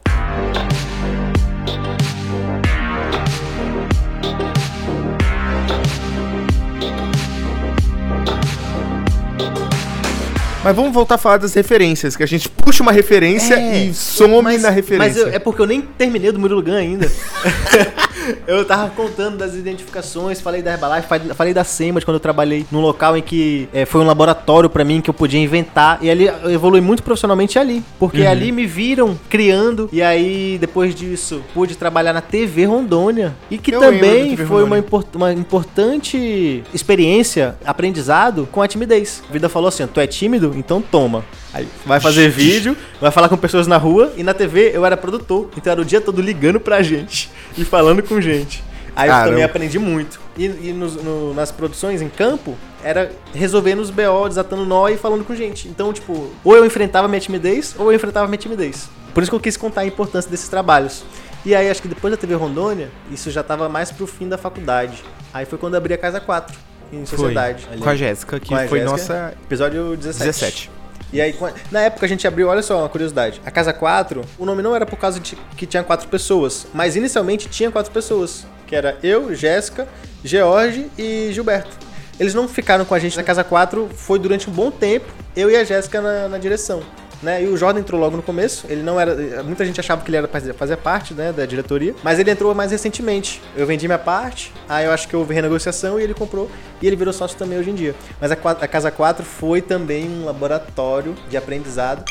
S1: Mas vamos voltar a falar das referências, que a gente puxa uma referência
S2: É,
S1: e some
S2: mas-
S1: na referência.
S2: Mas eu- é porque eu nem terminei do Murilo Gun ainda. *laughs* eu tava contando das identificações, falei da Herbalife, falei- falei da SEMA, de quando eu trabalhei num local em que eh, foi um laboratório pra mim que eu podia inventar. E ali eu evolui muito profissionalmente ali. Porque
S1: Uhum.
S2: ali me viram criando. E aí, depois disso, pude trabalhar na TV Rondônia. E que
S1: Eu lembro da
S2: também
S1: TV
S2: foi uma,
S1: Rondônia.
S2: impor- uma importante experiência, aprendizado com a timidez. A vida falou assim: tu é tímido? Então toma. Aí vai fazer vídeo, vai falar com pessoas na rua e na TV eu era produtor, então era o dia todo ligando pra gente e falando com gente. Aí eu
S1: Caramba.
S2: também aprendi muito. E, e nos- no- nas produções em campo, era resolvendo os BO, desatando nó e falando com gente. Então, tipo, ou eu enfrentava minha timidez, ou eu enfrentava minha timidez. Por isso que eu quis contar a importância desses trabalhos. E aí, acho que depois da TV Rondônia, isso já tava mais pro fim da faculdade. Aí foi quando eu abri a Casa 4, em Sociedade.
S1: Foi.
S2: Ali.
S1: Com a Jéssica, que
S2: Com a
S1: foi
S2: Jéssica.
S1: nossa
S2: Episódio
S1: 17.
S2: e aí, quan- na época a gente abriu, olha só, uma curiosidade. A Casa 4, o nome não era por causa de que tinha quatro pessoas, mas inicialmente tinha quatro pessoas. Que era eu, Jéssica, George e Gilberto. Eles não ficaram com a gente na Casa 4, foi durante um bom tempo, eu e a Jéssica na, na direção. Né? E o Jordan entrou logo no começo, ele não era. Muita gente achava que ele era fazer- fazia parte né, da diretoria, mas ele entrou mais recentemente. Eu vendi minha parte, aí eu acho que houve renegociação e ele comprou e ele virou sócio também hoje em dia. Mas a, qua- a Casa 4 foi também um laboratório de aprendizado.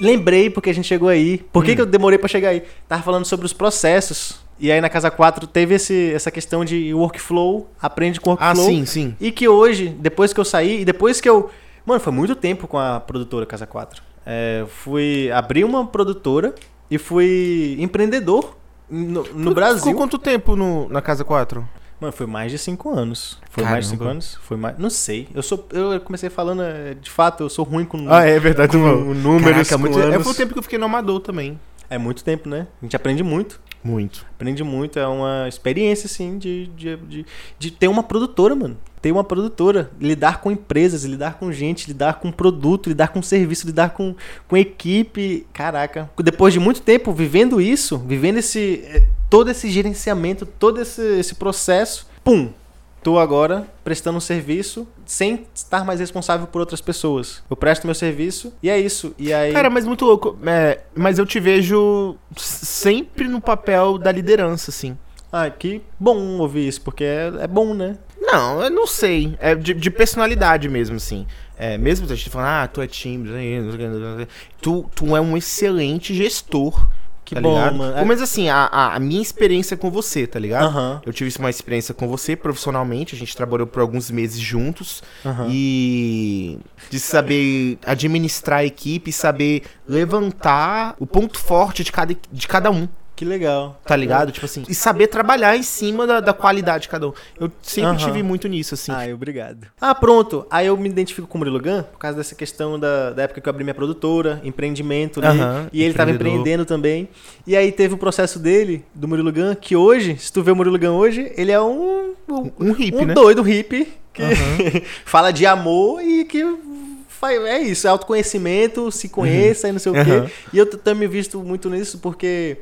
S2: Lembrei porque a gente chegou aí. Por
S1: Hum.
S2: que, que eu demorei pra chegar aí? Tava falando sobre os processos. E aí na Casa 4 teve esse- essa questão de workflow, aprende com
S1: Ah,
S2: workflow.
S1: sim, sim.
S2: E que hoje, depois que eu saí, e depois que eu. Mano, foi muito tempo com a produtora Casa 4. É, fui abrir uma produtora e fui empreendedor no, no
S1: Tu
S2: Brasil.
S1: Ficou quanto tempo no- na Casa 4?
S2: Mano, foi mais de 5 anos. Foi mais de 5
S1: Caramba.
S2: anos? Foi mais. Não sei. Eu sou. Eu comecei falando, é, de fato, eu sou ruim com.
S1: é verdade,
S2: com números,
S1: Caraca,
S2: com
S1: muito... É,
S2: anos.
S1: foi o tempo que eu fiquei no Amador também.
S2: É muito tempo, né? A gente aprende muito.
S1: Muito.
S2: Aprende muito, é uma experiência, assim, de, de, de, de ter uma produtora, mano. Ter uma produtora, lidar com empresas, lidar com gente, lidar com produto, lidar com serviço, lidar com, com equipe. Caraca. Depois de muito tempo vivendo isso, vivendo esse eh, todo esse gerenciamento, todo esse, esse processo, pum, Tô agora prestando um serviço sem estar mais responsável por outras pessoas. Eu presto meu serviço e é isso. E aí.
S1: Cara, mas muito louco. É, mas eu te vejo s- sempre no papel da liderança, assim.
S2: Ah, que bom ouvir isso, porque é, é bom, né?
S1: Não, eu não sei. É de, de personalidade mesmo, assim. É, mesmo a gente falando, ah, tu é tímido, né, não sei o que, não sei o que. tu, tu é um excelente gestor.
S2: Que
S1: tá
S2: bom,
S1: ligado?
S2: mano.
S1: Ou, Mas assim, a, a- a minha experiência com você, tá ligado?
S2: Aham.
S1: Eu tive uma experiência com você profissionalmente, a gente trabalhou por alguns meses juntos.
S2: Aham.
S1: E de saber administrar a equipe, saber levantar o ponto forte de cada, de cada um,
S2: Que legal.
S1: tá ligado? Tipo assim, e saber trabalhar em cima da, da qualidade de cada um. Eu sempre
S2: Aham.
S1: tive muito nisso, assim.
S2: Ai, obrigado. Ah, pronto. Aí eu me identifico com o Murilo Gun por causa dessa questão da, da época que eu abri minha produtora, empreendimento, né?
S1: Aham,
S2: e ele tava
S1: empreendedor.
S2: empreendendo também. E aí teve o processo dele, do Murilo Gun, que hoje, se tu vê o Murilo Gun hoje, ele é um. um
S1: Um hippie,
S2: um
S1: né?
S2: doido hippie que *laughs* fala de amor e que faz, é isso, é autoconhecimento, se conheça e não sei o
S1: Uhum.
S2: quê. E eu t- também me visto muito nisso porque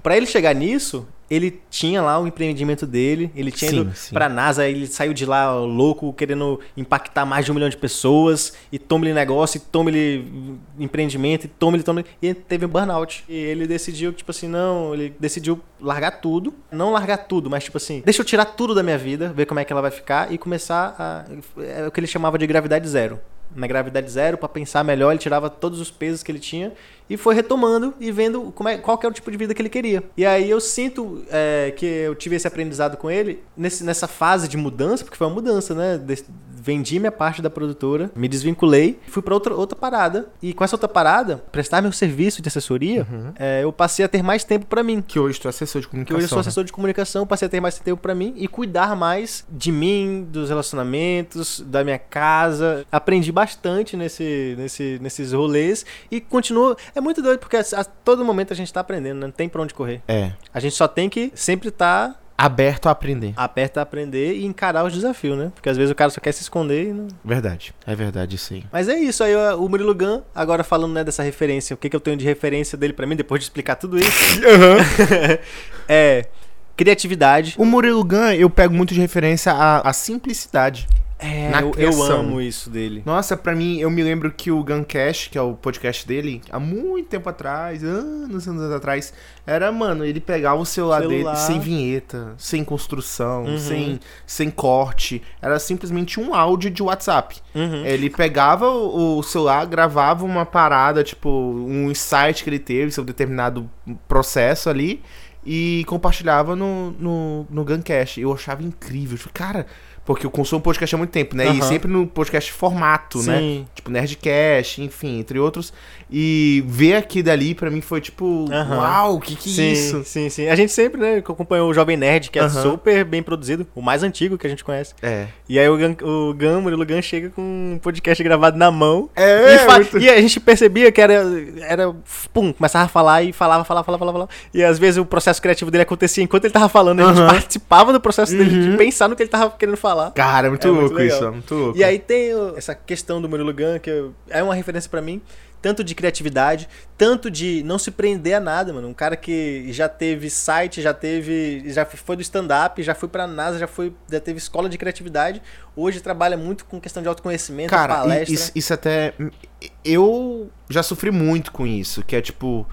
S2: pra ele chegar nisso, ele tinha lá o empreendimento dele, ele tinha
S1: Sim,
S2: ido
S1: sim.
S2: pra NASA, ele saiu de lá louco, querendo impactar mais de um milhão de pessoas, e toma ele negócio, e toma ele empreendimento, e toma ele, toma ele, e ele teve um burnout. E ele decidiu, tipo assim, não, ele decidiu largar tudo, não largar tudo, mas tipo assim, deixa eu tirar tudo da minha vida, ver como é que ela vai ficar, e começar a, é o que ele chamava de gravidade zero. na gravidade zero para pensar melhor, ele tirava todos os pesos que ele tinha e foi retomando e vendo como é, qual que era o tipo de vida que ele queria. E aí eu sinto é, que eu tive esse aprendizado com ele nesse, nessa fase de mudança, porque foi uma mudança, né? Des- vendi minha parte da produtora, me desvinculei, fui para outra, outra parada. E com essa outra parada, prestar meu serviço de assessoria, é, eu passei a ter mais tempo para mim.
S1: Que hoje tu é assessor de
S2: Que
S1: comunicação.
S2: hoje eu sou
S1: né?
S2: assessor de comunicação, passei a ter mais tempo pra mim e cuidar mais de mim, dos relacionamentos, da minha casa. Aprendi bastante nesse, nesse, nesses rolês e continuo. É muito doido porque a, a todo momento a gente tá aprendendo, né? não tem pra onde correr.
S1: É.
S2: A gente só tem que sempre estar tá
S1: Aberto a aprender.
S2: aberto a aprender e encarar os desafios, né? Porque às vezes o cara só quer se esconder e não.
S1: Verdade. É verdade isso aí.
S2: Mas é isso, aí ó, o Murilo Gun, agora falando né, dessa referência, o que, que eu tenho de referência dele pra mim, depois de explicar tudo isso, *laughs* é criatividade.
S1: O Murilo Gun, eu pego muito de referência à, à simplicidade.
S2: É,
S1: Na
S2: eu- eu
S1: criação.
S2: amo isso dele.
S1: Nossa, pra mim, eu me lembro que o Guncast, que é o podcast dele, há muito tempo atrás, anos, anos atrás, era, mano, ele pegava o celular,
S2: Celular.
S1: dele sem vinheta, sem construção,
S2: Uhum.
S1: sem, sem corte. Era simplesmente um áudio de WhatsApp.
S2: Uhum.
S1: Ele pegava o o celular, gravava uma parada, tipo, um insight que ele teve sobre determinado processo ali e compartilhava no, no, no Guncast. Eu achava incrível. Tipo, cara, porque eu consumo podcast há muito tempo, né? E
S2: Aham.
S1: sempre no podcast formato, né?
S2: Sim.
S1: Tipo, Nerdcast, enfim, entre outros. E ver aqui dali, pra mim, foi tipo,
S2: Aham.
S1: uau, que que
S2: sim,
S1: é isso?
S2: sim, sim. A gente sempre, né, acompanhou o Jovem Nerd, que é
S1: Aham.
S2: super bem produzido, o mais antigo que a gente conhece.
S1: É.
S2: E aí o Gun, o Gun, Murilo Gun chega com um podcast gravado na mão.
S1: É,
S2: e, fa-
S1: muito-
S2: e a gente percebia que era, era. Pum, começava a falar e falava, falava, falava, falava. E às vezes o processo criativo dele acontecia enquanto ele tava falando, a gente
S1: Aham.
S2: participava do processo dele de
S1: Uhum.
S2: pensar no que ele tava querendo falar.
S1: Cara, é muito
S2: É muito
S1: louco
S2: legal.
S1: isso, é muito louco.
S2: E aí tem o- essa questão do Murilo Gun, que eu- é uma referência pra mim, tanto de criatividade, tanto de não se prender a nada, mano. Um cara que já teve site, já teve, já foi do stand-up, já foi pra NASA, já foi, já teve escola de criatividade. Hoje trabalha muito com questão de autoconhecimento,
S1: Cara, e-
S2: palestra.
S1: Isso, isso até. Eu já sofri muito com isso, que é tipo.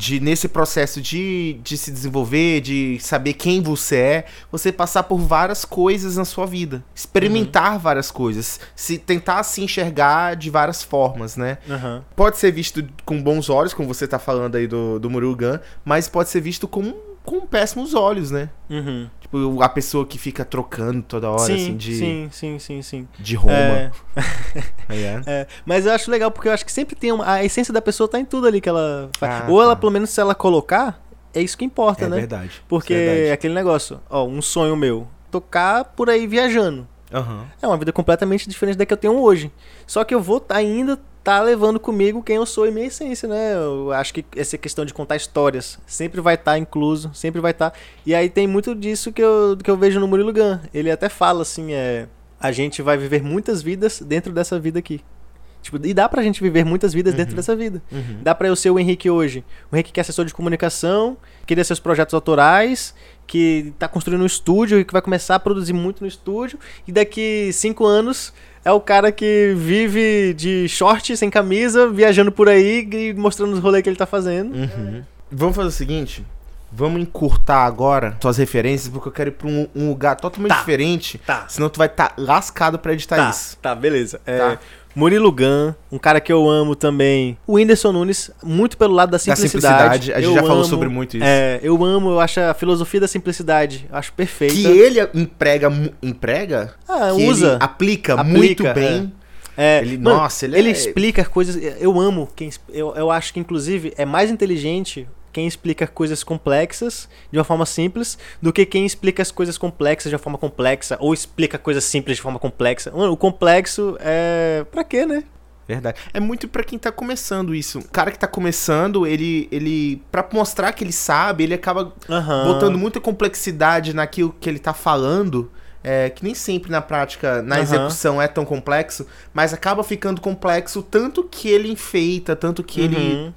S1: De, nesse processo de, de se desenvolver, de saber quem você é, você passar por várias coisas na sua vida. Experimentar
S2: Uhum.
S1: várias coisas. se Tentar se enxergar de várias formas, né?
S2: Aham.
S1: pode ser visto com bons olhos, como você tá falando aí do, do Murugan, mas pode ser visto com, com péssimos olhos, né?
S2: Uhum.
S1: Tipo, a pessoa que fica trocando toda hora,
S2: sim,
S1: assim, de,
S2: sim, sim, sim, sim.
S1: de Roma.
S2: É,
S1: É.
S2: é. Mas eu acho legal, porque eu acho que sempre tem uma, a essência da pessoa tá em tudo ali que ela faz.
S1: Ah,
S2: Ou ela,
S1: tá.
S2: pelo menos, se ela colocar, é isso que importa,
S1: É
S2: né?
S1: verdade.
S2: Porque é
S1: Verdade.
S2: aquele negócio, ó, um sonho meu, tocar por aí viajando.
S1: Aham.
S2: É uma vida completamente diferente da que eu tenho hoje. Só que eu vou tá- ainda tá levando comigo quem eu sou e minha essência, né? Eu acho que essa questão de contar histórias sempre vai estar incluso, sempre vai estar. E aí tem muito disso que eu, que eu vejo no Murilo Gun. Ele até fala assim, é, a gente vai viver muitas vidas dentro dessa vida aqui. Tipo, e dá pra gente viver muitas vidas dentro dessa vida.
S1: Uhum.
S2: Dá pra eu ser o Henrique hoje. O Henrique que é assessor de comunicação, queria seus projetos autorais, que tá construindo um estúdio e que vai começar a produzir muito no estúdio. E daqui cinco anos é o cara que vive de short, sem camisa, viajando por aí e mostrando os rolês que ele tá fazendo.
S1: Uhum. Vamos fazer o seguinte. Vamos encurtar agora suas referências, porque eu quero ir pra um, um lugar totalmente
S2: Tá.
S1: diferente.
S2: Tá.
S1: Senão tu vai estar lascado pra editar
S2: Tá,
S1: isso.
S2: tá, beleza. É,
S1: Tá.
S2: Murilo Gun, um cara que eu amo também. O Whindersson Nunes, muito pelo lado da
S1: Da
S2: simplicidade.
S1: simplicidade. A gente
S2: Eu
S1: já falou
S2: amo.
S1: sobre muito isso.
S2: É, eu amo, eu acho a filosofia da simplicidade, eu acho perfeita.
S1: que ele emprega. mu- Emprega?
S2: Ah,
S1: que ele
S2: usa.
S1: É, aplica,
S2: Aplica,
S1: muito
S2: é.
S1: bem.
S2: É,
S1: Ele-
S2: mano,
S1: nossa, ele
S2: ele,
S1: é-
S2: explica coisas. Eu amo quem. exp- Eu, eu acho que, inclusive, é mais inteligente quem explica coisas complexas de uma forma simples do que quem explica as coisas complexas de uma forma complexa ou explica coisas simples de forma complexa. Mano, o complexo é. Pra quê, né?
S1: Verdade. É muito pra quem tá começando isso. O cara que tá começando, ele ele para mostrar que ele sabe, ele acaba
S2: Aham.
S1: botando um muita complexidade naquilo que ele tá falando. é, que nem sempre na prática, na
S2: Aham.
S1: execução é tão complexo, mas acaba ficando complexo tanto que ele enfeita, tanto que ele
S2: Uhum.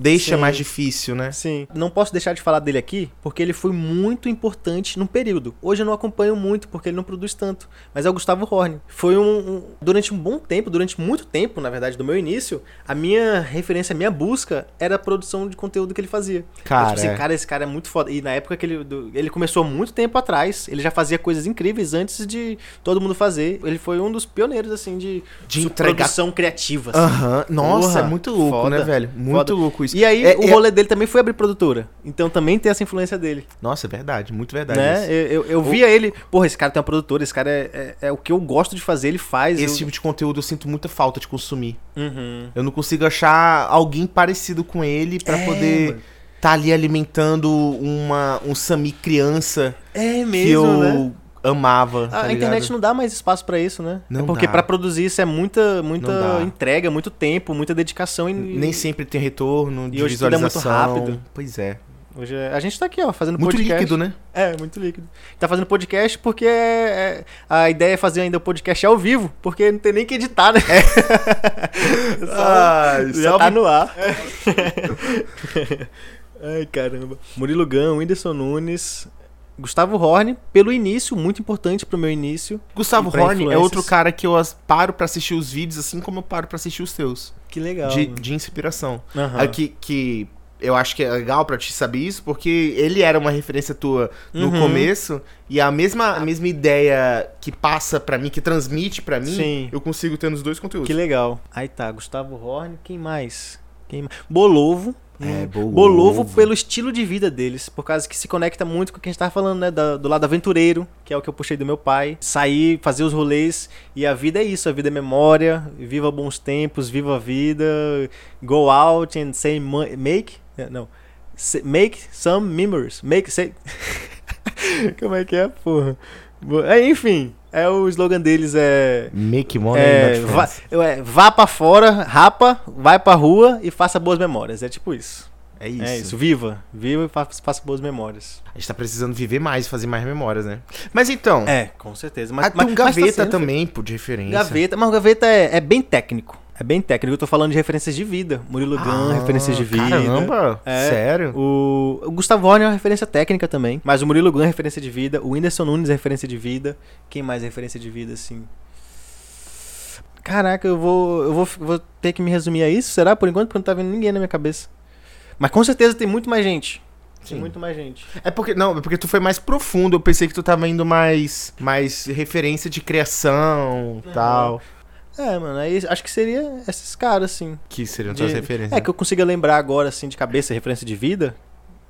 S1: deixa
S2: Sim.
S1: mais difícil, né?
S2: Sim. Não posso deixar de falar dele aqui, porque ele foi muito importante num período. Hoje eu não acompanho muito, porque ele não produz tanto. Mas é o Gustavo Horn. Foi um, um- Durante um bom tempo, durante muito tempo, na verdade, do meu início, a minha referência, a minha busca era a produção de conteúdo que ele fazia.
S1: Cara,
S2: Eu, tipo assim,
S1: é.
S2: cara, esse cara é muito foda. E na época que ele. do- ele começou muito tempo atrás. Ele já fazia coisas incríveis antes de todo mundo fazer. Ele foi um dos pioneiros, assim, de,
S1: De entregar-
S2: produção criativa. assim.
S1: Aham. Nossa,
S2: Porra,
S1: é muito louco,
S2: foda,
S1: né, velho? Muito
S2: foda.
S1: louco isso.
S2: E aí,
S1: É-
S2: o
S1: é-
S2: rolê dele também foi abrir produtora. Então também tem essa influência dele.
S1: Nossa, é verdade, muito verdade.
S2: né?
S1: isso.
S2: Eu, eu, eu via ele, porra, esse cara tem uma produtora, esse cara é, é, é o que eu gosto de fazer, ele faz.
S1: Esse
S2: eu...
S1: tipo de conteúdo eu sinto muita falta de consumir.
S2: Uhum.
S1: Eu não consigo achar alguém parecido com ele pra
S2: É,
S1: poder
S2: mano.
S1: tá ali alimentando uma, um Sami criança
S2: É
S1: que
S2: mesmo,
S1: eu
S2: né?
S1: amava. tá
S2: A, a internet não dá mais espaço pra isso, né?
S1: Não
S2: é porque
S1: dá.
S2: pra produzir isso é muita,
S1: Não
S2: muita
S1: dá.
S2: entrega, muito tempo, muita dedicação e
S1: Nem sempre tem retorno de
S2: E hoje tudo é muito
S1: visualização.
S2: rápido.
S1: Pois é.
S2: Hoje é- a gente tá aqui, ó, fazendo
S1: Muito
S2: podcast.
S1: líquido, né?
S2: É, muito líquido. Tá fazendo podcast porque é- é- a ideia é fazer ainda o podcast ao vivo, porque não tem nem que editar, né? É. *laughs*
S1: Ai,
S2: Já tá no ar. *laughs* Ai, caramba. Murilo Gão, Whindersson Nunes, Gustavo Horn, pelo início, muito importante pro meu início.
S1: Gustavo
S2: E pra
S1: Horn é
S2: influências.
S1: outro cara que eu as- paro pra assistir os vídeos assim como eu paro pra assistir os teus.
S2: Que legal.
S1: De,
S2: mano.
S1: de inspiração.
S2: Aham.
S1: Ah, que, que eu acho que é legal pra te saber isso, porque ele era uma referência tua no
S2: Uhum.
S1: começo, e a mesma, a mesma ideia que passa pra mim, que transmite pra mim,
S2: Sim.
S1: eu consigo ter nos dois conteúdos.
S2: Que legal. Aí tá, Gustavo Horn, quem mais? Quem mais? Bolovo.
S1: É,
S2: Hum,
S1: Bolovo.
S2: pelo estilo de vida deles, por causa que se conecta muito com o que a gente tava falando, né? da- do lado aventureiro, que é o que eu puxei do meu pai. Sair, fazer os rolês. E a vida é isso, a vida é memória. Viva bons tempos, viva a vida. Go out and say mo- make. eh, Não. se- Make some memories. Make say. *laughs* Como é que é, porra? Bo- É, enfim, é o slogan deles é
S1: Make money,
S2: é, vá, é, vá pra fora, rapa, vai pra rua e faça boas memórias. É tipo isso.
S1: É isso.
S2: É isso. Viva. Viva e fa- faça boas memórias.
S1: A gente tá precisando viver mais, fazer mais memórias, né? Mas então,
S2: É, com certeza.
S1: ah, tem um
S2: tá
S1: gaveta
S2: sendo
S1: também, pô, de referência.
S2: Gaveta, mas o gaveta é, é bem técnico. É bem técnico. Eu tô falando de referências de vida. Murilo Gun, referências de vida.
S1: Ah, Caramba,
S2: É.
S1: sério?
S2: O, o Gustavo Horn é uma referência técnica também. Mas o Murilo Gun é referência de vida. O Whindersson Nunes é referência de vida. Quem mais é referência de vida, assim? Caraca, eu vou. Eu vou, fi- vou ter que me resumir a isso, será? Por enquanto, porque não tá vindo ninguém na minha cabeça. Mas com certeza tem muito mais gente.
S1: Sim.
S2: Tem muito mais gente.
S1: É porque não, é porque tu foi mais profundo. Eu pensei que tu tava indo mais, mais referência de criação, tal,
S2: É, mano, aí acho que seria esses caras, assim.
S1: que seriam
S2: De-
S1: tuas referências.
S2: É, que eu consiga lembrar agora, assim, de cabeça, referência de vida.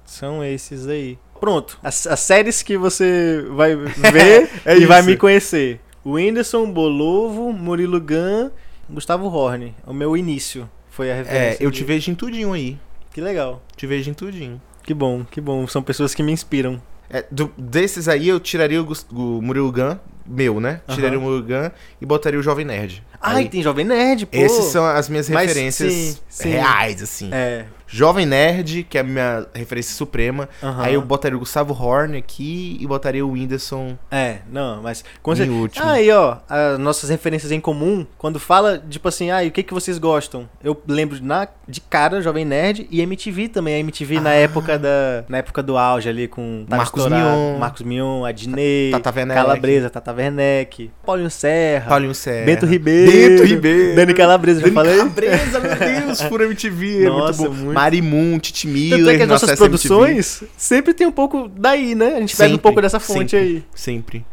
S2: São esses aí. Pronto. As, as séries que você
S1: *laughs*
S2: vai ver
S1: É
S2: e vai
S1: isso.
S2: me conhecer. O Whindersson, Bolovo, Murilo Gun, Gustavo Horn. É O meu início foi a
S1: É,
S2: referência.
S1: eu
S2: de-
S1: te vejo em tudinho aí.
S2: Que legal.
S1: Te vejo em tudinho.
S2: Que bom, que bom. São pessoas que me inspiram.
S1: É, do- desses aí eu tiraria o, Gus- o Murilo Gun, meu, né?
S2: Aham.
S1: Tiraria o Murilo Gun e botaria o Jovem Nerd.
S2: Ai,
S1: Aí,
S2: tem Jovem Nerd, pô.
S1: Esses são as minhas
S2: Mas
S1: referências
S2: sim, sim.
S1: reais, assim.
S2: É.
S1: Jovem Nerd, que é a minha referência suprema.
S2: aham.
S1: Aí eu botaria o Gustavo Horn aqui e botaria o Whindersson
S2: É, não, mas. Com
S1: em
S2: certeza.
S1: último.
S2: Ah, Aí, ó, as nossas referências em comum, quando fala, tipo assim, ah, e o que, que vocês gostam? Eu lembro de, na, de cara, Jovem Nerd e MTV também. A MTV na época da. Na época do auge ali com tava
S1: Ah. Marcos
S2: estourado,
S1: Mion.
S2: Marcos Mion, Adnei,
S1: Tata Werneck.
S2: Calabresa, Tata Werneck, Paulinho Serra,
S1: Paulinho Serra.
S2: Bento Ribeiro.
S1: Bento Ribeiro.
S2: Dani Calabresa, já
S1: Dani
S2: falei?
S1: Calabresa, meu
S2: *laughs*
S1: Deus, Fura MTV, é
S2: Nossa,
S1: muito bom.
S2: muito.
S1: Marimun, Titi Miller,
S2: Tanto é que as
S1: nossa
S2: nossas
S1: SMTV.
S2: produções sempre tem um pouco daí, né? A gente pega um
S1: Sempre,
S2: pouco dessa fonte
S1: sempre.
S2: aí.
S1: Sempre.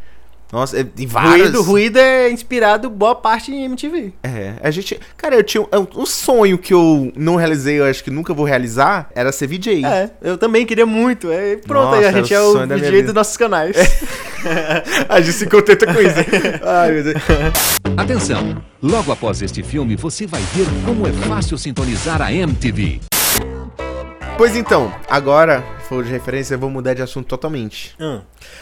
S1: Nossa, é- e várias.
S2: Ruído, ruído é inspirado boa parte em MTV.
S1: É, a gente... Cara, eu tinha um, é um- um sonho que eu não realizei, eu acho que nunca vou realizar, era ser VJ.
S2: É, eu também queria muito. É, pronto,
S1: Nossa,
S2: aí a
S1: era
S2: gente
S1: o
S2: é o
S1: sonho da minha
S2: DJ
S1: vida. É.
S2: dos nossos *laughs* canais.
S1: *laughs* A gente se contenta com isso.
S2: *laughs*
S1: Ai, meu Deus.
S3: Atenção! Logo após este filme, você vai ver como é fácil sintonizar a MTV.
S1: Pois então, agora, foi de referência, eu vou mudar de assunto totalmente.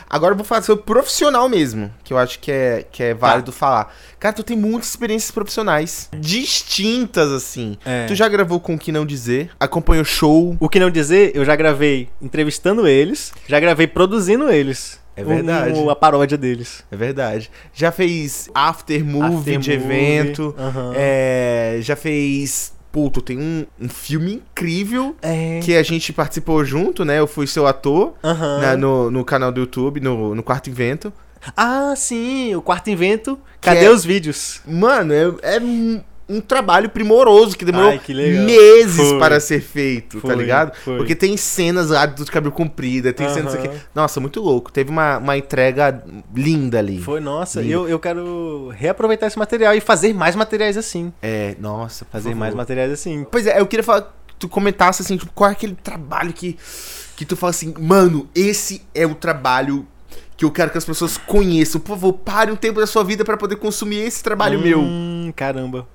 S1: Agora eu vou fazer o profissional mesmo, que eu acho que é, que é válido
S2: Tá.
S1: falar. Cara, tu tem muitas experiências profissionais distintas, assim.
S2: É.
S1: Tu já gravou com o Que Não Dizer, acompanhou show.
S2: O que não dizer, eu já gravei entrevistando eles, já gravei produzindo eles.
S1: É
S2: Um-
S1: verdade.
S2: um- a paródia deles.
S1: É verdade. Já fez after movie
S2: After
S1: de
S2: movie,
S1: evento.
S2: aham.
S1: é, já fez puto, tem um, um filme incrível
S2: É.
S1: que a gente participou junto, né? Eu fui seu ator
S2: Aham.
S1: na- no, no canal do YouTube, no, no Quarto Invento.
S2: Ah, sim, o quarto invento. Cadê
S1: é-
S2: os vídeos?
S1: Mano, é, é um, um trabalho primoroso que demorou
S2: Ai, que legal.
S1: meses
S2: Foi.
S1: para ser feito,
S2: Foi,
S1: tá ligado?
S2: foi.
S1: Porque tem cenas lá do cabelo comprido, tem cenas
S2: Aham.
S1: aqui. Nossa, muito louco. Teve uma, uma entrega linda ali.
S2: Foi, nossa,
S1: Lindo.
S2: eu, eu quero reaproveitar esse material e fazer mais materiais assim.
S1: É, nossa, por
S2: Fazer
S1: favor.
S2: mais materiais assim.
S1: Pois é, eu queria falar que tu comentasse assim, tipo, qual é aquele trabalho que que tu fala assim, mano, esse é o trabalho que eu quero que as pessoas conheçam. Por favor, pare um tempo da sua vida pra poder consumir esse trabalho meu.
S2: Hum, caramba.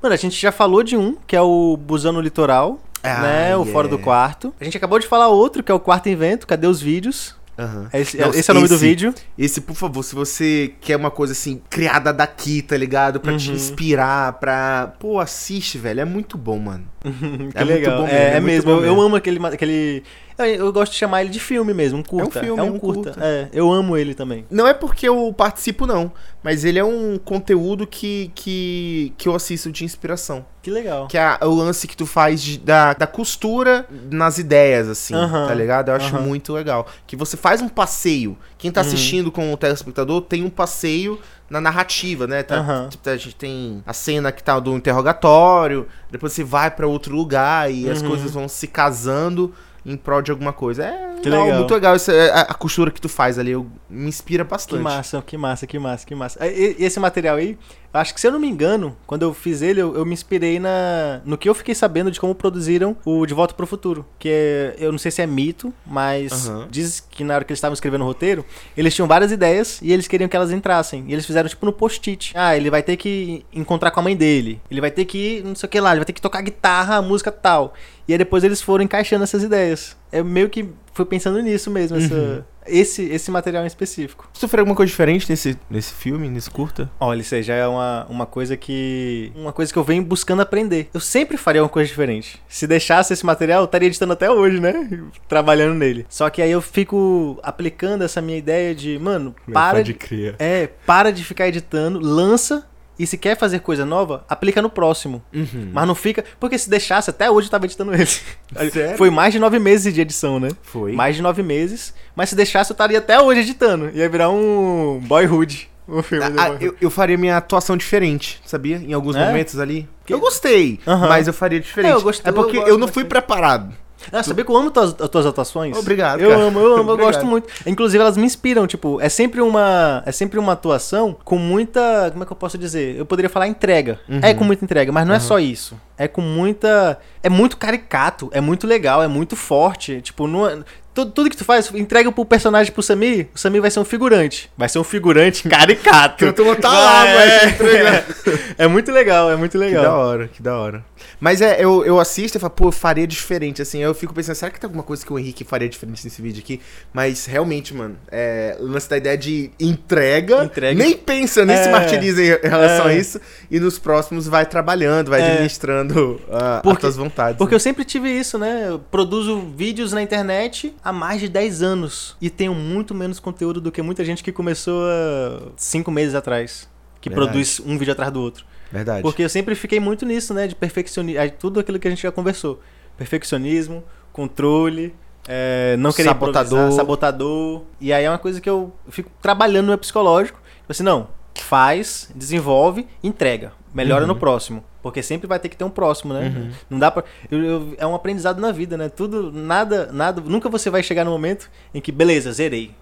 S2: Mano, a gente já falou de um, que é o Busão no Litoral,
S1: Ah,
S2: né? O
S1: yeah.
S2: Fora do Quarto. A gente acabou de falar outro, que é o Quarto Invento. Cadê os vídeos?
S1: Aham.
S2: Esse,
S1: Não,
S2: esse é o nome do
S1: esse-
S2: vídeo.
S1: Esse, por favor, se você quer uma coisa assim, criada daqui, tá ligado? Pra te
S2: Uhum.
S1: inspirar, pra. Pô, assiste, velho. É muito bom, mano.
S2: Que
S1: é muito
S2: legal.
S1: bom mesmo,
S2: é,
S1: é
S2: é
S1: muito
S2: mesmo.
S1: bom
S2: eu, eu
S1: mesmo.
S2: amo aquele, ma- aquele. eu- Eu gosto de chamar ele de filme mesmo, um curta.
S1: filme, é um
S2: curta.
S1: curta.
S2: É, eu amo ele também.
S1: Não é porque eu participo, não. Mas ele é um conteúdo que, que, que eu assisto de inspiração.
S2: Que legal.
S1: Que é o lance que tu faz de- da, da costura nas ideias, assim,
S2: Aham,
S1: tá ligado? Eu acho
S2: aham. Uhum.
S1: muito legal. Que você faz um passeio. Quem tá assistindo com o telespectador tem um passeio na narrativa, né? Tá,
S2: Aham.
S1: tipo, a gente tem a cena que tá do interrogatório, depois você vai pra outro lugar e as
S2: Uhum.
S1: coisas vão se casando em prol de alguma coisa. É
S2: Que
S1: legal,
S2: legal.
S1: muito legal essa, a, a costura que tu faz ali. eu- me inspira
S2: Que
S1: bastante.
S2: massa, que massa, que massa, que massa. E- e- Esse material aí, eu acho que se eu não me engano, quando eu fiz ele, eu, eu me inspirei na no que eu fiquei sabendo de como produziram o De Volta pro Futuro. Que é, eu não sei se é mito, mas
S1: Aham.
S2: diz que na hora que eles estavam escrevendo o roteiro, eles tinham várias ideias e eles queriam que elas entrassem. E eles fizeram tipo no post-it. Ah, ele vai ter que encontrar com a mãe dele. Ele vai ter que ir não sei o que lá, ele vai ter que tocar guitarra, a música tal. E aí depois eles foram encaixando essas ideias. É meio que foi pensando nisso mesmo, essa-
S1: Uhum.
S2: esse, esse material em específico.
S1: Sofreu alguma coisa diferente nesse, nesse filme, nesse curta?
S2: Olha, isso aí já é uma, uma coisa que. Uma coisa que eu venho buscando aprender. Eu sempre faria uma coisa diferente. Se deixasse esse material, eu estaria editando até hoje, né? *laughs* Trabalhando nele. Só que aí eu fico aplicando essa minha ideia de, mano, para de.
S1: crer.
S2: É, para de ficar editando, lança. E se quer fazer coisa nova, aplica no próximo.
S1: Uhum.
S2: Mas não fica. Porque se deixasse, até hoje eu tava editando ele.
S1: *laughs* Sério?
S2: Foi mais de nove meses de edição, né?
S1: Foi.
S2: Mais de nove meses. Mas se deixasse, eu estaria até hoje editando. Ia virar um boyhood. Um filme do
S1: Ah,
S2: Boyhood.
S1: eu, eu faria minha atuação diferente, sabia? Em alguns
S2: É?
S1: momentos ali. Eu gostei,
S2: Aham.
S1: mas eu faria diferente.
S2: É, eu gostei,
S1: é porque
S2: eu
S1: eu,
S2: gosto
S1: não fui preparado.
S2: Ah, sabia que eu amo tuas, as tuas atuações?
S1: Obrigado,
S2: Eu
S1: cara.
S2: amo, eu amo, eu
S1: Obrigado.
S2: gosto muito. Inclusive, elas me inspiram, tipo, é sempre uma. É sempre uma atuação com muita. Como é que eu posso dizer? Eu poderia falar entrega.
S1: Uhum.
S2: É com muita entrega, mas não é só isso. É com muita. É muito caricato, é muito legal, é muito forte. Tipo, não é- Tudo, tudo que tu faz, entrega pro personagem pro Samir, o Samir vai ser um figurante. Vai ser um figurante *laughs* caricato.
S1: Eu tô- tá lá,
S2: é,
S1: mas entrega.
S2: *laughs* é, é muito legal, é muito
S1: Que da
S2: legal.
S1: hora, que da hora. Mas é, eu, eu assisto e falo, pô, eu faria diferente, assim. Eu fico pensando, será que tem alguma coisa que o Henrique faria diferente nesse vídeo aqui? Mas realmente, mano, é, o lance da ideia de entrega,
S2: Entrega.
S1: nem pensa, nem se
S2: É.
S1: martiriza em relação
S2: É.
S1: a isso. E nos próximos vai trabalhando, vai
S2: É.
S1: administrando ah, as
S2: Porque-
S1: tuas vontades.
S2: Porque eu sempre tive isso, né? Eu produzo vídeos na internet há mais de 10 anos e tenho muito menos conteúdo do que muita gente que começou há 5 meses atrás. Que
S1: Verdade.
S2: produz um vídeo atrás do outro.
S1: Verdade.
S2: Porque eu sempre fiquei muito nisso, né? De perfeccionismo. Tudo aquilo que a gente já conversou: perfeccionismo, controle, é, não querer
S1: Sabotador.
S2: improvisar, sabotador. E aí é uma coisa que eu fico trabalhando no meu psicológico. Tipo assim, não, faz, desenvolve, entrega. Melhora
S1: Uhum.
S2: no próximo. Porque sempre vai ter que ter um próximo, né? Não dá pra. eu- eu- é um aprendizado na vida, né? Tudo, nada, nada. Nunca você vai chegar no momento em que, beleza, zerei.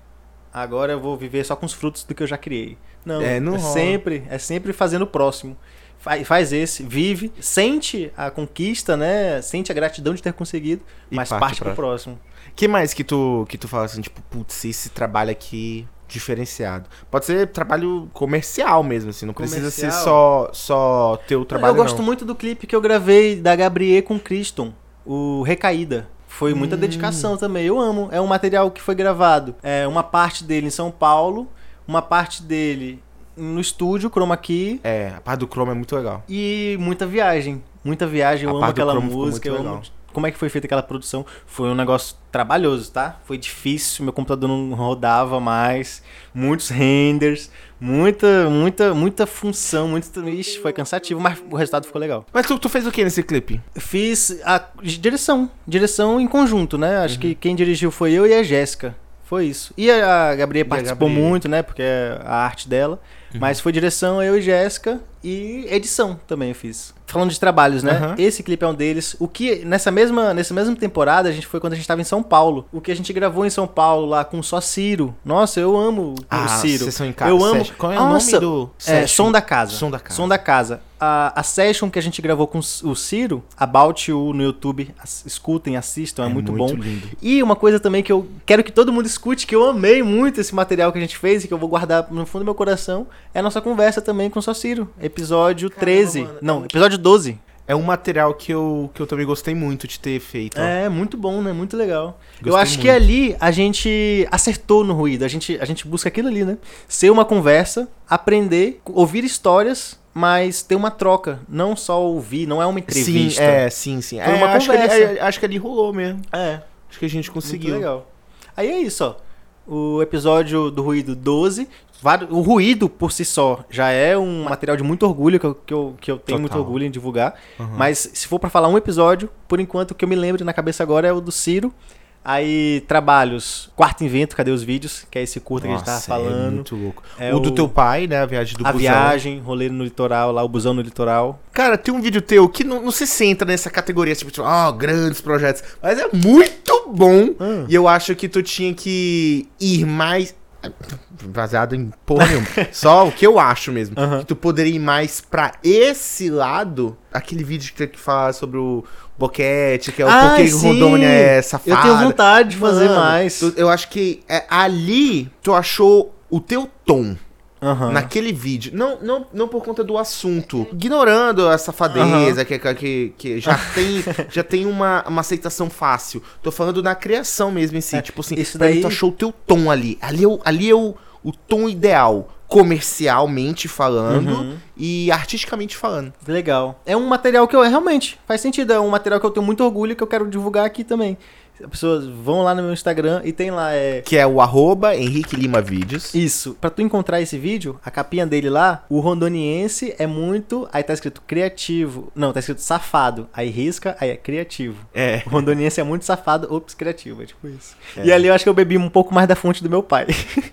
S2: Agora eu vou viver só com os frutos do que eu já criei. Não,
S1: É,
S2: é,
S1: não rola.
S2: sempre, é sempre fazendo o próximo. Fa- Faz esse, vive, sente a conquista, né? Sente a gratidão de ter conseguido,
S1: E
S2: mas
S1: parte
S2: parte,
S1: pra-
S2: pro próximo.
S1: que mais que tu, que tu fala assim, tipo, putz, esse trabalho aqui diferenciado? Pode ser trabalho comercial mesmo, assim, não precisa ser
S2: Comercial?
S1: só, só teu trabalho.
S2: eu gosto
S1: não.
S2: muito do clipe que eu gravei da Gabriel com Criston, o Recaída. Foi muita
S1: Hum.
S2: dedicação também, eu amo. É um material que foi gravado. É uma parte dele em São Paulo, uma parte dele no estúdio, Chroma Key,
S1: É, a parte do Chrome é muito legal.
S2: e muita viagem. Muita viagem,
S1: A
S2: eu amo
S1: parte do
S2: aquela
S1: Chroma ficou
S2: música, eu
S1: muito
S2: amo
S1: legal.
S2: como é que foi feita aquela produção. Foi um negócio trabalhoso, tá? Foi difícil, meu computador não rodava mais, muitos renders, muita, muita, muita função, muito. Ixi, foi cansativo, mas o resultado ficou legal.
S1: Mas tu, tu fez o que nesse clipe?
S2: Fiz a direção, direção em conjunto, né? Acho
S1: Uhum.
S2: que quem dirigiu foi eu e a Jéssica. Foi isso. E a Gabriela participou
S1: Gabriela. Uhum.
S2: muito, né? Porque é a arte dela. Mas foi direção, eu e Jéssica. E edição também eu fiz. Falando de trabalhos, né?
S1: Aham.
S2: Esse clipe é um deles. O que, nessa mesma, nessa mesma temporada, a gente foi quando a gente tava em São Paulo. O que a gente gravou em São Paulo lá com só Ciro. Nossa, eu amo o Ah, Ciro.
S1: Sessão Ah, em
S2: eu amo.
S1: session. Qual é
S2: Nossa,
S1: o nome do.
S2: é,
S1: session?
S2: som da casa.
S1: Som da Casa.
S2: Som da casa. A, a session que a gente gravou com o Ciro, About You no YouTube, ass- escutem, assistam, é, muito, bom.
S1: lindo.
S2: E uma coisa também que eu quero que todo mundo escute, que eu amei muito esse material que a gente fez e que eu vou guardar no fundo do meu coração, é a nossa conversa também com o Saciro. Episódio 13.
S1: mano.
S2: Não, episódio 12.
S1: É um material que eu, que eu também gostei muito de ter feito. ó.
S2: É, muito bom, né? Muito legal. eu
S1: Gostei
S2: acho que
S1: muito.
S2: ali a gente acertou no ruído. A gente, a gente busca aquilo ali, né? Ser uma conversa, aprender, ouvir histórias, mas ter uma troca. Não só ouvir, não é uma
S1: Sim,
S2: entrevista.
S1: é, sim, sim.
S2: Foi
S1: É,
S2: uma
S1: acho, que ali,
S2: conversa.
S1: é, acho que ali rolou mesmo.
S2: É.
S1: Acho que a gente
S2: Muito
S1: conseguiu.
S2: legal. Aí é isso, ó. O episódio do Ruído 12. vari- O ruído por si só já é um material de muito orgulho, que eu, que eu, que eu
S1: Total.
S2: tenho
S1: Uhum.
S2: muito orgulho em divulgar. Mas se for pra falar um episódio, por enquanto o que eu me lembro na cabeça agora é o do Ciro. Aí, trabalhos. Quarto Invento, cadê os vídeos? Que é esse curta que a gente
S1: Nossa,
S2: tava
S1: É
S2: falando.
S1: muito louco.
S2: É
S1: o do
S2: o-
S1: teu pai, né? A viagem do
S2: a
S1: busão.
S2: viagem, roleiro no litoral, lá o busão no litoral.
S1: Cara, tem um vídeo teu que não, não sei se entra nessa categoria, tipo, tipo, ah, grandes projetos. Mas é muito bom.
S2: Ah.
S1: E eu acho que tu tinha que ir mais. Baseado em porra
S2: *laughs*
S1: nenhuma. Só o que eu acho mesmo.
S2: Aham.
S1: Que tu poderia ir mais pra esse lado. Aquele vídeo que, que fala sobre o boquete, que é o
S2: Ah,
S1: porquê que
S2: sim.
S1: Rondônia é safada.
S2: Eu tenho vontade de fazer
S1: Mano,
S2: mais.
S1: tu- eu acho que é, ali tu achou o teu tom
S2: Aham.
S1: naquele vídeo. Não, não, não por conta do assunto. Ignorando a safadeza, que, que, que já
S2: *laughs*
S1: tem, já tem uma, uma aceitação fácil. Tô falando na criação mesmo em si.
S2: É,
S1: tipo assim,
S2: isso
S1: pra mim,
S2: daí-
S1: tu achou o teu tom ali. Ali é o, ali é o, o tom ideal. Comercialmente falando
S2: Uhum.
S1: e artisticamente falando.
S2: Legal. É um material que eu realmente faz sentido. É um material que eu tenho muito orgulho e que eu quero divulgar aqui também. As pessoas vão lá no meu Instagram e tem lá é
S1: Que é o arroba Henrique Lima Vídeos.
S2: *laughs* isso. Pra tu encontrar esse vídeo, a capinha dele lá, o rondoniense é muito, aí tá escrito criativo. Não, tá escrito safado. Aí risca, aí é criativo.
S1: É.
S2: O rondoniense é muito safado, ops, criativo, é tipo isso. E ali eu acho que eu bebi um pouco mais da fonte do meu pai.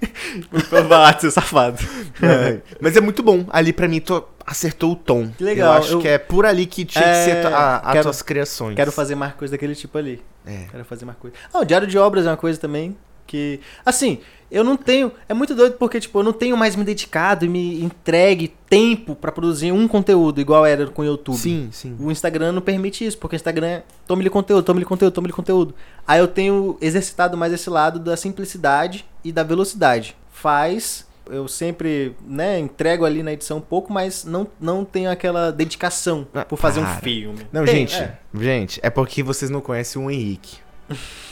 S2: *laughs* pra falar de ser safado.
S1: É. *laughs* Mas é muito bom. Ali, pra mim, tu acertou o tom.
S2: Que legal,
S1: Eu acho
S2: eu-
S1: que é por ali que tinha
S2: É,
S1: que ser tu- a- as
S2: quero-
S1: tuas criações.
S2: Quero fazer mais coisa daquele tipo ali.
S1: É.
S2: Quero fazer mais coisa. Ah, o Diário de Obras é uma coisa também que. Assim, eu não tenho. É muito doido porque, tipo, eu não tenho mais me dedicado e me entregue tempo pra produzir um conteúdo igual era com o YouTube.
S1: Sim, sim.
S2: O Instagram não permite isso, porque o Instagram é tome-lhe conteúdo, tome-lhe conteúdo, tome-lhe conteúdo. Aí eu tenho exercitado mais esse lado da simplicidade e da velocidade. Faz, eu sempre, né, entrego ali na edição um pouco, mas não, não tenho aquela dedicação
S1: Ah,
S2: por fazer um
S1: para.
S2: filme.
S1: Não,
S2: Tem,
S1: gente,
S2: é.
S1: gente, é porque vocês não conhecem o Henrique.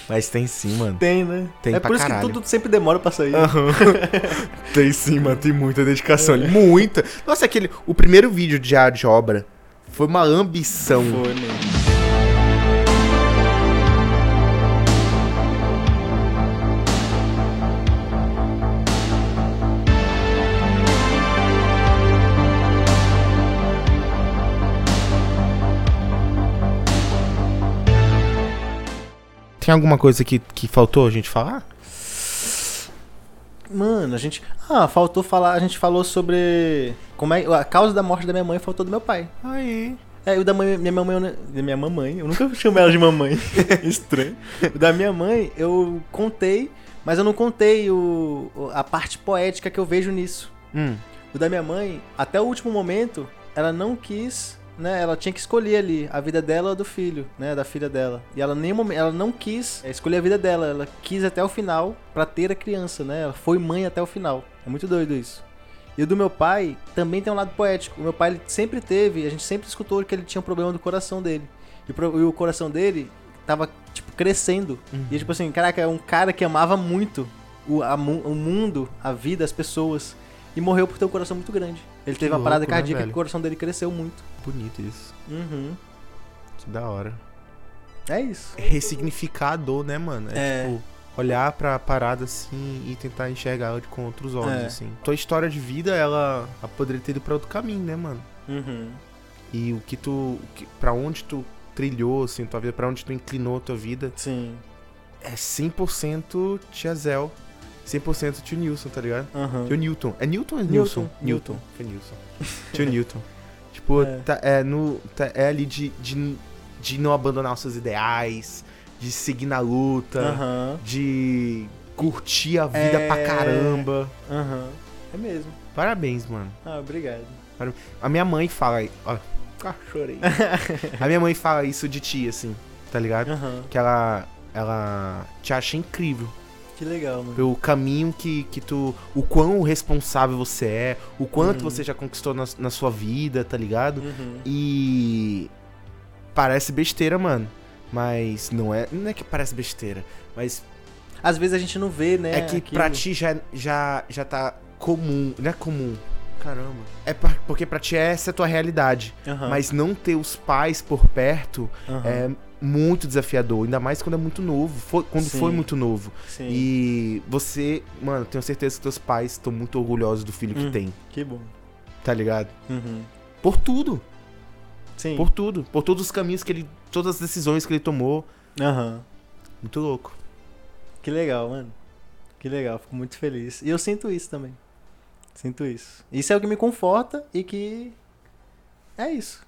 S1: Mas tem sim, mano.
S2: Tem, né?
S1: Tem
S2: é
S1: pra
S2: por isso
S1: caralho.
S2: que tudo sempre demora pra sair.
S1: *laughs* Tem sim, mano. Tem muita dedicação ali. Muita. Nossa, aquele. O primeiro vídeo de Ar de Obra foi uma ambição.
S2: Foi, né?
S1: Tem alguma coisa que, que faltou a gente falar?
S2: Mano, a gente. Ah, faltou falar. A gente falou sobre. Como é. A causa da morte da minha mãe faltou do meu pai.
S1: Aí.
S2: É, e o da mãe, minha mamãe. eu não- Da minha mamãe. Eu nunca *laughs* chamo ela
S1: *laughs*
S2: de mamãe. Estranho. O da minha mãe, eu contei, mas eu não contei o, o- a parte poética que eu vejo nisso.
S1: Hum.
S2: O da minha mãe, até o último momento, ela não quis, né? Ela tinha que escolher ali a vida dela ou do filho, né? Da filha dela. E ela nem momento, ela não quis é, escolher a vida dela. Ela quis até o final pra ter a criança, né? Ela foi mãe até o final. É muito doido isso. E o do meu pai também tem um lado poético. O meu pai ele sempre teve, a gente sempre escutou que ele tinha um problema do coração dele. E, o pro- e o coração dele tava, tipo, crescendo. E, tipo assim, caraca, é um cara que amava muito o, a mu- o mundo, a vida, as pessoas. E morreu por ter um coração muito grande. Ele teve uma
S1: louco,
S2: parada
S1: né,
S2: cardíaca e
S1: velho?
S2: o coração dele cresceu muito.
S1: Bonito isso.
S2: Uhum.
S1: Que da hora.
S2: É isso.
S1: Ressignificar a dor, né, mano?
S2: É.
S1: tipo, olhar pra parada assim e tentar enxergar ela de- com outros olhos,
S2: É.
S1: assim. Tua história de vida, ela, ela poderia ter ido pra outro caminho, né, mano?
S2: Uhum.
S1: E o que tu. o que- Pra onde tu trilhou, assim, tua vida, pra onde tu inclinou tua vida,
S2: Sim.
S1: é 100% Tia Zel, 100% tio Nilson, tá ligado?
S2: Aham.
S1: Tio Newton. É Newton ou é
S2: Uhum. Newton.
S1: Nilson? Newton. Foi Nilson. *laughs* Tio Newton. Tipo,
S2: É.
S1: é, tá, é, no, tá- é ali de, de, de não abandonar os seus ideais, de seguir na luta,
S2: Aham.
S1: de curtir a vida
S2: É.
S1: pra caramba.
S2: Aham. É mesmo.
S1: Parabéns, mano.
S2: Ah, obrigado.
S1: A minha mãe fala. Ó, ah,
S2: *laughs*
S1: chorei. a minha mãe fala isso de ti, assim, tá ligado?
S2: Aham.
S1: Que ela. Ela te acha incrível
S2: Que legal, mano.
S1: pelo caminho que, que tu. O quão responsável você é, o quanto você já conquistou na, na sua vida, tá ligado?
S2: Uhum.
S1: E. Parece besteira, mano. Mas não é. Não é que parece besteira. Mas
S2: Às vezes a gente não vê, né?
S1: é, que
S2: aquilo.
S1: pra ti já, já, já tá comum. Não é comum. Caramba. É pra- porque pra ti essa é a tua realidade.
S2: Aham.
S1: Mas não ter os pais por perto
S2: Aham.
S1: é muito desafiador. Ainda mais quando é muito novo. Foi, quando
S2: Sim.
S1: foi muito novo.
S2: Sim.
S1: E você, mano, tenho certeza que teus pais estão muito orgulhosos do filho que
S2: Hum.
S1: tem,
S2: Que bom.
S1: tá ligado?
S2: Uhum.
S1: Por tudo,
S2: Sim.
S1: por tudo, por todos os caminhos que ele, todas as decisões que ele tomou,
S2: Aham.
S1: muito louco.
S2: Que legal, mano. Que legal, fico muito feliz. E eu sinto isso também. Sinto isso. Isso é o que me conforta e que. É isso.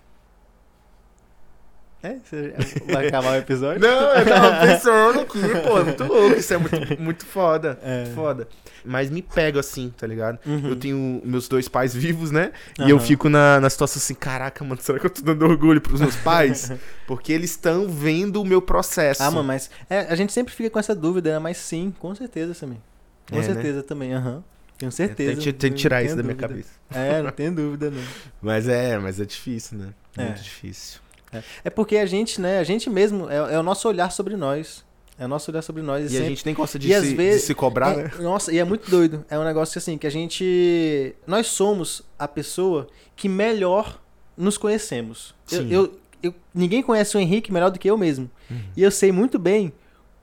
S2: É? Você
S1: *laughs*
S2: vai acabar o episódio?
S1: eu
S2: *laughs*
S1: tava é, pensando aqui, pô, é muito louco, isso é muito, muito foda,
S2: É.
S1: foda. Mas me pega assim, tá ligado?
S2: Uhum.
S1: Eu tenho meus dois pais vivos, né? E
S2: Aham.
S1: eu fico na, na situação assim, caraca, mano, será que eu tô dando orgulho pros meus
S2: *laughs*
S1: pais? Porque eles estão vendo o meu processo.
S2: Ah, mano, mas. é, a gente sempre fica com essa dúvida, né? Mas sim, com certeza também. Com
S1: É, né?
S2: certeza também, aham. Tenho
S1: Eu tenho
S2: certeza.
S1: que- tenho que tirar
S2: não
S1: isso da
S2: tenho
S1: minha
S2: dúvida.
S1: cabeça.
S2: É, não tenho dúvida, não.
S1: Mas é, mas é difícil, né?
S2: É.
S1: Muito difícil.
S2: É porque a gente, né? A gente mesmo, é, é o nosso olhar sobre nós. É o nosso olhar sobre nós.
S1: E
S2: sempre-
S1: a gente nem gosta de,
S2: E às
S1: se, de
S2: vezes-
S1: se cobrar,
S2: É,
S1: né?
S2: Nossa, e é muito doido. É um negócio que, assim, que a gente. Nós somos a pessoa que melhor nos conhecemos. Eu,
S1: Sim. Uhum.
S2: eu- eu- ninguém conhece o Henrique melhor do que eu mesmo. E eu sei muito bem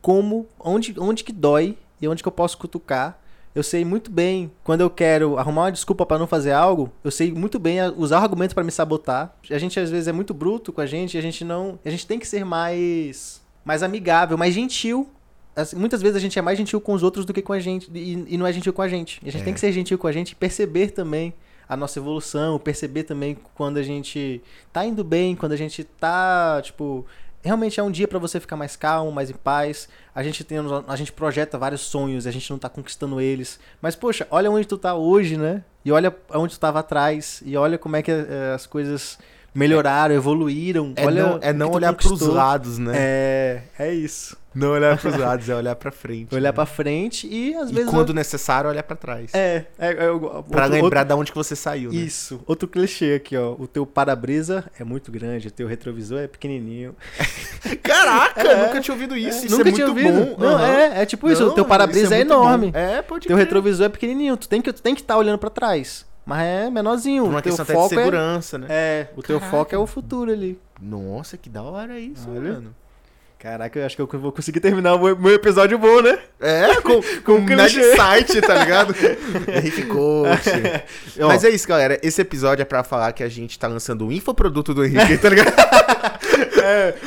S2: como. Onde, onde que dói e onde que eu posso cutucar. Eu sei muito bem quando eu quero arrumar uma desculpa pra não fazer algo, eu sei muito bem a- usar argumentos pra me sabotar. A gente às vezes é muito bruto com a gente, e a gente não, a gente tem que ser mais mais amigável, mais gentil. Assim, muitas vezes a gente é mais gentil com os outros do que com a gente e, e não é gentil com a gente. E a gente
S1: É.
S2: tem que ser gentil com a gente e perceber também a nossa evolução, perceber também quando a gente tá indo bem, quando a gente tá, tipo, realmente é um dia pra você ficar mais calmo, mais em paz. A gente tem a gente projeta vários sonhos, a gente não tá conquistando eles. Mas poxa, olha onde tu tá hoje, né? E olha onde tu tava atrás e olha como é que eh, as coisas melhoraram, evoluíram.
S1: É
S2: olha
S1: não,
S2: o
S1: é
S2: que
S1: não
S2: tu
S1: olhar pros
S2: conquistou.
S1: lados, né?
S2: É, é isso.
S1: Não olhar pros lados, é olhar pra frente.
S2: Olhar
S1: né?
S2: pra frente e às
S1: E
S2: vezes
S1: quando necessário, olhar pra trás.
S2: É, é, é, eu-
S1: Pra
S2: outro-
S1: lembrar da onde que você saiu, né?
S2: Isso. Outro clichê aqui, ó. O teu para-brisa é muito grande, o teu retrovisor é pequenininho.
S1: *laughs* Caraca, nunca tinha ouvido isso. isso
S2: É. Nunca
S1: é
S2: tinha
S1: muito
S2: ouvido.
S1: bom.
S2: Não,
S1: Aham.
S2: é, é tipo isso.
S1: Não,
S2: o teu
S1: mano,
S2: para-brisa
S1: isso
S2: é,
S1: muito bom.
S2: enorme.
S1: É, pode
S2: Teu
S1: crer.
S2: retrovisor é pequenininho. Tu tem que tu tem que estar olhando pra trás, mas é menorzinho.
S1: Por
S2: O
S1: uma
S2: teu
S1: questão até de
S2: foco é,
S1: segurança, né?
S2: é, o teu
S1: Caraca.
S2: foco é o futuro ali.
S1: Nossa, que da hora isso,
S2: Olha.
S1: mano.
S2: Caraca, eu acho que eu vou conseguir terminar o meu- meu episódio bom, né?
S1: É,
S2: *laughs*
S1: com, com
S2: um clichê.
S1: site, tá *laughs* ligado? Henrique Coach. Mas é isso, galera. Esse episódio é pra falar que a gente tá lançando um infoproduto do Henrique, tá ligado?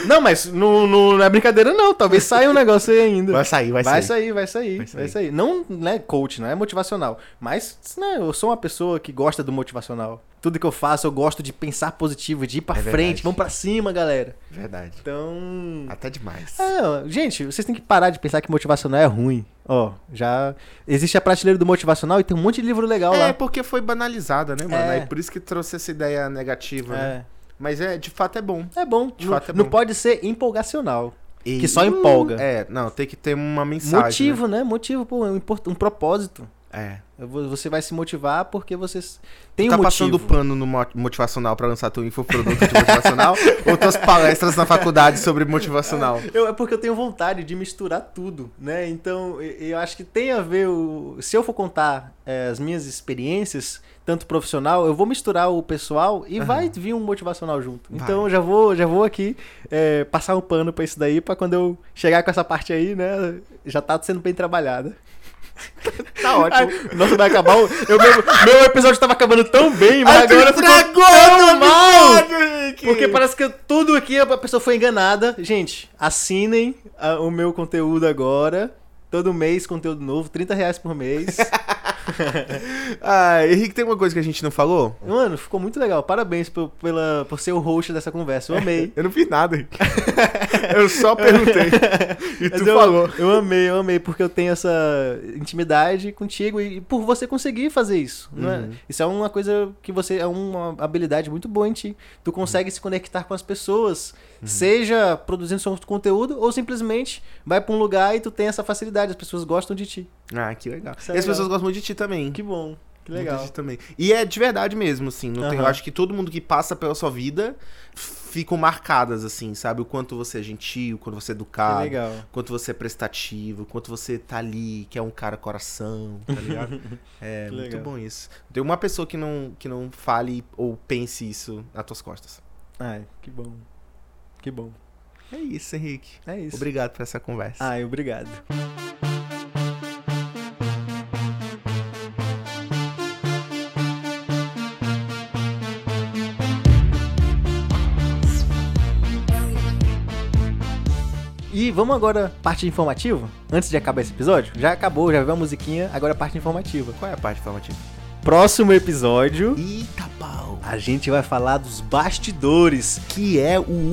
S2: Não, mas não, não, não é brincadeira não. Talvez saia um negócio aí
S1: *laughs*
S2: ainda.
S1: Vai sair, vai,
S2: Vai
S1: sair.
S2: sair, vai sair, vai sair. Não né, coach, não é motivacional. Mas né, eu sou uma pessoa que gosta do motivacional. Tudo que eu faço, eu gosto de pensar positivo, de ir pra
S1: É verdade.
S2: frente, vamos pra cima, galera.
S1: Verdade.
S2: Então.
S1: Até demais.
S2: É, ó, gente, vocês têm que parar de pensar que motivacional é ruim. Ó, já. Existe a prateleira do motivacional e tem um monte de livro legal
S1: É,
S2: lá.
S1: porque foi banalizada, né, mano?
S2: É.
S1: Aí por isso que trouxe essa ideia negativa, né?
S2: É.
S1: Mas é, de fato é bom.
S2: É bom.
S1: De
S2: não,
S1: fato é
S2: não
S1: bom.
S2: pode ser empolgacional.
S1: E-
S2: Que só empolga.
S1: É, não, tem que ter uma mensagem.
S2: né, Motivo, né? Motivo, pô, um, import- um propósito.
S1: né? É.
S2: Vo- Você vai se motivar porque você s- tem
S1: tá
S2: um
S1: passando
S2: motivo.
S1: pano no mo- motivacional pra lançar teu infoproduto de motivacional ou tuas palestras na faculdade sobre motivacional?
S2: *laughs* Eu- é porque eu tenho vontade de misturar tudo, né? Então, e- eu acho que tem a ver. O, se eu for contar é, as minhas experiências, tanto profissional, eu vou misturar o pessoal e vai vir um motivacional junto.
S1: Vai.
S2: Então, eu já vou, já vou aqui é, passar um pano pra isso daí, pra quando eu chegar com essa parte aí, né? Já tá sendo bem trabalhada.
S1: *laughs* Tá
S2: Ai, nossa, vai acabar. O, eu- meu, meu episódio tava acabando tão bem, mas
S1: Ai, tu
S2: agora ficou
S1: estragou
S2: tão
S1: todo
S2: mal.
S1: episódio, Rick!
S2: Porque parece que tudo aqui a pessoa foi enganada. Gente, assinem ah, o meu conteúdo agora. Todo mês, conteúdo novo, 30 reais por mês.
S1: Ah, Henrique, tem uma coisa que a gente não falou?
S2: Mano, ficou muito legal. Parabéns por, pela, por ser o host dessa conversa. Eu amei.
S1: Eu não fiz nada, Henrique. *laughs* Eu só perguntei. E
S2: Mas
S1: tu
S2: eu,
S1: falou.
S2: eu amei, eu amei, porque eu tenho essa intimidade contigo e, e por você conseguir fazer isso. não é? Isso é uma coisa que você. É uma habilidade muito boa em ti. Tu consegue se conectar com as pessoas, seja produzindo seu conteúdo ou simplesmente vai pra um lugar e tu tem essa facilidade. As pessoas gostam de ti.
S1: Ah, que legal.
S2: Isso é
S1: e as
S2: legal.
S1: pessoas gostam muito de ti também.
S2: Que bom, que
S1: Muito
S2: legal.
S1: de ti também. E é de verdade mesmo, assim. Não tem, eu
S2: Aham.
S1: acho que todo mundo que passa pela sua vida ficam marcadas, assim, sabe? O quanto você é gentil, o quanto você é
S2: Que
S1: educado.
S2: legal.
S1: Quanto você é prestativo, quanto você tá ali, que é um cara coração, tá
S2: *laughs*
S1: ligado? É
S2: Que
S1: muito
S2: legal.
S1: bom isso. Tem uma pessoa que não, que não fale ou pense isso nas tuas costas.
S2: Ai, que bom. Que bom.
S1: É isso, Henrique.
S2: É isso. Ah.
S1: Obrigado por essa conversa.
S2: Ai, obrigado. E vamos agora parte informativa? Antes de acabar esse episódio? Já acabou, já viu a musiquinha, agora a parte informativa.
S1: Qual é a parte informativa?
S2: Próximo episódio,
S1: Eita pau!
S2: a gente vai falar dos bastidores
S1: Que é o